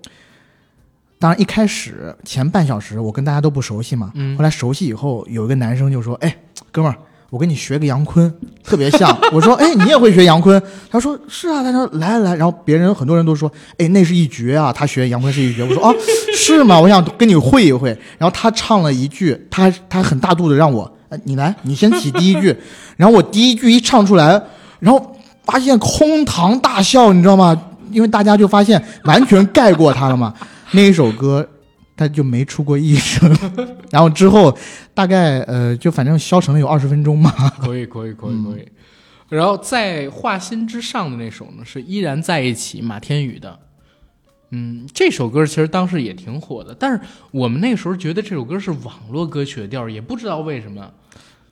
Speaker 3: 当然一开始前半小时我跟大家都不熟悉嘛，
Speaker 2: 嗯
Speaker 3: 后来熟悉以后，有一个男生就说：“哎，哥们儿。”我跟你学个杨坤，特别像。我说，哎，你也会学杨坤？他说是啊。他说来来来，然后别人很多人都说，哎，那是一绝啊，他学杨坤是一绝。我说哦，是吗？我想跟你会一会。然后他唱了一句，他他很大度的让我，呃你来，你先起第一句。 然后我第一句一唱出来，然后发现哄堂大笑，你知道吗？因为大家就发现完全盖过他了嘛。那一首歌他就没出过一声， 然后之后大概呃就反正消沉了有二十分钟嘛。
Speaker 2: 可以，可以，可以，可以。然后在《画心之上》的那首呢，是《依然在一起》，马天宇的。嗯，这首歌其实当时也挺火的，但是我们那时候觉得这首歌是网络歌曲的调儿，也不知道为什么，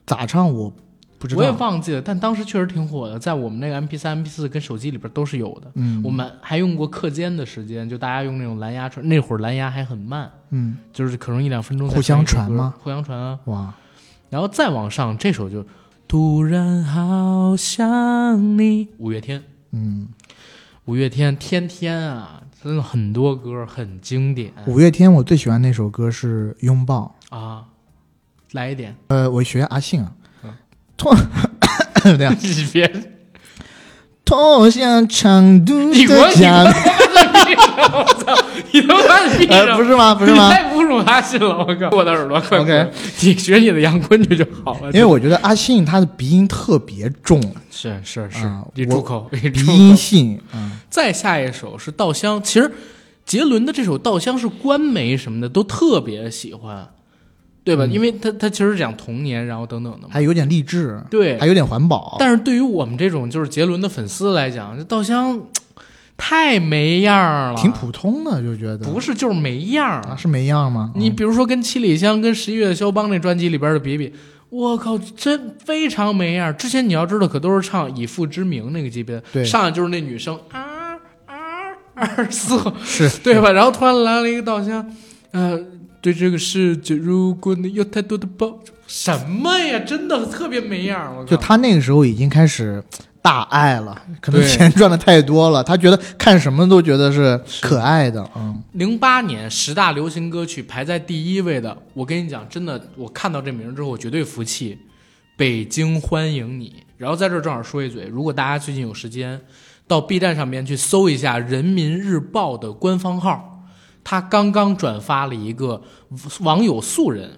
Speaker 3: 咋唱我不知
Speaker 2: 我也
Speaker 3: 道，
Speaker 2: 忘记了。但当时确实挺火的，在我们那个 MP 三、MP 四跟手机里边都是有的。
Speaker 3: 嗯
Speaker 2: 我们还用过课间的时间，就大家用那种蓝牙传，那会儿蓝牙还很慢，
Speaker 3: 嗯，
Speaker 2: 就是可能一两分钟才
Speaker 3: 互相
Speaker 2: 一首
Speaker 3: 传
Speaker 2: 歌
Speaker 3: 吗？
Speaker 2: 互相传啊。
Speaker 3: 哇，
Speaker 2: 然后再往上，这首就突然好想你，五月天，
Speaker 3: 嗯，
Speaker 2: 五月天，天天啊，真的很多歌很经典
Speaker 3: 五月天我最喜欢那首歌是《拥抱》。
Speaker 2: 啊。来一 点，
Speaker 3: 呃，我学阿信啊
Speaker 2: 嗯，
Speaker 3: 痛，对呀，
Speaker 2: 你别，
Speaker 3: 痛向成都
Speaker 2: 你给我
Speaker 3: 的家，
Speaker 2: 你他妈闭
Speaker 3: 呃，
Speaker 2: 上！
Speaker 3: 不是吗？不是
Speaker 2: 你
Speaker 3: 吗？
Speaker 2: 太侮辱阿信了！我靠，我的耳朵快
Speaker 3: OK
Speaker 2: 你学你的杨坤去就好了。
Speaker 3: 因为我觉得阿信他的鼻音特别 重，
Speaker 2: 是是是
Speaker 3: 啊，
Speaker 2: 你
Speaker 3: 我
Speaker 2: 住口，你
Speaker 3: 鼻
Speaker 2: 住口
Speaker 3: 音性，嗯，
Speaker 2: 再下一首是《稻香》，其实杰伦的这首《稻香》是官媒什么的都特别喜欢，对
Speaker 3: 嗯
Speaker 2: 吧？因为他他其实讲童年，然后等等的嘛。
Speaker 3: 还有点励志，
Speaker 2: 对
Speaker 3: 还有点环保，
Speaker 2: 但是对于我们这种就是杰伦的粉丝来讲，这《稻香》太没样儿了，
Speaker 3: 挺普通的，就觉得
Speaker 2: 不是就是没样儿
Speaker 3: 啊，是没样吗？
Speaker 2: 你
Speaker 3: 嗯
Speaker 2: 比如说跟七里香、跟十一月肖邦那专辑里边的比比，我靠，真非常没样儿。之前你要知道，可都是唱《以父之名》那个级别的，
Speaker 3: 对
Speaker 2: 上来就是那女生啊啊二四，
Speaker 3: 是
Speaker 2: 对吧？然后突然来了一个稻香，呃，对这个世界，如果你有太多的包，什么呀，真的特别没样儿。我靠
Speaker 3: 就他那个时候已经开始大爱了，可能
Speaker 2: 对
Speaker 3: 钱赚的太多了，他觉得看什么都觉得是可爱的，嗯，
Speaker 2: 零八年十大流行歌曲排在第一位的，我跟你讲，真的，我看到这名儿之后，我绝对服气。北京欢迎你。然后在这儿正好说一嘴，如果大家最近有时间，到 B 站上面去搜一下《人民日报》的官方号，他刚刚转发了一个网友素人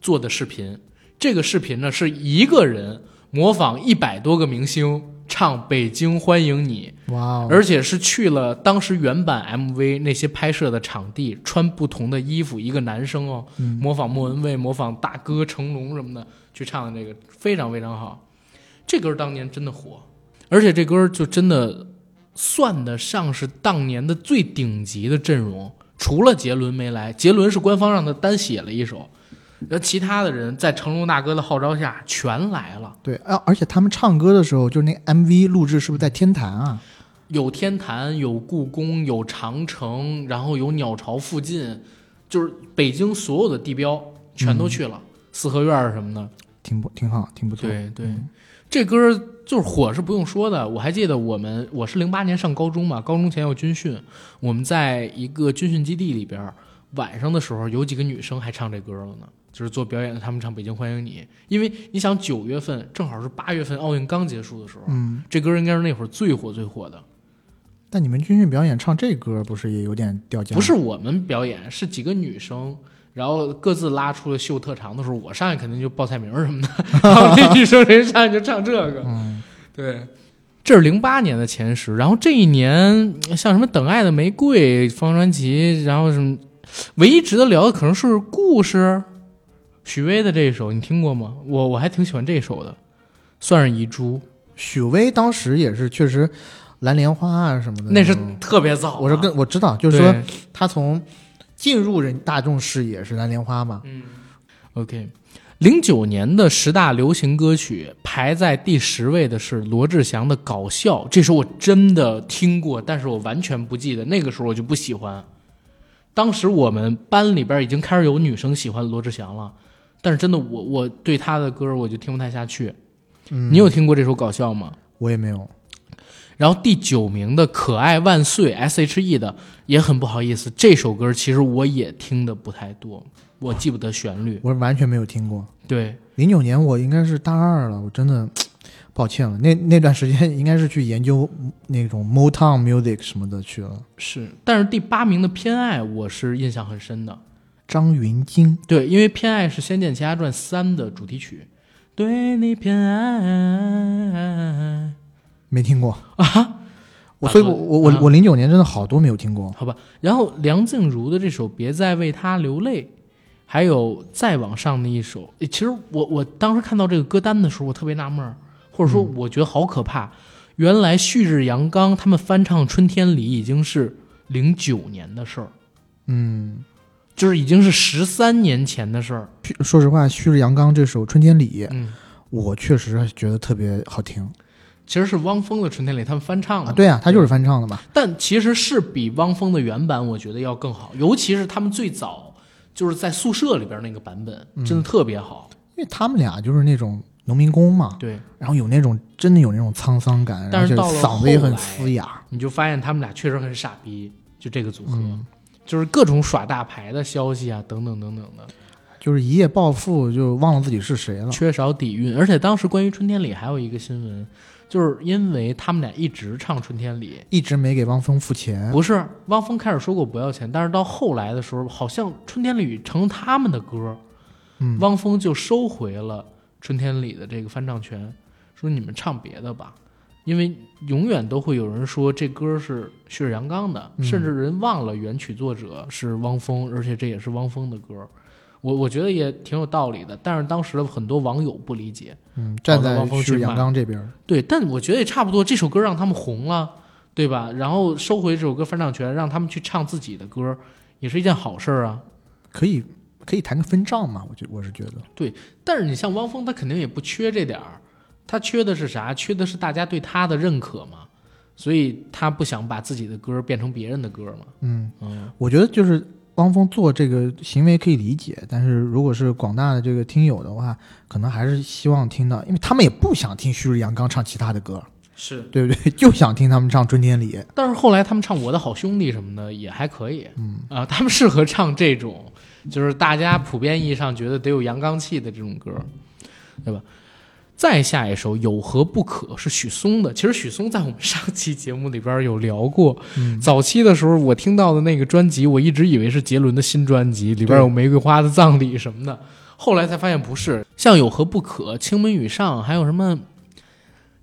Speaker 2: 做的视频。这个视频呢是一个人模仿一百多个明星唱《北京欢迎你》，
Speaker 3: 哇哦，
Speaker 2: 而且是去了当时原版 MV 那些拍摄的场地，穿不同的衣服，一个男生哦，模仿莫文蔚，模仿大哥成龙什么的去唱的这个，非常非常好。这歌当年真的火，而且这歌就真的算得上是当年的最顶级的阵容，除了杰伦没来，杰伦是官方让他单写了一首，然后其他的人在成龙大哥的号召下全来了。
Speaker 3: 对，啊，而且他们唱歌的时候，就是那 MV 录制是不是在天坛啊？
Speaker 2: 有天坛，有故宫，有长城，然后有鸟巢附近，就是北京所有的地标全都去了，四合院儿什么的。
Speaker 3: 挺不挺好，挺不错。嗯
Speaker 2: 对对，这歌儿就是火是不用说的。我还记得我们我是零八年上高中嘛，高中前要军训，我们在一个军训基地里边儿，晚上的时候有几个女生还唱这歌了呢。就是做表演的，他们唱《北京欢迎你》，因为你想九月份正好是八月份奥运刚结束的时候，
Speaker 3: 嗯，
Speaker 2: 这歌儿应该是那会儿最火最火的。
Speaker 3: 但你们军训表演唱这歌，不是也有点掉价？
Speaker 2: 不是我们表演，是几个女生，然后各自拉出了秀特长的时候，我上去肯定就报菜名儿什么的， 然后那女生谁上去就唱这个。
Speaker 3: 嗯，
Speaker 2: 对，这是零八年的前十，然后这一年像什么《等爱的玫瑰》、方传奇，然后什么，唯一值得聊的可能是故事，许巍的这一首你听过吗？我我还挺喜欢这首的，算是遗珠，
Speaker 3: 许巍当时也是确实，蓝莲花啊什么的，
Speaker 2: 那是特别早啊、
Speaker 3: 我是跟我知道，就是
Speaker 2: 对
Speaker 3: 说他从进入人大众视野是蓝莲花嘛，
Speaker 2: 嗯，OK，零九年的十大流行歌曲排在第十位的是罗志祥的《搞笑》，这首我真的听过，但是我完全不记得，那个时候我就不喜欢。当时我们班里边已经开始有女生喜欢罗志祥了，但是真的我我对他的歌我就听不太下去。
Speaker 3: 嗯
Speaker 2: 你有听过这首《搞笑》吗？
Speaker 3: 我也没有。
Speaker 2: 然后第九名的《可爱万岁》S.H.E 的也很不好意思，这首歌其实我也听的不太多，我记不得旋律。
Speaker 3: 我完全没有听过。
Speaker 2: 对，
Speaker 3: 零九年我应该是大二了，我真的抱歉了。那那段时间应该是去研究那种 Motown music 什么的去了。
Speaker 2: 是，但是第八名的《偏爱》我是印象很深的，
Speaker 3: 张云京，
Speaker 2: 对，因为《偏爱》是《仙剑奇侠传三》的主题曲。对你偏爱，
Speaker 3: 没听过啊。我
Speaker 2: 啊
Speaker 3: 所以我，
Speaker 2: 我
Speaker 3: 我我
Speaker 2: 啊
Speaker 3: 我零九年真的好多没有听过。
Speaker 2: 好吧。然后梁静茹的这首《别再为他流泪》，还有再往上的一首，诶其实我我当时看到这个歌单的时候，我特别纳闷儿，或者说我觉得好可怕。原来旭日阳刚他们翻唱《春天里》已经是零九年的事儿，
Speaker 3: 嗯，
Speaker 2: 就是已经是十三年前的事儿。
Speaker 3: 旭说实话，旭日阳刚这首《春天里》，
Speaker 2: 嗯。
Speaker 3: 我确实觉得特别好听
Speaker 2: 其实是汪峰的《春天里》，他们翻唱的、
Speaker 3: 啊。，对啊，他就是翻唱的嘛。
Speaker 2: 但其实是比汪峰的原版我觉得要更好，尤其是他们最早就是在宿舍里边那个版本，
Speaker 3: 嗯
Speaker 2: 真的特别好。
Speaker 3: 因为他们俩就是那种农民工嘛，
Speaker 2: 对，
Speaker 3: 然后有那种真的有那种沧桑感，
Speaker 2: 但是
Speaker 3: 而且
Speaker 2: 到了
Speaker 3: 嗓子也
Speaker 2: 后
Speaker 3: 很
Speaker 2: 来
Speaker 3: 嘶哑。
Speaker 2: 你就发现他们俩确实很傻逼，就这个组合，
Speaker 3: 嗯
Speaker 2: 就是各种耍大牌的消息啊，等等等等的，
Speaker 3: 就是一夜暴富，就忘了自己是谁了。
Speaker 2: 缺少底蕴。而且当时关于《春天里》还有一个新闻，就是因为他们俩一直唱《春天里》，
Speaker 3: 一直没给汪峰付钱，
Speaker 2: 不是，汪峰开始说过不要钱，但是到后来的时候，好像《春天里》成他们的歌，
Speaker 3: 嗯
Speaker 2: 汪峰就收回了《春天里》的这个翻唱权，说你们唱别的吧。因为永远都会有人说这歌是血染阳刚的，
Speaker 3: 嗯
Speaker 2: 甚至人忘了原曲作者是汪峰，而且这也是汪峰的歌。我我觉得也挺有道理的，但是当时的很多网友不理解。
Speaker 3: 嗯，站
Speaker 2: 好的
Speaker 3: 在
Speaker 2: 哦汪峰
Speaker 3: 是
Speaker 2: 去
Speaker 3: 阳
Speaker 2: 骂
Speaker 3: 刚这边儿，
Speaker 2: 对，但我觉得也差不多，这首歌让他们红了，对吧？然后收回这首歌翻唱权，让他们去唱自己的歌，也是一件好事儿啊。
Speaker 3: 可以可以谈个分账嘛？我觉我是觉得，
Speaker 2: 但是你像汪峰，他肯定也不缺这点儿，他缺的是啥？缺的是大家对他的认可嘛。所以他不想把自己的歌变成别人的歌嘛。
Speaker 3: 嗯，
Speaker 2: 嗯，
Speaker 3: 我觉得就是汪峰做这个行为可以理解，但是如果是广大的这个听友的话，可能还是希望听到，因为他们也不想听旭日阳刚唱其他的歌，
Speaker 2: 是。
Speaker 3: 对不对？ 就想听他们唱《春天里》。
Speaker 2: 但是后来他们唱《我的好兄弟》什么的也还可以，嗯啊、他们适合唱这种，就是大家普遍意义上觉得得有阳刚气的这种歌，对吧？再下一首《有何不可》是许嵩的。其实许嵩在我们上期节目里边有聊过，
Speaker 3: 嗯
Speaker 2: 早期的时候我听到的那个专辑，我一直以为是杰伦的新专辑，里边
Speaker 3: 对
Speaker 2: 有《玫瑰花的葬礼》什么的，后来才发现不是。像《有何不可》《清明雨上》，还有什么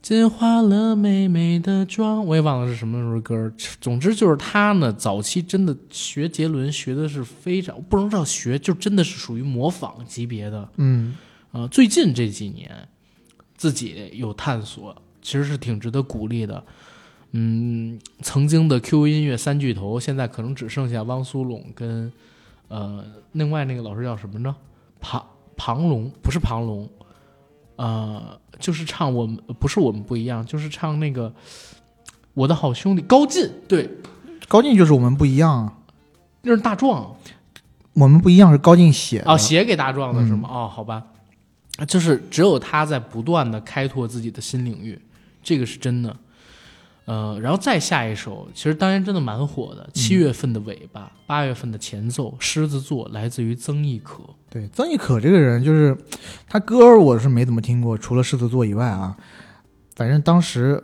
Speaker 2: 金花了妹妹的妆，我也忘了是什么时候歌儿。总之就是他呢，早期真的学杰伦学的是非常，不能叫学，就真的是属于模仿级别的。
Speaker 3: 嗯，
Speaker 2: 呃，最近这几年自己有探索，其实是挺值得鼓励的。嗯，曾经的 QQ 音乐三巨头，现在可能只剩下汪苏泷跟呃，另外那个老师叫什么呢？庞庞龙不是庞龙，呃，就是唱我们不是我们不一样，就是唱那个我的好兄弟高进，对，
Speaker 3: 高进就是我们不一样啊，
Speaker 2: 那是大壮
Speaker 3: 我们不一样是高进写的。嗯
Speaker 2: 哦，写给大壮的是吗？哦，好吧，就是只有他在不断的开拓自己的新领域，这个是真的。呃，然后再下一首，其实当年真的蛮火的，
Speaker 3: 嗯
Speaker 2: 七月份的尾巴，八月份的前奏，狮子座来自于曾轶可。
Speaker 3: 对，曾轶可这个人就是，他歌儿我是没怎么听过，除了狮子座以外啊，反正当时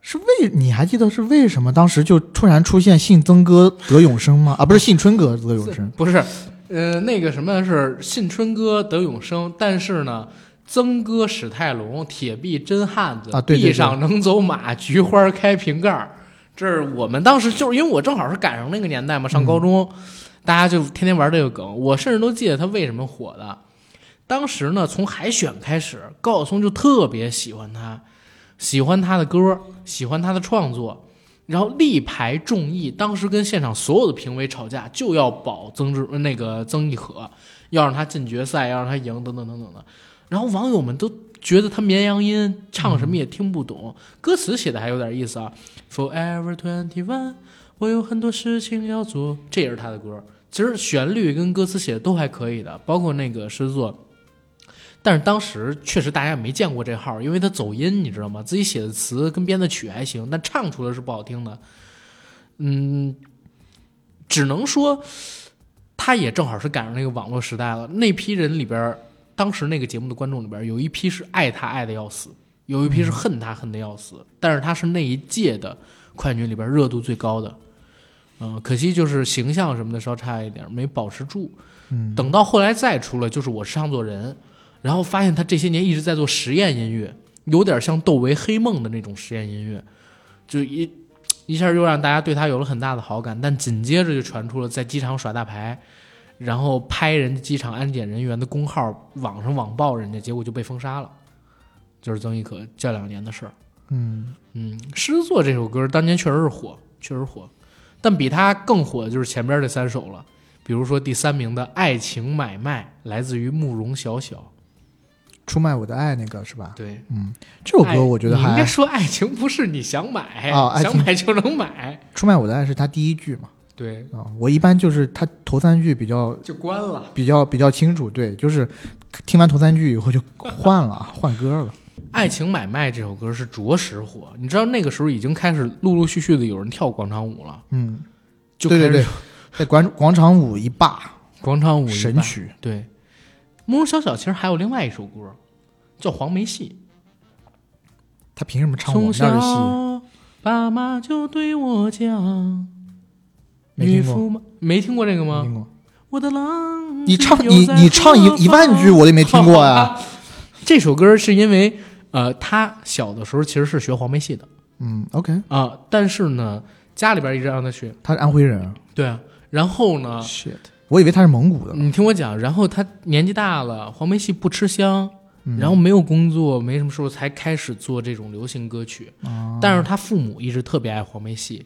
Speaker 3: 是为你还记得是为什么当时就突然出现姓曾哥得永生吗？啊，不是姓春哥得永生。
Speaker 2: 不 是，呃，那个什么是信春哥得永生，但是呢，曾哥史泰龙铁臂真汉子，
Speaker 3: 啊对对对
Speaker 2: 地上能走马，菊花开瓶盖儿。这是我们当时就是因为我正好是赶上那个年代嘛，上高中，
Speaker 3: 嗯
Speaker 2: 大家就天天玩这个梗。我甚至都记得他为什么火的。当时呢，从海选开始，高晓松就特别喜欢他，喜欢他的歌，喜欢他的创作，然后力排众议。当时跟现场所有的评委吵架，就要保曾志呃那个曾轶可，要让他进决赛，要让他赢，等等等等的。然后网友们都觉得他绵羊音，唱什么也听不懂，歌词写的还有点意思啊。Forever Twenty One，我有很多事情要做，这也是他的歌。其实旋律跟歌词写的都还可以的，包括那个狮子座。但是当时确实大家也没见过这号，因为他走音，你知道吗？自己写的词跟编的曲还行，但唱出来是不好听的。嗯，只能说他也正好是赶上那个网络时代了。那批人里边儿，当时那个节目的观众里边儿，有一批是爱他爱的要死，有一批是恨他恨的要死。但是他是那一届的快女里边儿热度最高的。嗯、可惜就是形象什么的稍差一点儿，没保持住。
Speaker 3: 嗯，
Speaker 2: 等到后来再出了，就是我是唱作人，然后发现他这些年一直在做实验音乐，有点像窦唯《黑梦》的那种实验音乐，就一一下又让大家对他有了很大的好感。但紧接着就传出了在机场耍大牌，然后拍人家机场安检人员的工号，网上网暴人家，结果就被封杀了。就是曾轶可这两年的事儿。
Speaker 3: 嗯，
Speaker 2: 嗯，狮子座这首歌当年确实是火，确实火，但比它更火的就是前边这三首了。比如说第三名的《爱情买卖》来自于慕容晓晓，
Speaker 3: 出卖我的爱那个是吧？
Speaker 2: 对，
Speaker 3: 这首歌我觉得
Speaker 2: 哎你应该
Speaker 3: 还
Speaker 2: 说爱情不是你想买，
Speaker 3: 哦爱情
Speaker 2: 想买就能买，
Speaker 3: 出卖我的爱是他第一句嘛。
Speaker 2: 对，
Speaker 3: 啊、我一般就是他头三句比较
Speaker 2: 就关了。
Speaker 3: 比较比较清楚，对，就是听完头三句以后就换了， 换歌了。
Speaker 2: 《爱情买卖》这首歌是着实火，你知道那个时候已经开始陆陆续续的有人跳广场舞了，
Speaker 3: 嗯，
Speaker 2: 就
Speaker 3: 对对
Speaker 2: 开始
Speaker 3: 对，在广广场舞一霸
Speaker 2: 广场舞一
Speaker 3: 神
Speaker 2: 霸
Speaker 3: 曲，
Speaker 2: 对，慕容晓晓其实还有另外一首歌叫《黄梅戏》。
Speaker 3: 他凭什么唱我
Speaker 2: 从
Speaker 3: 们那儿的戏？
Speaker 2: 小爸妈就对我讲，
Speaker 3: 没
Speaker 2: 女
Speaker 3: 听过
Speaker 2: 驸马没听过这个
Speaker 3: 没
Speaker 2: 吗？
Speaker 3: 听过？
Speaker 2: 我的郎，啊
Speaker 3: 你唱你你唱一一万句，我都没听过呀、
Speaker 2: 这首歌是因为呃，他小的时候其实是学黄梅戏的
Speaker 3: 嗯，OK，
Speaker 2: 啊、但是呢，家里边一直让他学，
Speaker 3: 他是安徽人
Speaker 2: 对啊。然后呢，
Speaker 3: ，shit，我以为他是蒙古的，
Speaker 2: 你嗯听我讲，然后他年纪大了，黄梅戏不吃香，
Speaker 3: 嗯
Speaker 2: 然后没有工作，没什么收入，才开始做这种流行歌曲。
Speaker 3: 啊
Speaker 2: 但是他父母一直特别爱黄梅戏，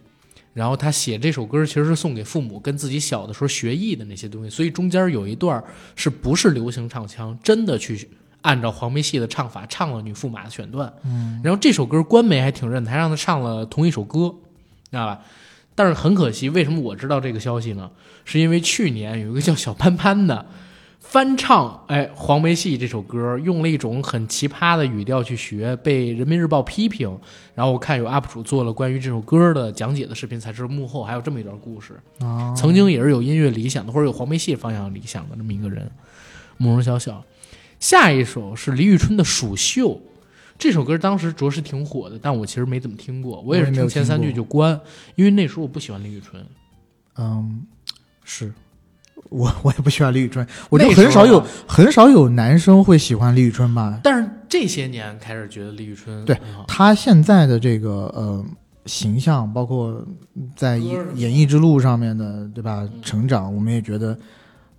Speaker 2: 然后他写这首歌其实是送给父母，跟自己小的时候学艺的那些东西。所以中间有一段是不是流行唱腔，真的去按照黄梅戏的唱法唱了《女驸马》的选段。嗯，然后这首歌官媒还挺认的，还让他唱了同一首歌，知道吧？但是很可惜，为什么我知道这个消息呢？是因为去年有一个叫小潘潘的。翻唱哎黄梅戏这首歌，用了一种很奇葩的语调去学，被人民日报批评。然后我看有 UP 主做了关于这首歌的讲解的视频，才知道幕后还有这么一段故事。
Speaker 3: 啊，
Speaker 2: 曾经也是有音乐理想的，或者有黄梅戏方向理想的这么一个人，慕容晓晓。下一首是李宇春的《蜀绣》，这首歌当时着实挺火的，但我其实没怎么听过，我也
Speaker 3: 我
Speaker 2: 是
Speaker 3: 也没
Speaker 2: 听
Speaker 3: 有
Speaker 2: 前三
Speaker 3: 听
Speaker 2: 句
Speaker 3: 过
Speaker 2: 就关，因为那时候我不喜欢李宇春。
Speaker 3: 嗯，是。我 我也不喜欢李宇春，我就
Speaker 2: 那时候
Speaker 3: 很少有
Speaker 2: 啊
Speaker 3: 很少有男生会喜欢李宇春吧。
Speaker 2: 但是这些年开始觉得李宇春
Speaker 3: 对
Speaker 2: 很好
Speaker 3: 他现在的这个呃形象，包括在
Speaker 2: 歌儿
Speaker 3: 演演艺之路上面的，对吧？
Speaker 2: 嗯
Speaker 3: 成长，我们也觉得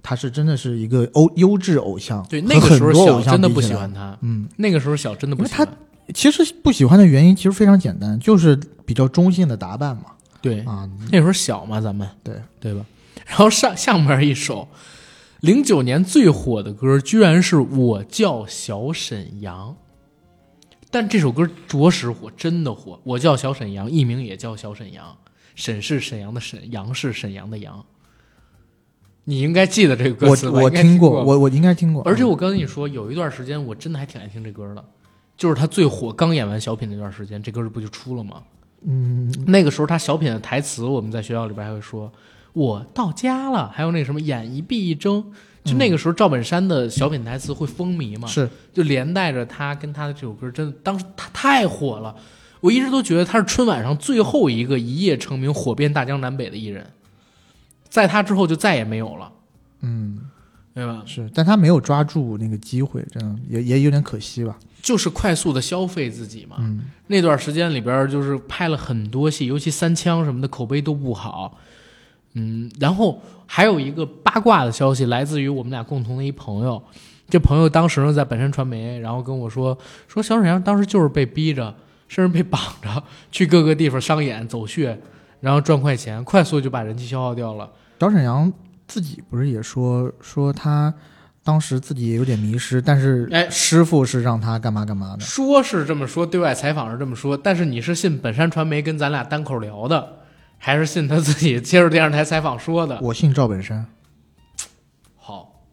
Speaker 3: 他是真的是一个欧优质偶像。
Speaker 2: 对
Speaker 3: 和
Speaker 2: 那个时候
Speaker 3: 很多
Speaker 2: 小
Speaker 3: 偶像
Speaker 2: 真的
Speaker 3: 比
Speaker 2: 不
Speaker 3: 起
Speaker 2: 喜
Speaker 3: 来
Speaker 2: 欢。她，
Speaker 3: 嗯，
Speaker 2: 那个时候小真的不
Speaker 3: 因为
Speaker 2: 喜欢
Speaker 3: 她。其实不喜欢的原因其实非常简单，就是比较中性的打扮嘛。
Speaker 2: 对，
Speaker 3: 啊，
Speaker 2: 那时候小嘛，咱们
Speaker 3: 对
Speaker 2: 对吧？ 然后上下面一首，零九年最火的歌，居然是我叫小沈阳。但这首歌着实火，真的火。我叫小沈阳，艺名也叫小沈阳，沈是沈阳的沈，阳是沈阳的阳。你应该记得这个歌
Speaker 3: 我
Speaker 2: 词吧？
Speaker 3: 我
Speaker 2: 应该
Speaker 3: 听
Speaker 2: 过，
Speaker 3: 过，我我应该听过。啊
Speaker 2: 而且我跟你说，有一段时间我真的还挺爱听这歌的，就是他最火刚演完小品那段时间，这歌不就出了吗？
Speaker 3: 嗯，
Speaker 2: 那个时候他小品的台词，我们在学校里边还会说“我到家了”，还有那个什么“眼一闭一睁”，就那个时候赵本山的小品台词会风靡嘛，
Speaker 3: 是
Speaker 2: 就连带着他跟他的这首歌，真的当时他太火了，我一直都觉得他是春晚上最后一个一夜成名、火遍大江南北的艺人，在他之后就再也没有了，
Speaker 3: 嗯
Speaker 2: 对吧？
Speaker 3: 是，但他没有抓住那个机会，真的也也有点可惜吧。
Speaker 2: 就是快速的消费自己嘛。
Speaker 3: 嗯
Speaker 2: 那段时间里边儿就是拍了很多戏，尤其三枪什么的口碑都不好。嗯，然后还有一个八卦的消息来自于我们俩共同的一朋友，这朋友当时呢在本山传媒，然后跟我说说小沈阳当时就是被逼着，甚至被绑着 去各个地方商演走穴，然后赚快钱，快速就把人气消耗掉了。
Speaker 3: 小沈阳自己不是也说说他当时自己也有点迷失，但是
Speaker 2: 哎
Speaker 3: 师傅是让他干嘛干嘛的。
Speaker 2: 说是这么说，对外采访是这么说，但是你是信本山传媒跟咱俩单口聊的，还是信他自己接受电视台采访说的？
Speaker 3: 我信赵本山，
Speaker 2: 好，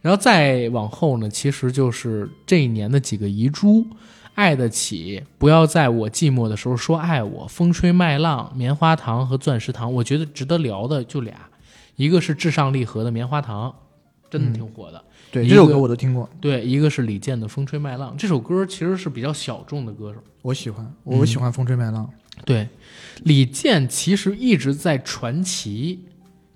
Speaker 2: 然后再往后呢，其实就是这一年的几个遗珠，《爱得起》，不要在我寂寞的时候说爱我，《风吹麦浪》，《棉花糖》和《钻石糖》，我觉得值得聊的就俩，一个是至上励合的《棉花糖》，真的挺火的。
Speaker 3: 对
Speaker 2: 一
Speaker 3: 这首
Speaker 2: 个
Speaker 3: 歌我都听过，
Speaker 2: 对，一个是李健的《风吹麦浪》，这首歌其实是比较小众的歌手。
Speaker 3: 我喜欢，
Speaker 2: 嗯
Speaker 3: 我喜欢《风吹麦浪》
Speaker 2: 对，李健其实一直在传奇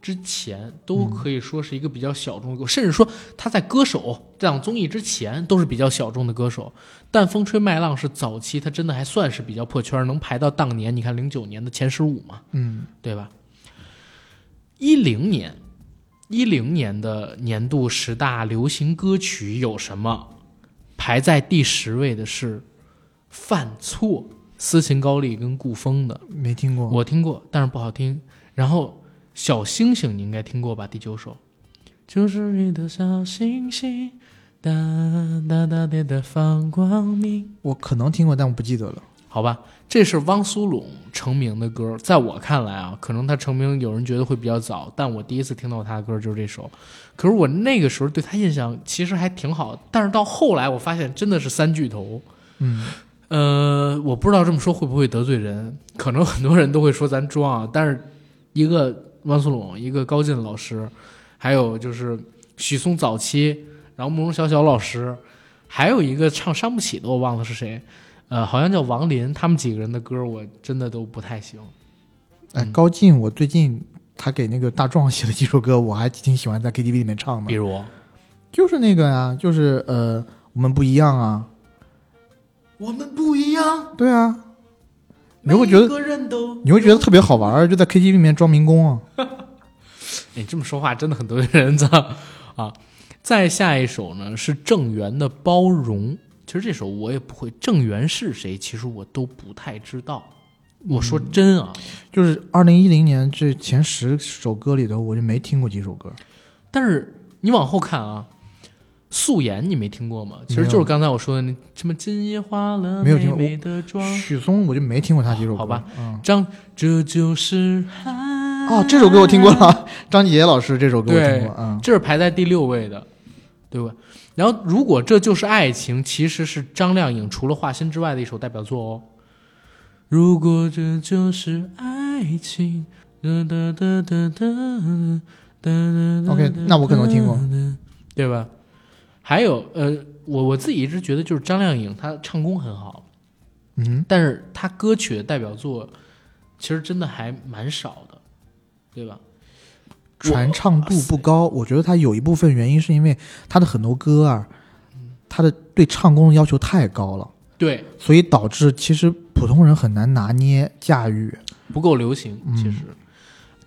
Speaker 2: 之前都可以说是一个比较小众的歌手，甚至说他在歌手这档综艺之前都是比较小众的歌手。但《风吹麦浪》是早期，他真的还算是比较破圈儿，能排到当年你看零九年的前十五嘛，
Speaker 3: 嗯，
Speaker 2: 对吧？一零年，一零年的年度十大流行歌曲有什么？排在第十位的是《犯错》，斯琴高丽跟顾风的。
Speaker 3: 没听过。
Speaker 2: 我听过，但是不好听。然后小星星你应该听过吧？第九首，就是你的小星星，哒哒哒哒哒放光明。
Speaker 3: 我可能听过，但我不记得了。
Speaker 2: 好吧，这是汪苏泷成名的歌，在我看来啊，可能他成名有人觉得会比较早，但我第一次听到他的歌就是这首。可是我那个时候对他印象其实还挺好，但是到后来我发现真的是三巨头。
Speaker 3: 嗯，
Speaker 2: 呃，我不知道这么说会不会得罪人，可能很多人都会说咱装啊，但是一个汪苏泷，一个高进老师，还有就是许嵩早期，然后慕容晓晓老师，还有一个唱《伤不起》的我忘了是谁，呃，好像叫王林，他们几个人的歌我真的都不太行。
Speaker 3: 哎，
Speaker 2: 嗯
Speaker 3: 高进，我最近他给那个大壮写的几首歌，我还挺喜欢在 KTV 里面唱的
Speaker 2: 比。如，
Speaker 3: 就是那个啊，就是呃，我们不一样啊，
Speaker 2: 我们不一样，
Speaker 3: 对啊，你会觉
Speaker 2: 每
Speaker 3: 得
Speaker 2: 个人都
Speaker 3: 你会觉得特别好玩儿，就在 KTV 里面装民工啊。
Speaker 2: 你哎这么说话真的很得罪人，操 啊！再下一首呢是郑源的《包容》，其实这首我也不会，郑源是谁，其实我都不太知道。我说
Speaker 3: 嗯
Speaker 2: 真啊，
Speaker 3: 就是二零一零年这前十首歌里头，我就没听过几首歌。
Speaker 2: 但是你往后看啊，素颜你没听过吗？其实就
Speaker 3: 没
Speaker 2: 是
Speaker 3: 有
Speaker 2: 刚才我说的那什么今夜化了
Speaker 3: 没有
Speaker 2: 美
Speaker 3: 听过
Speaker 2: 美的妆，
Speaker 3: 许嵩我就没听过他几首歌。
Speaker 2: 啊好吧，
Speaker 3: 嗯，
Speaker 2: 张这就是爱
Speaker 3: 哦，这首歌我听过了， 张杰老师这首歌我听过。嗯，
Speaker 2: 这是排在第六位的，对吧？然后，如果这就是爱情，其实是张靓颖除了《化身》之外的一首代表作哦。如果这就是爱情，哒哒哒哒哒哒哒哒
Speaker 3: OK，那我可能听过，
Speaker 2: 对吧？还有，呃，我我自己一直觉得，就是张靓颖她唱功很好，
Speaker 3: 嗯，
Speaker 2: 但是她歌曲的代表作其实真的还蛮少的，对吧？
Speaker 3: 传唱度不高，我觉得他有一部分原因是因为他的很多歌啊，他的对唱功的要求太高了，
Speaker 2: 对，
Speaker 3: 所以导致其实普通人很难拿捏驾驭。
Speaker 2: 不够流行，
Speaker 3: 嗯
Speaker 2: 其实。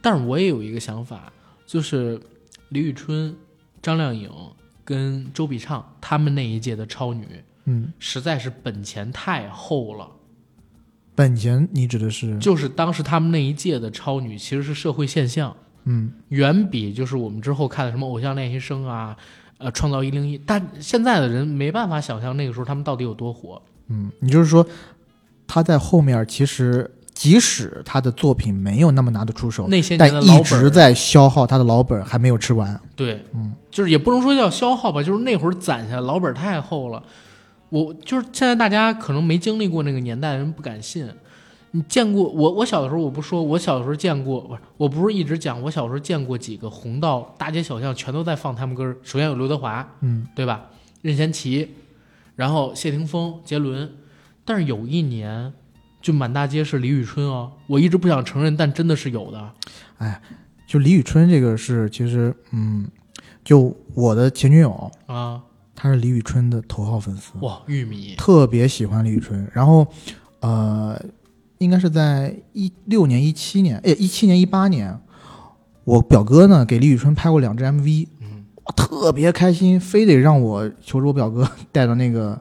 Speaker 2: 但是我也有一个想法，就是李宇春、张靓颖跟周笔畅他们那一届的超女，
Speaker 3: 嗯，
Speaker 2: 实在是本钱太厚了。
Speaker 3: 本钱你指的是
Speaker 2: 就是当时他们那一届的超女，其实是社会现象，
Speaker 3: 嗯
Speaker 2: 远比就是我们之后看的什么《偶像练习生》啊。呃，创造一零一，但现在的人没办法想象那个时候他们到底有多火。
Speaker 3: 嗯，你就是说他在后面其实即使他的作品没有那么拿得出手，
Speaker 2: 那些年
Speaker 3: 但
Speaker 2: 的老
Speaker 3: 一
Speaker 2: 本
Speaker 3: 直
Speaker 2: 儿，
Speaker 3: 在消耗他的老本儿，还没有吃完。
Speaker 2: 对，
Speaker 3: 嗯，
Speaker 2: 就是也不能说叫消耗吧，就是那会儿攒下来老本儿太厚了。我就是现在大家可能没经历过那个年代，人不敢信。你见过我？我小的时候我不说，我小的时候见过，不是我不是一直讲，我小时候见过几个红到大街小巷全都在放他们歌儿。首先有刘德华，
Speaker 3: 嗯，
Speaker 2: 对吧？任贤齐，然后谢霆锋、杰伦，但是有一年就满大街是李宇春哦，我一直不想承认，但真的是有的。啊
Speaker 3: 就李宇春这个是，其实嗯，就我的前女友，
Speaker 2: 啊，
Speaker 3: 她是李宇春的头号粉丝，
Speaker 2: 哇，玉米，
Speaker 3: 特别喜欢李宇春。然后，呃，应该是在一六年、一七年，哎，一七年、一八年，我表哥呢给李宇春拍过两支 MV，
Speaker 2: 嗯，
Speaker 3: 我特别开心，非得让我求着我表哥 带到那个，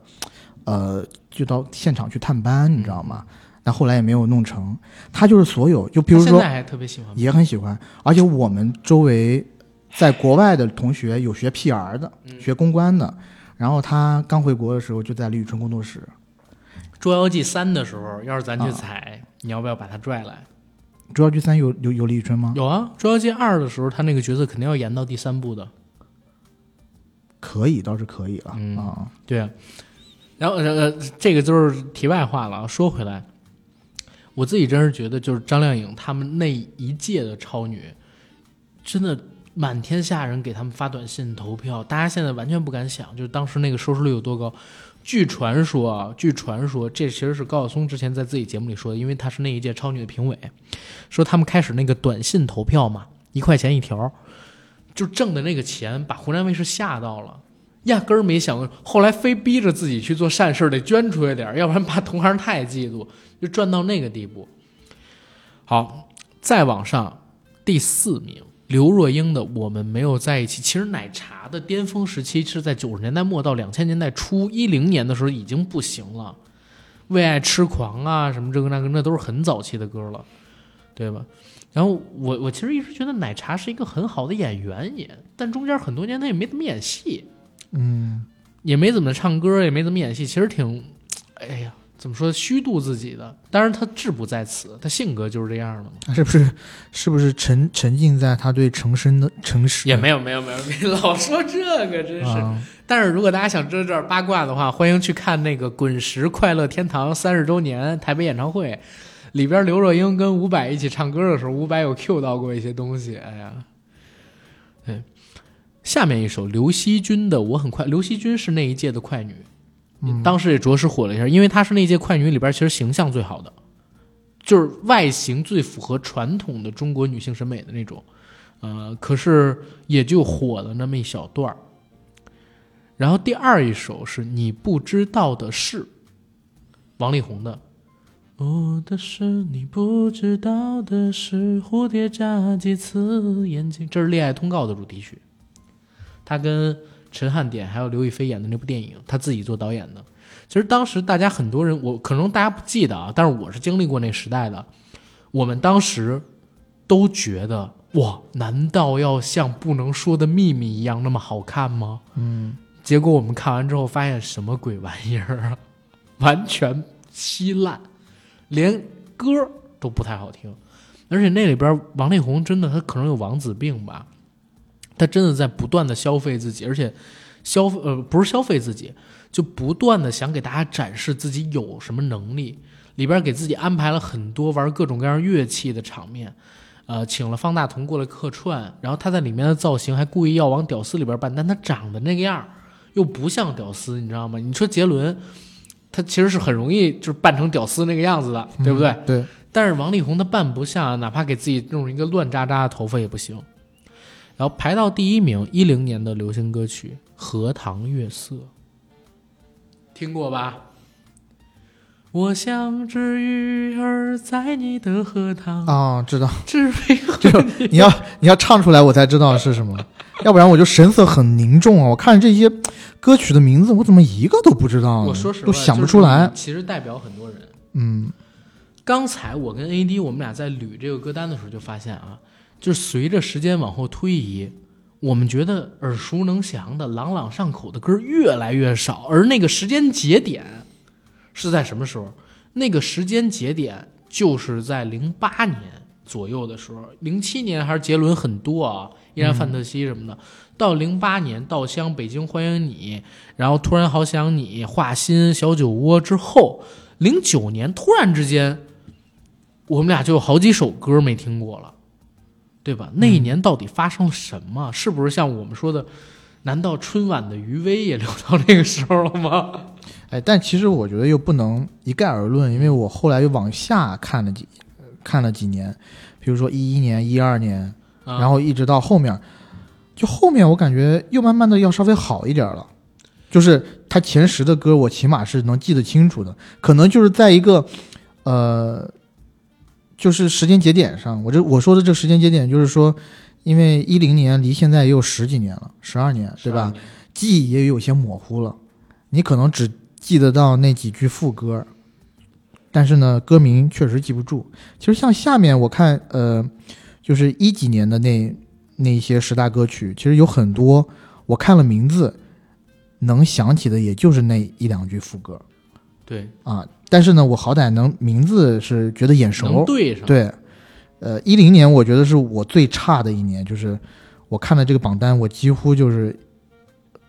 Speaker 3: 呃，就到现场去探班，你知道吗？但后来也没有弄成。他就是所有，就比如
Speaker 2: 嗯他
Speaker 3: 说
Speaker 2: 现在还特别喜欢吗，
Speaker 3: 也很喜欢，而且我们周围在国外的同学有学 PR 的，
Speaker 2: 嗯
Speaker 3: 学公关的。然后他刚回国的时候就在李宇春工作室，
Speaker 2: 《捉妖记三》的时候，要是咱去踩，你要不要把他拽来？
Speaker 3: 《捉妖记三》有有有李宇春吗？
Speaker 2: 有啊，《捉妖记二》的时候，他那个角色肯定要演到第三部的。
Speaker 3: 可以，倒是可以了啊、
Speaker 2: 嗯对啊，然后呃，呃这个就是题外话了啊。说回来，我自己真是觉得，就是张靓颖他们那一届的超女，真的满天下人给他们发短信投票，大家现在完全不敢想，就是当时那个收视率有多高。据传说啊，据传说，这其实是高晓松之前在自己节目里说的，因为他是那一届超女的评委，说他们开始那个短信投票嘛，一块钱一条，就挣的那个钱把湖南卫视吓到了。压根儿没想过，后来非逼着自己去做善事儿，得捐出一点儿，要不然怕同行太嫉妒，就赚到那个地步。好，再往上，第四名，刘若英的《我们没有在一起》。其实奶茶的巅峰时期是在九十年代末到两千年代初，一零年的时候已经不行了，《为爱痴狂》啊，什么这个那个，那都是很早期的歌了，对吧？然后我我其实一直觉得奶茶是一个很好的演员也，但中间很多年他也没怎么演戏。
Speaker 3: 嗯，
Speaker 2: 也没怎么唱歌，也没怎么演戏，其实挺，哎呀，怎么说虚度自己的。当然他志不在此，他性格就是这样的嘛。
Speaker 3: 是不是是不是沉沉浸在他对陈升的城市
Speaker 2: 也没有没有没有， 别老说这个真是。
Speaker 3: 啊、
Speaker 2: 但是如果大家想知道这儿八卦的话，欢迎去看那个《滚石快乐天堂》三十周年台北演唱会，里边刘若英跟伍佰一起唱歌的时候，伍佰有 cue 到过一些东西。哎呀，对，下面一首刘惜君的《我很快》，刘惜君是那一届的快女，当时也着实火了一下，因为她是那一届快女里边其实形象最好的，就是外形最符合传统的中国女性审美的那种。呃，可是也就火了那么一小段儿。然后第二一首是你不知道的事，王力宏的。我的事你不知道的是，蝴蝶眨几次眼睛，这是《恋爱通告》的主题曲，他跟陈汉典还有刘亦菲演的那部电影，他自己做导演的。其实当时大家很多人，我可能大家不记得啊，但是我是经历过那时代的。我们当时都觉得，哇，难道要像《不能说的秘密》一样那么好看吗？
Speaker 3: 嗯，
Speaker 2: 结果我们看完之后发现什么鬼玩意儿啊，完全稀烂，连歌儿都不太好听。而且那里边王力宏真的他可能有王子病吧，他真的在不断的消费自己，而且消费呃不是消费自己，就不断的想给大家展示自己有什么能力。里边给自己安排了很多玩各种各样乐器的场面，呃，请了方大同过来客串，然后他在里面的造型还故意要往屌丝里边扮，但他长得那个样儿又不像屌丝，你知道吗？你说杰伦，他其实是很容易就是扮成屌丝那个样子的，对不对？
Speaker 3: 对，
Speaker 2: 但是王力宏他扮不像，哪怕给自己弄一个乱渣渣的头发也不行。然后排到第一名，一零年的流行歌曲《荷塘月色》，听过吧？我像只鱼儿在你的荷塘，
Speaker 3: 哦，知道，
Speaker 2: 只为
Speaker 3: 这首你要你要唱出来，我才知道是什么，要不然我就神色很凝重啊。我看这些歌曲的名字，我怎么一个都不知道呢？
Speaker 2: 我说实话
Speaker 3: 啊都想不出来。。
Speaker 2: 其实代表很多人。
Speaker 3: 嗯，
Speaker 2: 刚才我跟 AD 我们俩在捋这个歌单的时候就发现啊，就是随着时间往后推移，我们觉得耳熟能详的、朗朗上口的歌越来越少，而那个时间节点是在什么时候？那个时间节点就是在零八年左右的时候，零七年还是杰伦很多啊，依然范特西什么的。到零八年，稻香、北京欢迎你，然后突然好想你、画心、小酒窝之后，零九年突然之间，我们俩就有好几首歌没听过了，对
Speaker 3: 嗯
Speaker 2: 吧？那一年到底发生了什么？是不是像我们说的？难道春晚的余威也留到那个时候了吗？
Speaker 3: 哎，但其实我觉得又不能一概而论，因为我后来又往下看了几看了几年，比如说一一年、一二年，
Speaker 2: 啊
Speaker 3: 然后一直到后面，就后面我感觉又慢慢的要稍微好一点了，就是他前十的歌我起码是能记得清楚的，可能就是在一个呃，就是时间节点上，我这我说的这个时间节点就是说，因为一零年离现在也有十几年了，十二年对吧？？记忆也有些模糊了，你可能只记得到那几句副歌，但是呢，歌名确实记不住。其实像下面我看，呃，就是一几年的那那一些十大歌曲，其实有很多我看了名字能想起的，也就是那一两句副歌
Speaker 2: 对，
Speaker 3: 啊。但是呢，我好歹能名字是觉得眼熟
Speaker 2: 能，对上。
Speaker 3: 对，呃，一零年我觉得是我最差的一年，就是我看了这个榜单，我几乎就是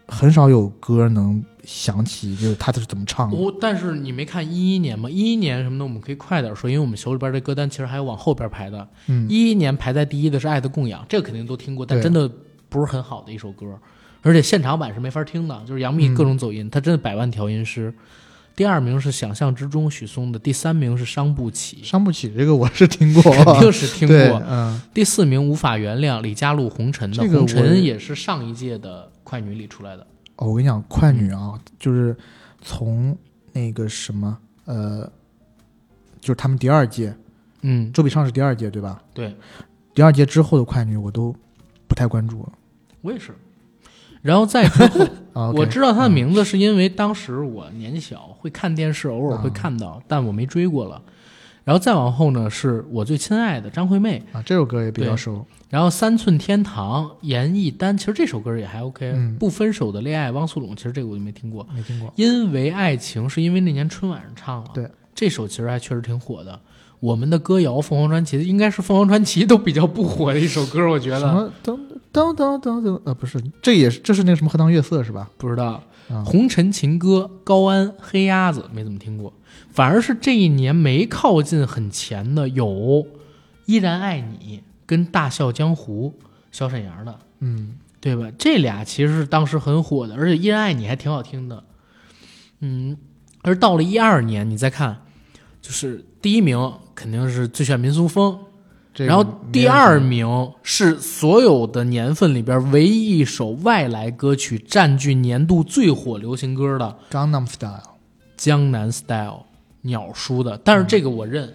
Speaker 3: 很少有歌能想起，就是他是怎么唱的。
Speaker 2: 我、哦但是你没看一一年吗？一一年什么的，我们可以快点说，因为我们手里边的歌单其实还有往后边排的。
Speaker 3: 嗯
Speaker 2: 一一年排在第一的是《爱的供养》，这个肯定都听过，但
Speaker 3: 对
Speaker 2: 真的不是很好的一首歌，而且现场版是没法听的，就是杨幂各种走
Speaker 3: 嗯
Speaker 2: 音，她真的百万调音师。第二名是《想象之中》，许嵩的；第三名是《伤不起》，
Speaker 3: 伤不起这个我是听过，
Speaker 2: 肯定是听
Speaker 3: 对
Speaker 2: 过。
Speaker 3: 嗯，
Speaker 2: 第四名《无法原谅》，李佳璐、红尘的。
Speaker 3: 这个
Speaker 2: 红
Speaker 3: 我
Speaker 2: 尘也是上一届的快女里出来的。
Speaker 3: 哦，我跟你讲，快女
Speaker 2: 嗯
Speaker 3: 啊，就是从那个什么，呃，就是他们第二届，
Speaker 2: 嗯，
Speaker 3: 周笔畅是第二届对吧？
Speaker 2: 对。
Speaker 3: 第二届之后的快女我都不太关注了
Speaker 2: 我也是。然后再之 后，
Speaker 3: 啊。
Speaker 2: 我
Speaker 3: OK
Speaker 2: 知道他的名字是因为当时我年小，会看电视，偶尔会看
Speaker 3: 啊
Speaker 2: 到，但我没追过了。然后再往后呢，是我最亲爱的张惠妹，
Speaker 3: 啊，这首歌也比较
Speaker 2: 对
Speaker 3: 熟，
Speaker 2: 然后三寸天堂、严艺丹，其实这首歌也还 OK。
Speaker 3: 嗯
Speaker 2: 不分手的恋爱，汪苏泷，其实这个我就没听过。
Speaker 3: 没听过。
Speaker 2: 因为爱情是因为那年春晚上唱了，
Speaker 3: 对，
Speaker 2: 这首其实还确实挺火的。我们的歌谣凤凰传奇应该是凤凰传奇都比较不火的一首歌，我觉
Speaker 3: 什
Speaker 2: 得
Speaker 3: 么噔噔噔噔噔呃，不是，这也是这是那个什么荷塘月色是吧？
Speaker 2: 不知道。
Speaker 3: 啊、
Speaker 2: 红尘情歌、高安、黑鸭子没怎么听过，反而是这一年没靠近很前的有《依然爱你》跟《大笑江湖》，小沈阳的，
Speaker 3: 嗯，
Speaker 2: 对吧？这俩其实是当时很火的，而且《依然爱你》还挺好听的。嗯，而到了一二年，你再看，就是第一名肯定是最炫民俗风，
Speaker 3: 这个
Speaker 2: 然后第二
Speaker 3: 没人
Speaker 2: 名是所有的年份里边唯一一首外来歌曲占据年度最火流行歌的《
Speaker 3: 听过 Gangnam Style，
Speaker 2: 江南 Style》。鸟叔的，但
Speaker 3: 嗯
Speaker 2: 是这个我认，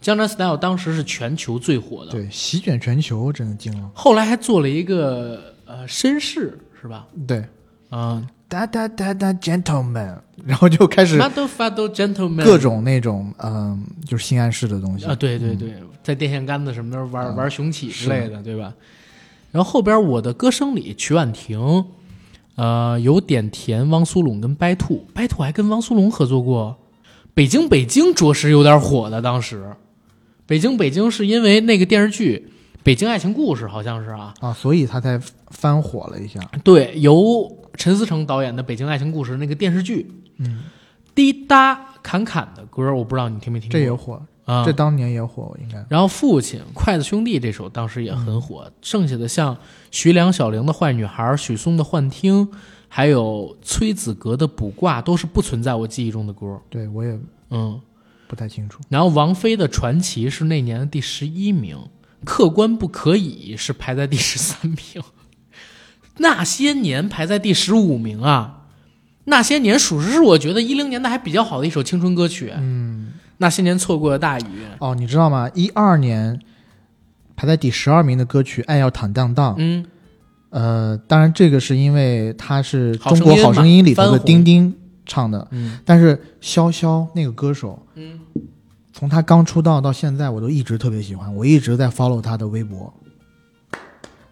Speaker 2: 江南 Style》当时是全球最火的，
Speaker 3: 对，席卷全球，真的惊了。
Speaker 2: 后来还做了一个呃绅士是吧？
Speaker 3: 对，
Speaker 2: 嗯、
Speaker 3: 哒哒哒哒，gentleman，然后就开始
Speaker 2: m o t h e r f a t h e r Gentleman
Speaker 3: 各种那种嗯、就是性暗示的东西
Speaker 2: 啊，。对对对，在电线杆子什么的
Speaker 3: 啊
Speaker 2: 玩、玩雄起之类的，对吧？然后后边我的歌声里，曲婉婷，呃，有点甜，汪苏泷跟白兔，白兔还跟汪苏泷合作过。北京北京着实有点火的，当时，北京北京是因为那个电视剧《北京爱情故事》好像是啊，
Speaker 3: 啊，所以他才翻火了一下。
Speaker 2: 对，由陈思诚导演的《北京爱情故事》那个电视剧，嗯，滴答侃侃的歌，我不知道你听没听过
Speaker 3: 这也火，
Speaker 2: 啊，
Speaker 3: 这当年也火，应该。
Speaker 2: 然后《父亲》《筷子兄弟》这首当时也很火，剩下的像徐良、小玲的《坏女孩》、许嵩的《幻听》，还有崔子格的《卜卦》，都是不存在我记忆中的歌。
Speaker 3: 对我也
Speaker 2: 嗯，
Speaker 3: 不太清楚。
Speaker 2: 然后王菲的《传奇》是那年的第十一名，《客观不可以》是排在第十三名， 那些年排在第十五名啊。那些年属实是我觉得一零年代还比较好的一首青春歌曲。嗯，那些年错过的大雨，
Speaker 3: 哦，你知道吗？一二年排在第十二名的歌曲《爱要坦荡荡》，
Speaker 2: 嗯，
Speaker 3: 呃，当然这个是因为它是
Speaker 2: 好
Speaker 3: 中
Speaker 2: 声
Speaker 3: 国
Speaker 2: 音
Speaker 3: 好
Speaker 2: 嘛
Speaker 3: 声音里头
Speaker 2: 翻
Speaker 3: 的
Speaker 2: 红
Speaker 3: 丁丁唱的，
Speaker 2: 嗯
Speaker 3: 但是潇潇那个歌手，嗯，从他刚出道到现在，我都一直特别喜欢，我一直在 follow 他的微博。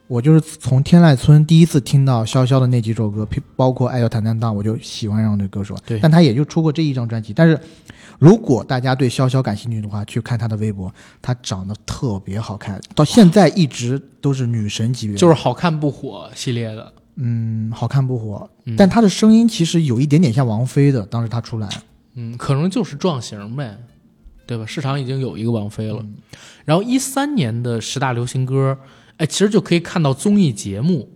Speaker 3: 我就是从天籁村第一次听到潇潇的那几首歌，譬包括《爱要坦荡荡》，我就喜欢上这歌手。
Speaker 2: 对
Speaker 3: 但他也就出过这一张专辑。但是，如果大家对潇潇感兴趣的话，去看他的微博，她长得特别好看，到现在一直都是女神级别的。
Speaker 2: 就是好看不火系列的。
Speaker 3: 嗯，好看不火，
Speaker 2: 嗯
Speaker 3: 但她的声音其实有一点点像王菲的。当时她出来，
Speaker 2: 嗯，可能就是撞型呗，对吧？市场已经有一个王菲了。然后一三年的十大流行歌，哎，其实就可以看到综艺节目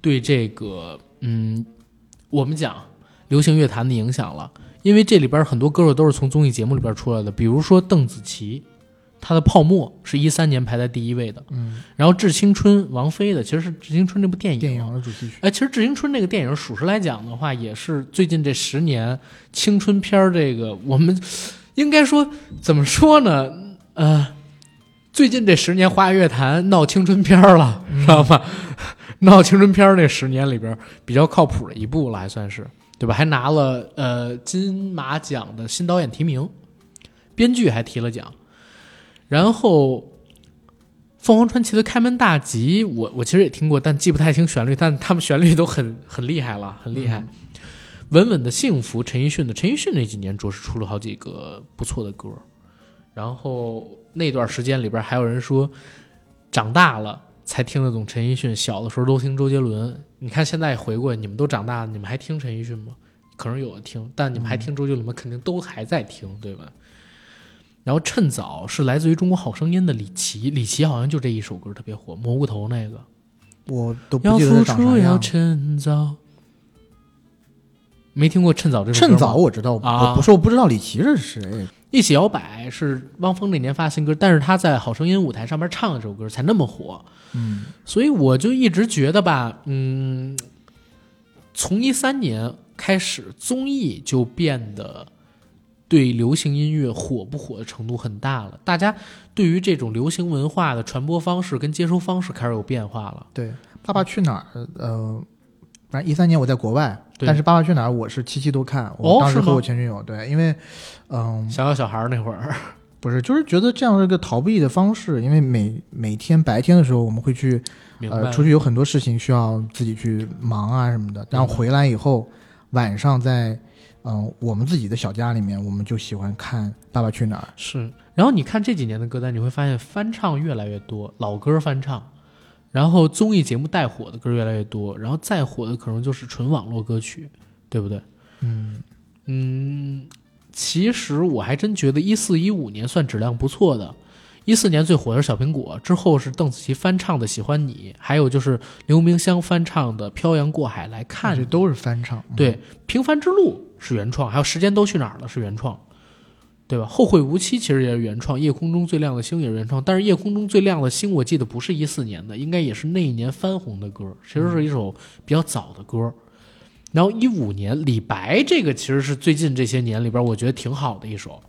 Speaker 2: 对这个嗯，我们讲流行乐坛的影响了，因为这里边很多歌手都是从综艺节目里边出来的，比如说邓紫棋。她的《泡沫》是一三年排在第一位的，
Speaker 3: 嗯，
Speaker 2: 然后《致青春》王菲的其实是《致青春》这部电影，
Speaker 3: 电影的主题曲。
Speaker 2: 哎，其实《致青春》这个电影，属实来讲的话，也是最近这十年青春片儿这个，我们应该说怎么说呢？呃，最近这十年华语乐坛闹青春片儿了，知道吗？ 闹青春片儿那十年里边儿比较靠谱的一部了，还算是对吧？还拿了呃金马奖的新导演提名，编剧还提了奖，然后。凤凰传奇的《开门大吉》我，我其实也听过，但记不太清旋律，但他们旋律都很很厉害了，很厉害。稳稳的幸福，陈奕迅的，陈奕迅那几年着实出了好几个不错的歌。然后那段时间里边，还有人说长大了才听得懂陈奕迅，小的时候都听周杰伦。你看现在回过，你们都长大了，你们还听陈奕迅吗？可能有的听，但你们还听周杰伦吗？肯定都还在听，对吧？然后趁早是来自于《中国好声音》的李琦，李琦好像就这一首歌特别火，蘑菇头那个。
Speaker 3: 我都不
Speaker 2: 要
Speaker 3: 记得
Speaker 2: 付
Speaker 3: 他长啥
Speaker 2: 出
Speaker 3: 样
Speaker 2: 要
Speaker 3: 了。
Speaker 2: 趁早，没听过趁早这首歌
Speaker 3: 趁
Speaker 2: 吗
Speaker 3: 早我知道，
Speaker 2: 啊
Speaker 3: 我不是我不知道李琦这是谁。
Speaker 2: 一起摇摆是汪峰那年发新歌，但是他在好声音舞台上面唱这首歌才那么火，
Speaker 3: 嗯，
Speaker 2: 所以我就一直觉得吧，嗯，从一三年开始，综艺就变得对流行音乐火不火的程度很大了，大家对于这种流行文化的传播方式跟接收方式开始有变化了。
Speaker 3: 对，《爸爸去哪儿》呃，反正一三年我在国外，
Speaker 2: 对
Speaker 3: 但是《爸爸去哪儿》我是七七都看。
Speaker 2: 哦
Speaker 3: 我当时
Speaker 2: 是吗
Speaker 3: 和我前女友对，因为嗯，
Speaker 2: 想要小孩儿那会儿，
Speaker 3: 不是，就是觉得这样是一个逃避的方式，因为每每天白天的时候我们会去
Speaker 2: 明白了？
Speaker 3: 呃出去有很多事情需要自己去忙啊什么的，
Speaker 2: 嗯
Speaker 3: 然后回来以后晚上在。嗯，我们自己的小家里面，我们就喜欢看《爸爸去哪儿》。
Speaker 2: 是，然后你看这几年的歌单，你会发现翻唱越来越多，老歌翻唱，然后综艺节目带火的歌越来越多，然后再火的可能就是纯网络歌曲，对不对？
Speaker 3: 嗯，
Speaker 2: 嗯，其实我还真觉得一四一五年算质量不错的。一四年最火的是《小苹果》，之后是邓紫棋翻唱的《喜欢你》，还有就是刘明湘翻唱的《漂洋过海来看你
Speaker 3: 这》。都是翻唱。嗯
Speaker 2: 对，《平凡之路》是原创，还有《时间都去哪儿了》是原创，对吧？《后会无期》其实也是原创，《夜空中最亮的星》也是原创，但是《夜空中最亮的星》我记得不是一四年的，应该也是那一年翻红的歌，其实是一首比较早的歌。然后一五年，李白这个其实是最近这些年里边我觉得挺好的一首，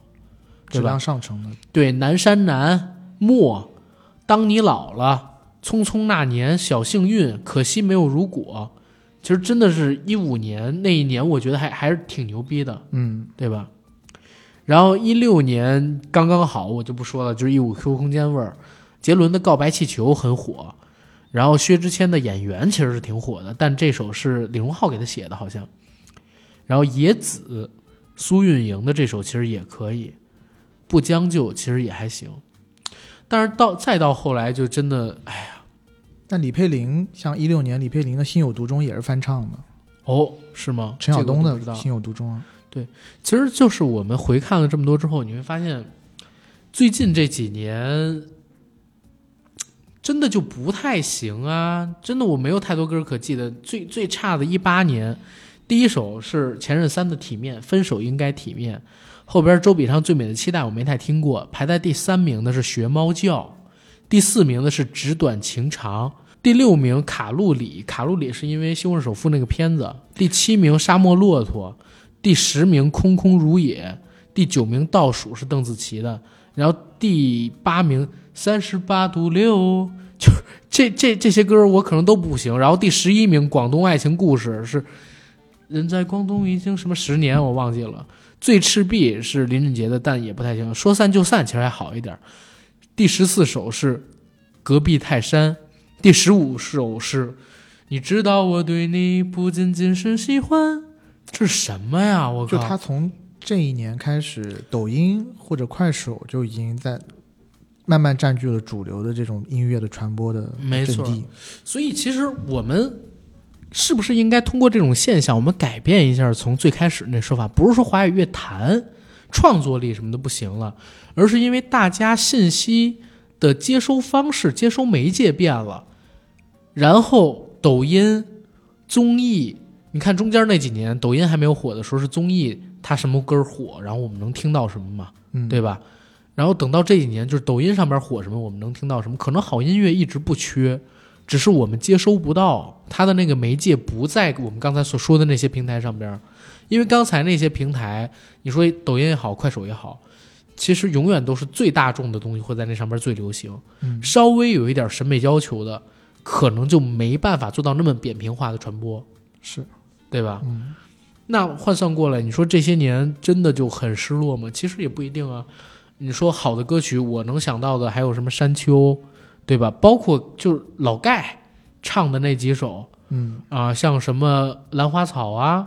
Speaker 2: 是
Speaker 3: 质
Speaker 2: 吧
Speaker 3: 量上乘的，
Speaker 2: 对，南山南莫，当你老了，匆匆那年，小幸运，可惜没有如果。其实真的是一五年那一年，我觉得还还是挺牛逼的，
Speaker 3: 嗯
Speaker 2: 对吧？然后一六年刚刚好，我就不说了，就是一股 QQ 空间味儿。杰伦的《告白气球》很火，然后薛之谦的《演员》其实是挺火的，但这首是李荣浩给他写的，好像。然后野子、苏运莹的这首其实也可以，不将就其实也还行。但是到再到后来就真的，哎呀，
Speaker 3: 但李佩玲，像一六年李佩玲的《心有独钟》也是翻唱的，
Speaker 2: 哦，是吗？
Speaker 3: 陈晓
Speaker 2: 这个我
Speaker 3: 东
Speaker 2: 不
Speaker 3: 的
Speaker 2: 知
Speaker 3: 《
Speaker 2: 道。
Speaker 3: 心有独钟》啊。
Speaker 2: 其实就是我们回看了这么多之后，你会发现，最近这几年真的就不太行啊！真的我没有太多歌可记得，最最差的一八年，第一首是《前任三》的《体面》，分手应该体面。后边周笔畅《最美的期待》我没太听过，排在第三名的是《学猫叫》，第四名的是《纸短情长》，第六名卡路里，卡路里是因为《西红柿首富》那个片子，第七名《沙漠骆驼》，第十名空空如也，第九名倒数是邓紫棋的，然后第八名三十八度六，就是这这这些歌我可能都不行。然后第十一名广东爱情故事是人在广东已经什么十年我忘记了，最赤壁是林俊杰的，但也不太行。说散就散其实还好一点。第十四首是隔壁泰山，第十五首是你知道我对你不仅仅是喜欢。这是什么呀？我靠！
Speaker 3: 就他从这一年开始，抖音或者快手就已经在慢慢占据了主流的这种音乐的传播的
Speaker 2: 没
Speaker 3: 阵
Speaker 2: 错
Speaker 3: 地。
Speaker 2: 所以其实我们是不是应该通过这种现象，我们改变一下从最开始那说法？不是说华语乐坛创作力什么的不行了，而是因为大家信息的接收方式、接收媒介变了，然后抖音、综艺。你看中间那几年，抖音还没有火的时候，是综艺它什么歌火，然后我们能听到什么嘛？
Speaker 3: 嗯，
Speaker 2: 对吧？然后等到这几年，就是抖音上边火什么，我们能听到什么。可能好音乐一直不缺，只是我们接收不到它的那个媒介不在我们刚才所说的那些平台上边儿，因为刚才那些平台，你说抖音也好，快手也好，其实永远都是最大众的东西会在那上边最流行。
Speaker 3: 嗯
Speaker 2: 稍微有一点审美要求的，可能就没办法做到那么扁平化的传播，
Speaker 3: 是，
Speaker 2: 对吧？
Speaker 3: 嗯，
Speaker 2: 那换算过来，你说这些年真的就很失落吗？其实也不一定啊。你说好的歌曲，我能想到的还有什么山丘，对吧？包括就是老盖唱的那几首
Speaker 3: 嗯，
Speaker 2: 啊、像什么兰花草啊，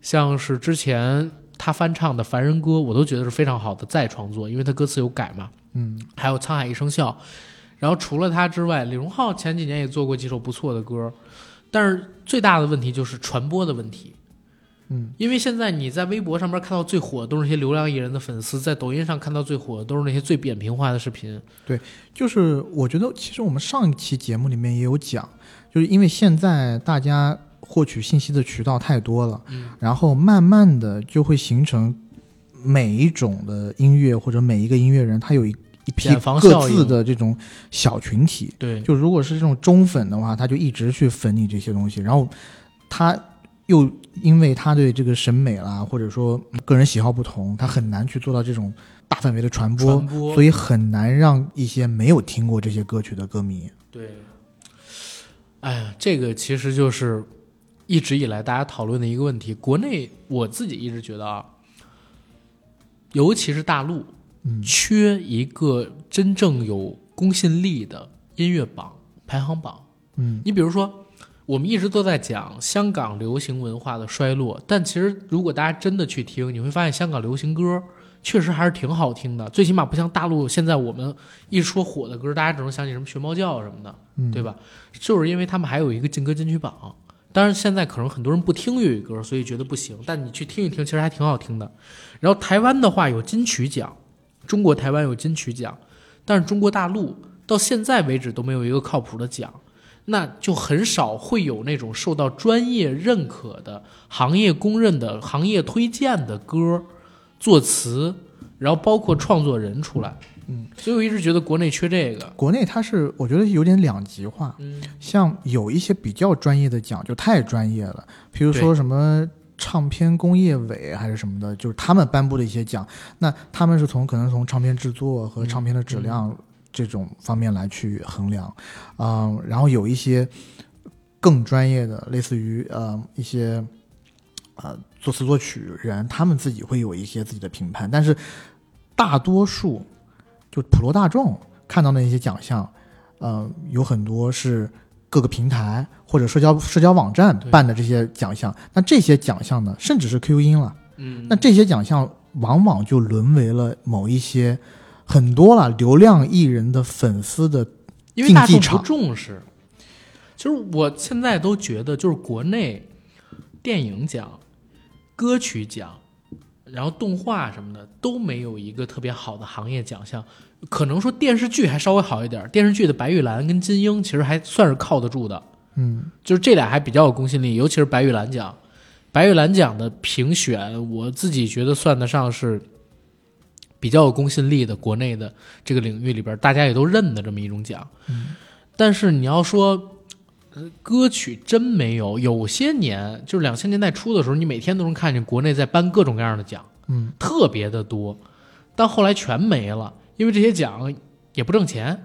Speaker 2: 像是之前他翻唱的《凡人歌》，我都觉得是非常好的再创作，因为他歌词有改嘛。
Speaker 3: 嗯，
Speaker 2: 还有《沧海一声笑》。然后除了他之外，李荣浩前几年也做过几首不错的歌，但是最大的问题就是传播的问题。
Speaker 3: 嗯，
Speaker 2: 因为现在你在微博上面看到最火的都是那些流量艺人的粉丝，在抖音上看到最火的都是那些最扁平化的视频。
Speaker 3: 就是我觉得其实我们上一期节目里面也有讲，就是因为现在大家获取信息的渠道太多了，
Speaker 2: 嗯
Speaker 3: 然后慢慢的就会形成每一种的音乐或者每一个音乐人，他有一一批
Speaker 2: 茧房效
Speaker 3: 各
Speaker 2: 应
Speaker 3: 自的这种小群体，
Speaker 2: 对，
Speaker 3: 就如果是这种忠粉的话，他就一直去粉你这些东西，然后他又因为他对这个审美啦，或者说个人喜好不同，他很难去做到这种大范围的传播，
Speaker 2: 传播
Speaker 3: 所以很难让一些没有听过这些歌曲的歌迷，
Speaker 2: 对，哎呀，这个其实就是一直以来大家讨论的一个问题。国内我自己一直觉得啊，尤其是大陆，
Speaker 3: 嗯
Speaker 2: 缺一个真正有公信力的音乐榜排行榜。
Speaker 3: 嗯
Speaker 2: 你比如说，我们一直都在讲香港流行文化的衰落，但其实如果大家真的去听，你会发现香港流行歌确实还是挺好听的，最起码不像大陆现在我们一说火的歌，大家只能想起什么学猫叫什么的，
Speaker 3: 嗯，
Speaker 2: 对吧？就是因为他们还有一个劲歌金曲榜。当然，现在可能很多人不听粤语歌，所以觉得不行。但你去听一听，其实还挺好听的。然后台湾的话有金曲奖，中国台湾有金曲奖，但是中国大陆到现在为止都没有一个靠谱的奖，那就很少会有那种受到专业认可的、行业公认的、行业推荐的歌、作词，然后包括创作人出来。
Speaker 3: 嗯，
Speaker 2: 所以我一直觉得国内缺这个。
Speaker 3: 国内它是我觉得有点两极化，
Speaker 2: 嗯，
Speaker 3: 像有一些比较专业的奖就太专业了，比如说什么唱片工业委还是什么的，就是他们颁布的一些奖。那他们是从可能从唱片制作和唱片的质量这种方面来去衡量，嗯，然后有一些更专业的，类似于呃一些呃作词作曲人，他们自己会有一些自己的评判，但是大多数就普罗大众看到的一些奖项，呃，有很多是各个平台或者社交社交网站
Speaker 2: 对
Speaker 3: 办的这些奖项。那这些奖项呢，甚至是 Q 音了，
Speaker 2: 嗯，
Speaker 3: 那这些奖项往往就沦为了某一些很多了流量艺人的粉丝的
Speaker 2: 因为大众
Speaker 3: 竞技
Speaker 2: 不
Speaker 3: 场
Speaker 2: 重视。其实我现在都觉得，就是国内电影奖、歌曲奖，然后动画什么的都没有一个特别好的行业奖项。可能说电视剧还稍微好一点，电视剧的白玉兰跟金鹰其实还算是靠得住的，
Speaker 3: 嗯。
Speaker 2: 就是这俩还比较有公信力，尤其是白玉兰奖。白玉兰奖的评选，我自己觉得算得上是比较有公信力的国内的这个领域里边，大家也都认的这么一种奖。但是你要说，呃，歌曲真没有，有些年就是两千年代初的时候，你每天都能看见国内在颁各种各样的奖，
Speaker 3: 嗯，
Speaker 2: 特别的多，但后来全没了，因为这些奖也不挣钱。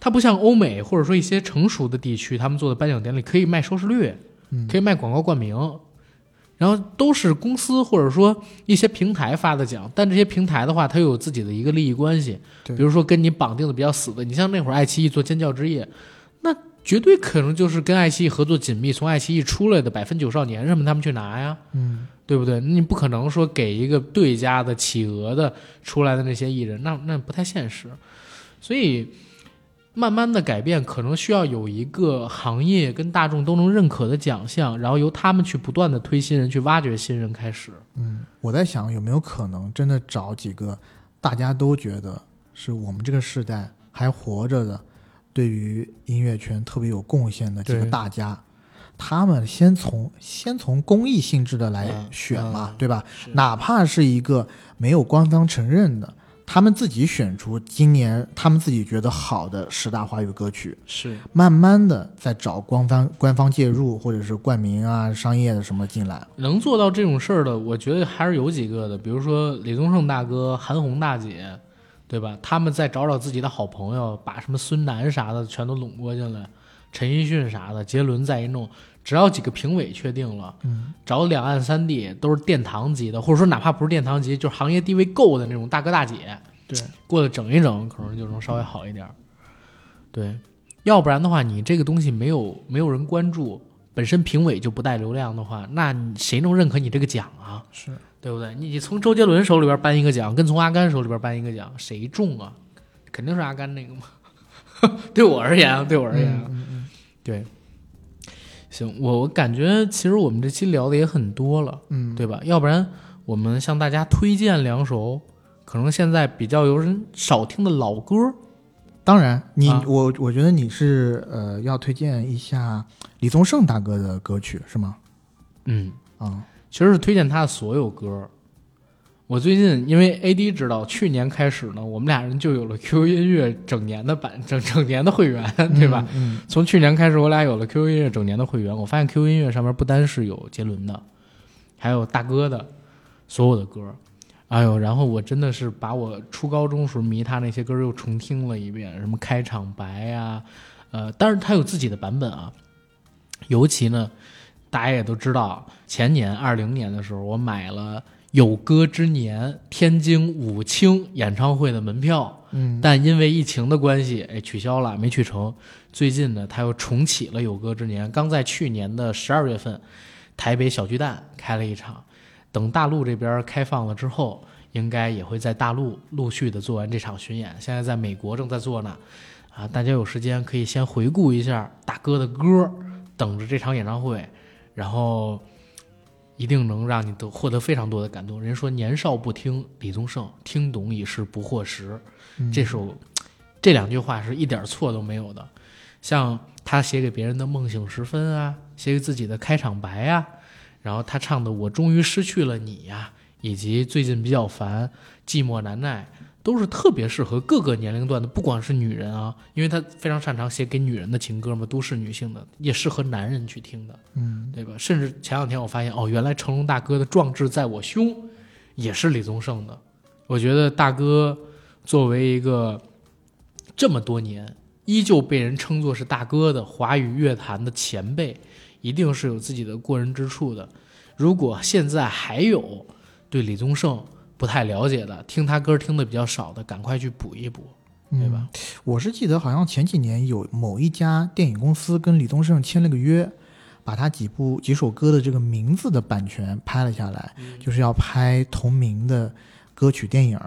Speaker 2: 它不像欧美或者说一些成熟的地区，他们做的颁奖典礼可以卖收视率，
Speaker 3: 嗯
Speaker 2: 可以卖广告冠名，然后都是公司或者说一些平台发的奖，但这些平台的话，它又有自己的一个利益关系，
Speaker 3: 对
Speaker 2: 比如说跟你绑定的比较死的，你像那会儿爱奇艺做《尖叫之夜》，那绝对可能就是跟爱奇艺合作紧密，从爱奇艺出来的《百分九少年》什么他们去拿呀，
Speaker 3: 嗯，
Speaker 2: 对不对？你不可能说给一个对家的企鹅的出来的那些艺人，那那不太现实。所以，慢慢的改变可能需要有一个行业跟大众都能认可的奖项，然后由他们去不断的推新人，去挖掘新人开始。
Speaker 3: 我在想有没有可能真的找几个大家都觉得是我们这个时代还活着的，对于音乐圈特别有贡献的几个
Speaker 2: 对
Speaker 3: 大家，他们先从先从公益性质的来
Speaker 2: 嗯
Speaker 3: 选嘛，
Speaker 2: 嗯
Speaker 3: 对吧？
Speaker 2: 是
Speaker 3: 哪怕是一个没有官方承认的，他们自己选出今年他们自己觉得好的十大华语歌曲，
Speaker 2: 是
Speaker 3: 慢慢的再找官方官方介入或者是冠名啊、商业的什么进来。
Speaker 2: 能做到这种事儿的，我觉得还是有几个的，比如说李宗盛大哥、韩红大姐，对吧？他们再找找自己的好朋友，把什么孙楠啥的全都拢过进来，陈奕迅啥的，杰伦再一弄，只要几个评委确定了，
Speaker 3: 嗯，
Speaker 2: 找两岸三地都是殿堂级的，或者说哪怕不是殿堂级，就是行业地位够的那种大哥大姐，
Speaker 3: 对，
Speaker 2: 过来整一整，可能就能稍微好一点儿。对，要不然的话，你这个东西没有没有人关注，本身评委就不带流量的话，那你谁能认可你这个奖啊？
Speaker 3: 是。
Speaker 2: 对不对？你你从周杰伦手里边颁一个奖，跟从阿甘手里边颁一个奖，谁中啊？肯定是阿甘那个嘛。 对我而言啊，对我而言啊，对。行，我我感觉其实我们这期聊的也很多了，
Speaker 3: 嗯，
Speaker 2: 对吧？要不然我们向大家推荐两首可能现在比较有人少听的老歌，
Speaker 3: 当然，你、
Speaker 2: 啊
Speaker 3: 我我觉得你是呃要推荐一下李宗盛大哥的歌曲是吗？
Speaker 2: 嗯，
Speaker 3: 啊、
Speaker 2: 其实是推荐他的所有歌。我最近因为 AD 知道，去年开始呢，我们俩人就有了 QQ 音乐整年的版，整整年的会员， 对吧？
Speaker 3: 嗯？嗯，
Speaker 2: 从去年开始，我俩有了 QQ 音乐整年的会员。我发现 QQ 音乐上面不单是有杰伦的，还有大哥的所有的歌。哎呦，然后我真的是把我初高中时候迷他那些歌又重听了一遍，什么开场白呀、呃，当然他有自己的版本啊。尤其呢，大家也都知道，前年二零年的时候，我买了有歌之年天津武清演唱会的门票。
Speaker 3: 嗯
Speaker 2: 但因为疫情的关系，哎，取消了，没去成。最近呢，他又重启了有歌之年，刚在去年的十二月份，台北小巨蛋开了一场。等大陆这边开放了之后，应该也会在大陆陆续的做完这场巡演。现在在美国正在做呢，啊，大家有时间可以先回顾一下大哥的歌，等着这场演唱会，然后一定能让你得获得非常多的感动。人说年少不听李宗盛，听懂已是不惑时。
Speaker 3: 嗯
Speaker 2: 这首这两句话是一点错都没有的。像他写给别人的《梦醒时分》啊，写给自己的开场白啊，然后他啊唱的《我终于失去了你》呀，以及最近比较烦、寂寞难耐，都是特别适合各个年龄段的，不管是女人啊，因为他非常擅长写给女人的情歌嘛，都市女性的，也适合男人去听的，
Speaker 3: 嗯，
Speaker 2: 对吧？甚至前两天我发现，哦，原来成龙大哥的《壮志在我胸》也是李宗盛的。我觉得大哥作为一个这么多年依旧被人称作是大哥的华语乐坛的前辈，一定是有自己的过人之处的。如果现在还有对李宗盛不太了解的，听他歌听的比较少的，赶快去补一补，对吧？
Speaker 3: 我是记得好像前几年有某一家电影公司跟李宗盛签了个约，把他几部几首歌的这个名字的版权拍了下来，就是要拍同名的歌曲电影。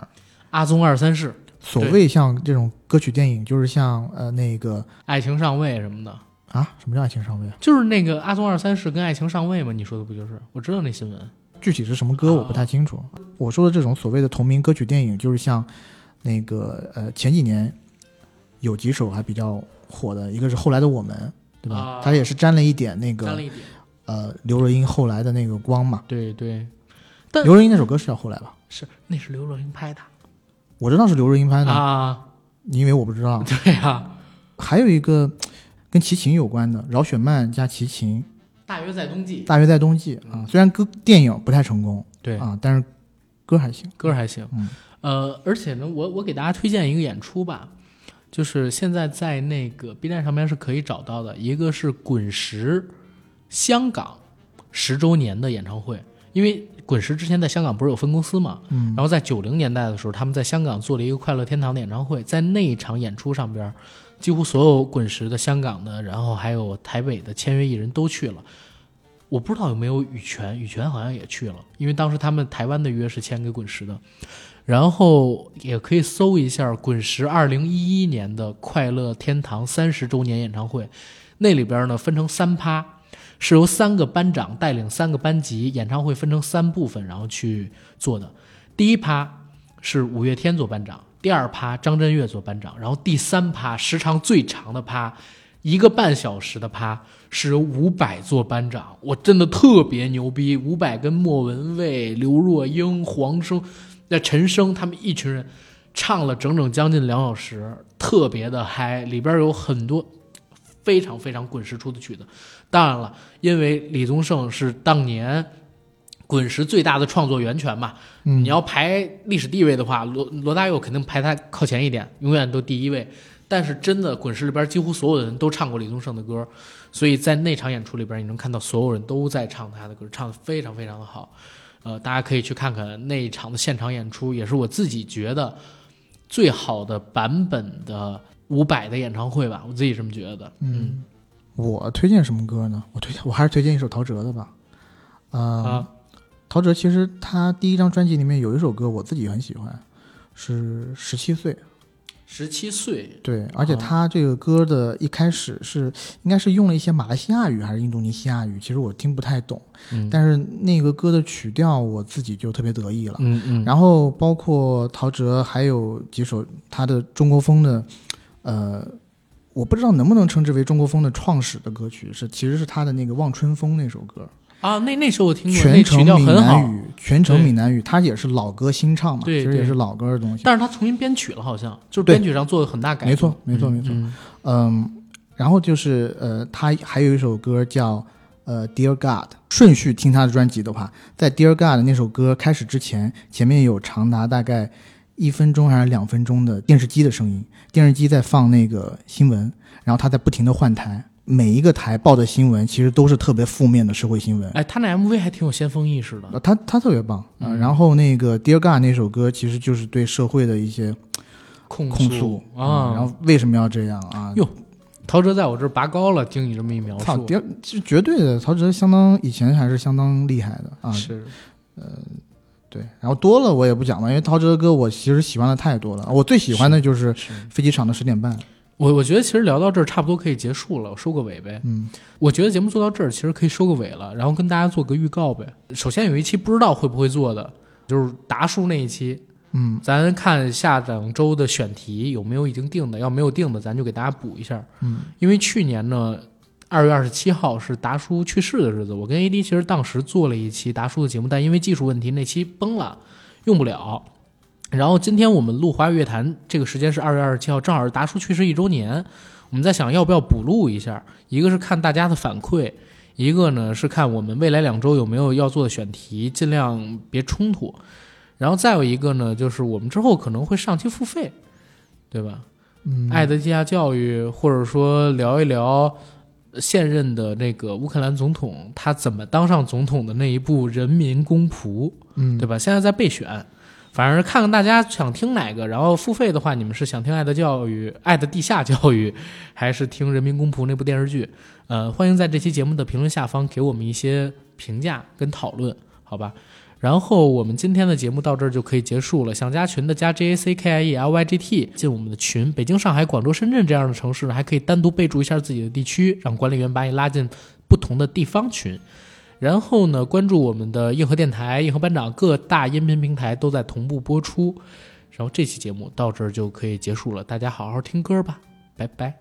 Speaker 2: 阿宗二三世、
Speaker 3: 所谓像这种歌曲电影，就是像呃那个
Speaker 2: 爱情上位什么的，
Speaker 3: 啊，什么叫爱情上位啊？
Speaker 2: 就是那个阿宗二三世跟爱情上位嘛？你说的不就是？我知道那新闻。
Speaker 3: 具体是什么歌我不
Speaker 2: 哦
Speaker 3: 太清楚。我说的这种所谓的同名歌曲电影，就是像那个呃前几年有几首还比较火的，一个是《后来的我们》，对吧
Speaker 2: 啊？
Speaker 3: 它也是沾了一点那
Speaker 2: 干了
Speaker 3: 个
Speaker 2: 一点，
Speaker 3: 呃刘若英后来的那个光嘛。
Speaker 2: 对对，但
Speaker 3: 刘若英那首歌是叫《后来》吧？
Speaker 2: 是那是刘若英拍的
Speaker 3: 我知道是刘若英拍的，
Speaker 2: 啊，
Speaker 3: 你以为我不知道？
Speaker 2: 对啊，
Speaker 3: 还有一个跟齐秦有关的，饶雪漫加齐秦，
Speaker 2: 大约在冬季，
Speaker 3: 《大约在冬季》啊，虽然歌电影不太成功
Speaker 2: 对
Speaker 3: 啊，但是歌还行。
Speaker 2: 嗯歌还行。
Speaker 3: 嗯
Speaker 2: 呃，而且呢，我我给大家推荐一个演出吧，就是现在在那个 B 站上面是可以找到的，一个是滚石香港十周年的演唱会，因为滚石之前在香港不是有分公司嘛，
Speaker 3: 嗯
Speaker 2: 然后在九零年代的时候，他们在香港做了一个快乐天堂的演唱会，在那一场演出上边，几乎所有滚石的香港的，然后还有台北的签约艺人都去了。我不知道有没有羽泉，羽泉好像也去了，因为当时他们台湾的约是签给滚石的。然后也可以搜一下滚石二零一一年的快乐天堂三十周年演唱会，那里边呢分成三趴，是由三个班长带领三个班级，演唱会分成三部分，然后去做的。第一趴是五月天做班长，第二趴张震岳做班长，然后第三趴时长最长的趴，一个半小时的趴是由伍佰做班长，我真的特别牛逼。伍佰跟莫文蔚、刘若英、黄生、那陈升他们一群人唱了整整将近两小时，特别的嗨，里边有很多。非常非常滚石出的曲子，当然了，因为李宗盛是当年滚石最大的创作源泉嘛，
Speaker 3: 嗯
Speaker 2: 你要排历史地位的话，罗罗大佑肯定排他靠前一点，永远都第一位。但是真的，滚石里边几乎所有的人都唱过李宗盛的歌，所以在那场演出里边，你能看到所有人都在唱他的歌，唱的非常非常的好。呃，大家可以去看看那一场的现场演出，也是我自己觉得最好的版本的伍佰的演唱会吧，我自己这么觉得。嗯
Speaker 3: 我推荐什么歌呢？我推荐我还是推荐一首陶喆的吧。呃，
Speaker 2: 啊，
Speaker 3: 陶喆其实他第一张专辑里面有一首歌我自己很喜欢，是《十七岁》。
Speaker 2: 十七岁，
Speaker 3: 对，而且
Speaker 2: 啊
Speaker 3: 他这个歌的一开始是应该是用了一些马来西亚语还是印度尼西亚语，其实我听不太懂，
Speaker 2: 嗯
Speaker 3: 但是那个歌的曲调我自己就特别得意了。
Speaker 2: 嗯嗯，
Speaker 3: 然后包括陶喆还有几首他的中国风的，呃，我不知道能不能称之为中国风的创始的歌曲，是其实是他的那个《望春风》那首歌，
Speaker 2: 啊，那那时候我听过，那曲
Speaker 3: 全程
Speaker 2: 调
Speaker 3: 闽
Speaker 2: 很好
Speaker 3: 南，语，全程
Speaker 2: 对
Speaker 3: 闽南语，它也是老歌新唱嘛，
Speaker 2: 对
Speaker 3: 其实也
Speaker 2: 对
Speaker 3: 是老歌的东西。
Speaker 2: 但是他重新编曲了，好像就是
Speaker 3: 对
Speaker 2: 编曲上做了很大改动。
Speaker 3: 没错没错没错
Speaker 2: 嗯
Speaker 3: 嗯，然后就是呃，他还有一首歌叫呃《Dear God》，顺序听他的专辑的话，在《Dear God》那首歌开始之前，前面有长达大概一分钟还是两分钟的电视机的声音，电视机在放那个新闻，然后他在不停的换台，每一个台报的新闻其实都是特别负面的社会新闻。
Speaker 2: 哎，他那 MV 还挺有先锋意识的。
Speaker 3: 呃他他特别棒，呃
Speaker 2: 嗯
Speaker 3: 然后那个《Dear God》那首歌其实就是对社会的一些
Speaker 2: 控
Speaker 3: 控诉
Speaker 2: 啊，
Speaker 3: 嗯然后为什么要这样啊？
Speaker 2: 哟陶喆在我这儿拔高了，经你这么一描
Speaker 3: 操，
Speaker 2: 述，
Speaker 3: 第二是绝对的，陶喆相当以前还是相当厉害的啊，
Speaker 2: 是
Speaker 3: 对。然后多了我也不讲了，因为陶喆的歌我其实喜欢的太多了，啊我最喜欢的就是
Speaker 2: 是。
Speaker 3: 飞机场的十点半，
Speaker 2: 我我觉得其实聊到这儿差不多可以结束了，我收个尾呗。
Speaker 3: 嗯，
Speaker 2: 我觉得节目做到这儿其实可以收个尾了，然后跟大家做个预告呗。首先有一期不知道会不会做的，就是达叔那一期，
Speaker 3: 嗯
Speaker 2: 咱看下两周的选题有没有已经定的，要没有定的，咱就给大家补一下。
Speaker 3: 嗯，
Speaker 2: 因为去年呢，二月二十七号是达叔去世的日子，我跟 AD 其实当时做了一期达叔的节目，但因为技术问题，那期崩了，用不了。然后今天我们录华语乐坛这个时间是二月二十七号，正好是达叔去世一周年，我们在想要不要补录一下，一个是看大家的反馈，一个呢是看我们未来两周有没有要做的选题，尽量别冲突。然后再有一个呢，就是我们之后可能会上期付费，对吧？
Speaker 3: 嗯，
Speaker 2: 爱德基亚教育，或者说聊一聊现任的那个乌克兰总统他怎么当上总统的那一部《人民公仆》，
Speaker 3: 嗯，
Speaker 2: 对吧？现在在备选，反正看看大家想听哪个，然后付费的话，你们是想听《爱的教育》《爱的地下教育》，还是听《人民公仆》那部电视剧？呃，欢迎在这期节目的评论下方给我们一些评价跟讨论，好吧？然后我们今天的节目到这儿就可以结束了。想加群的加 J A C K I E L Y G T 进我们的群。北京、上海、广州、深圳这样的城市呢，还可以单独备注一下自己的地区，让管理员把你拉进不同的地方群。然后呢，关注我们的硬核电台、硬核班长，各大音频平台都在同步播出。然后这期节目到这儿就可以结束了，大家好好听歌吧，拜拜。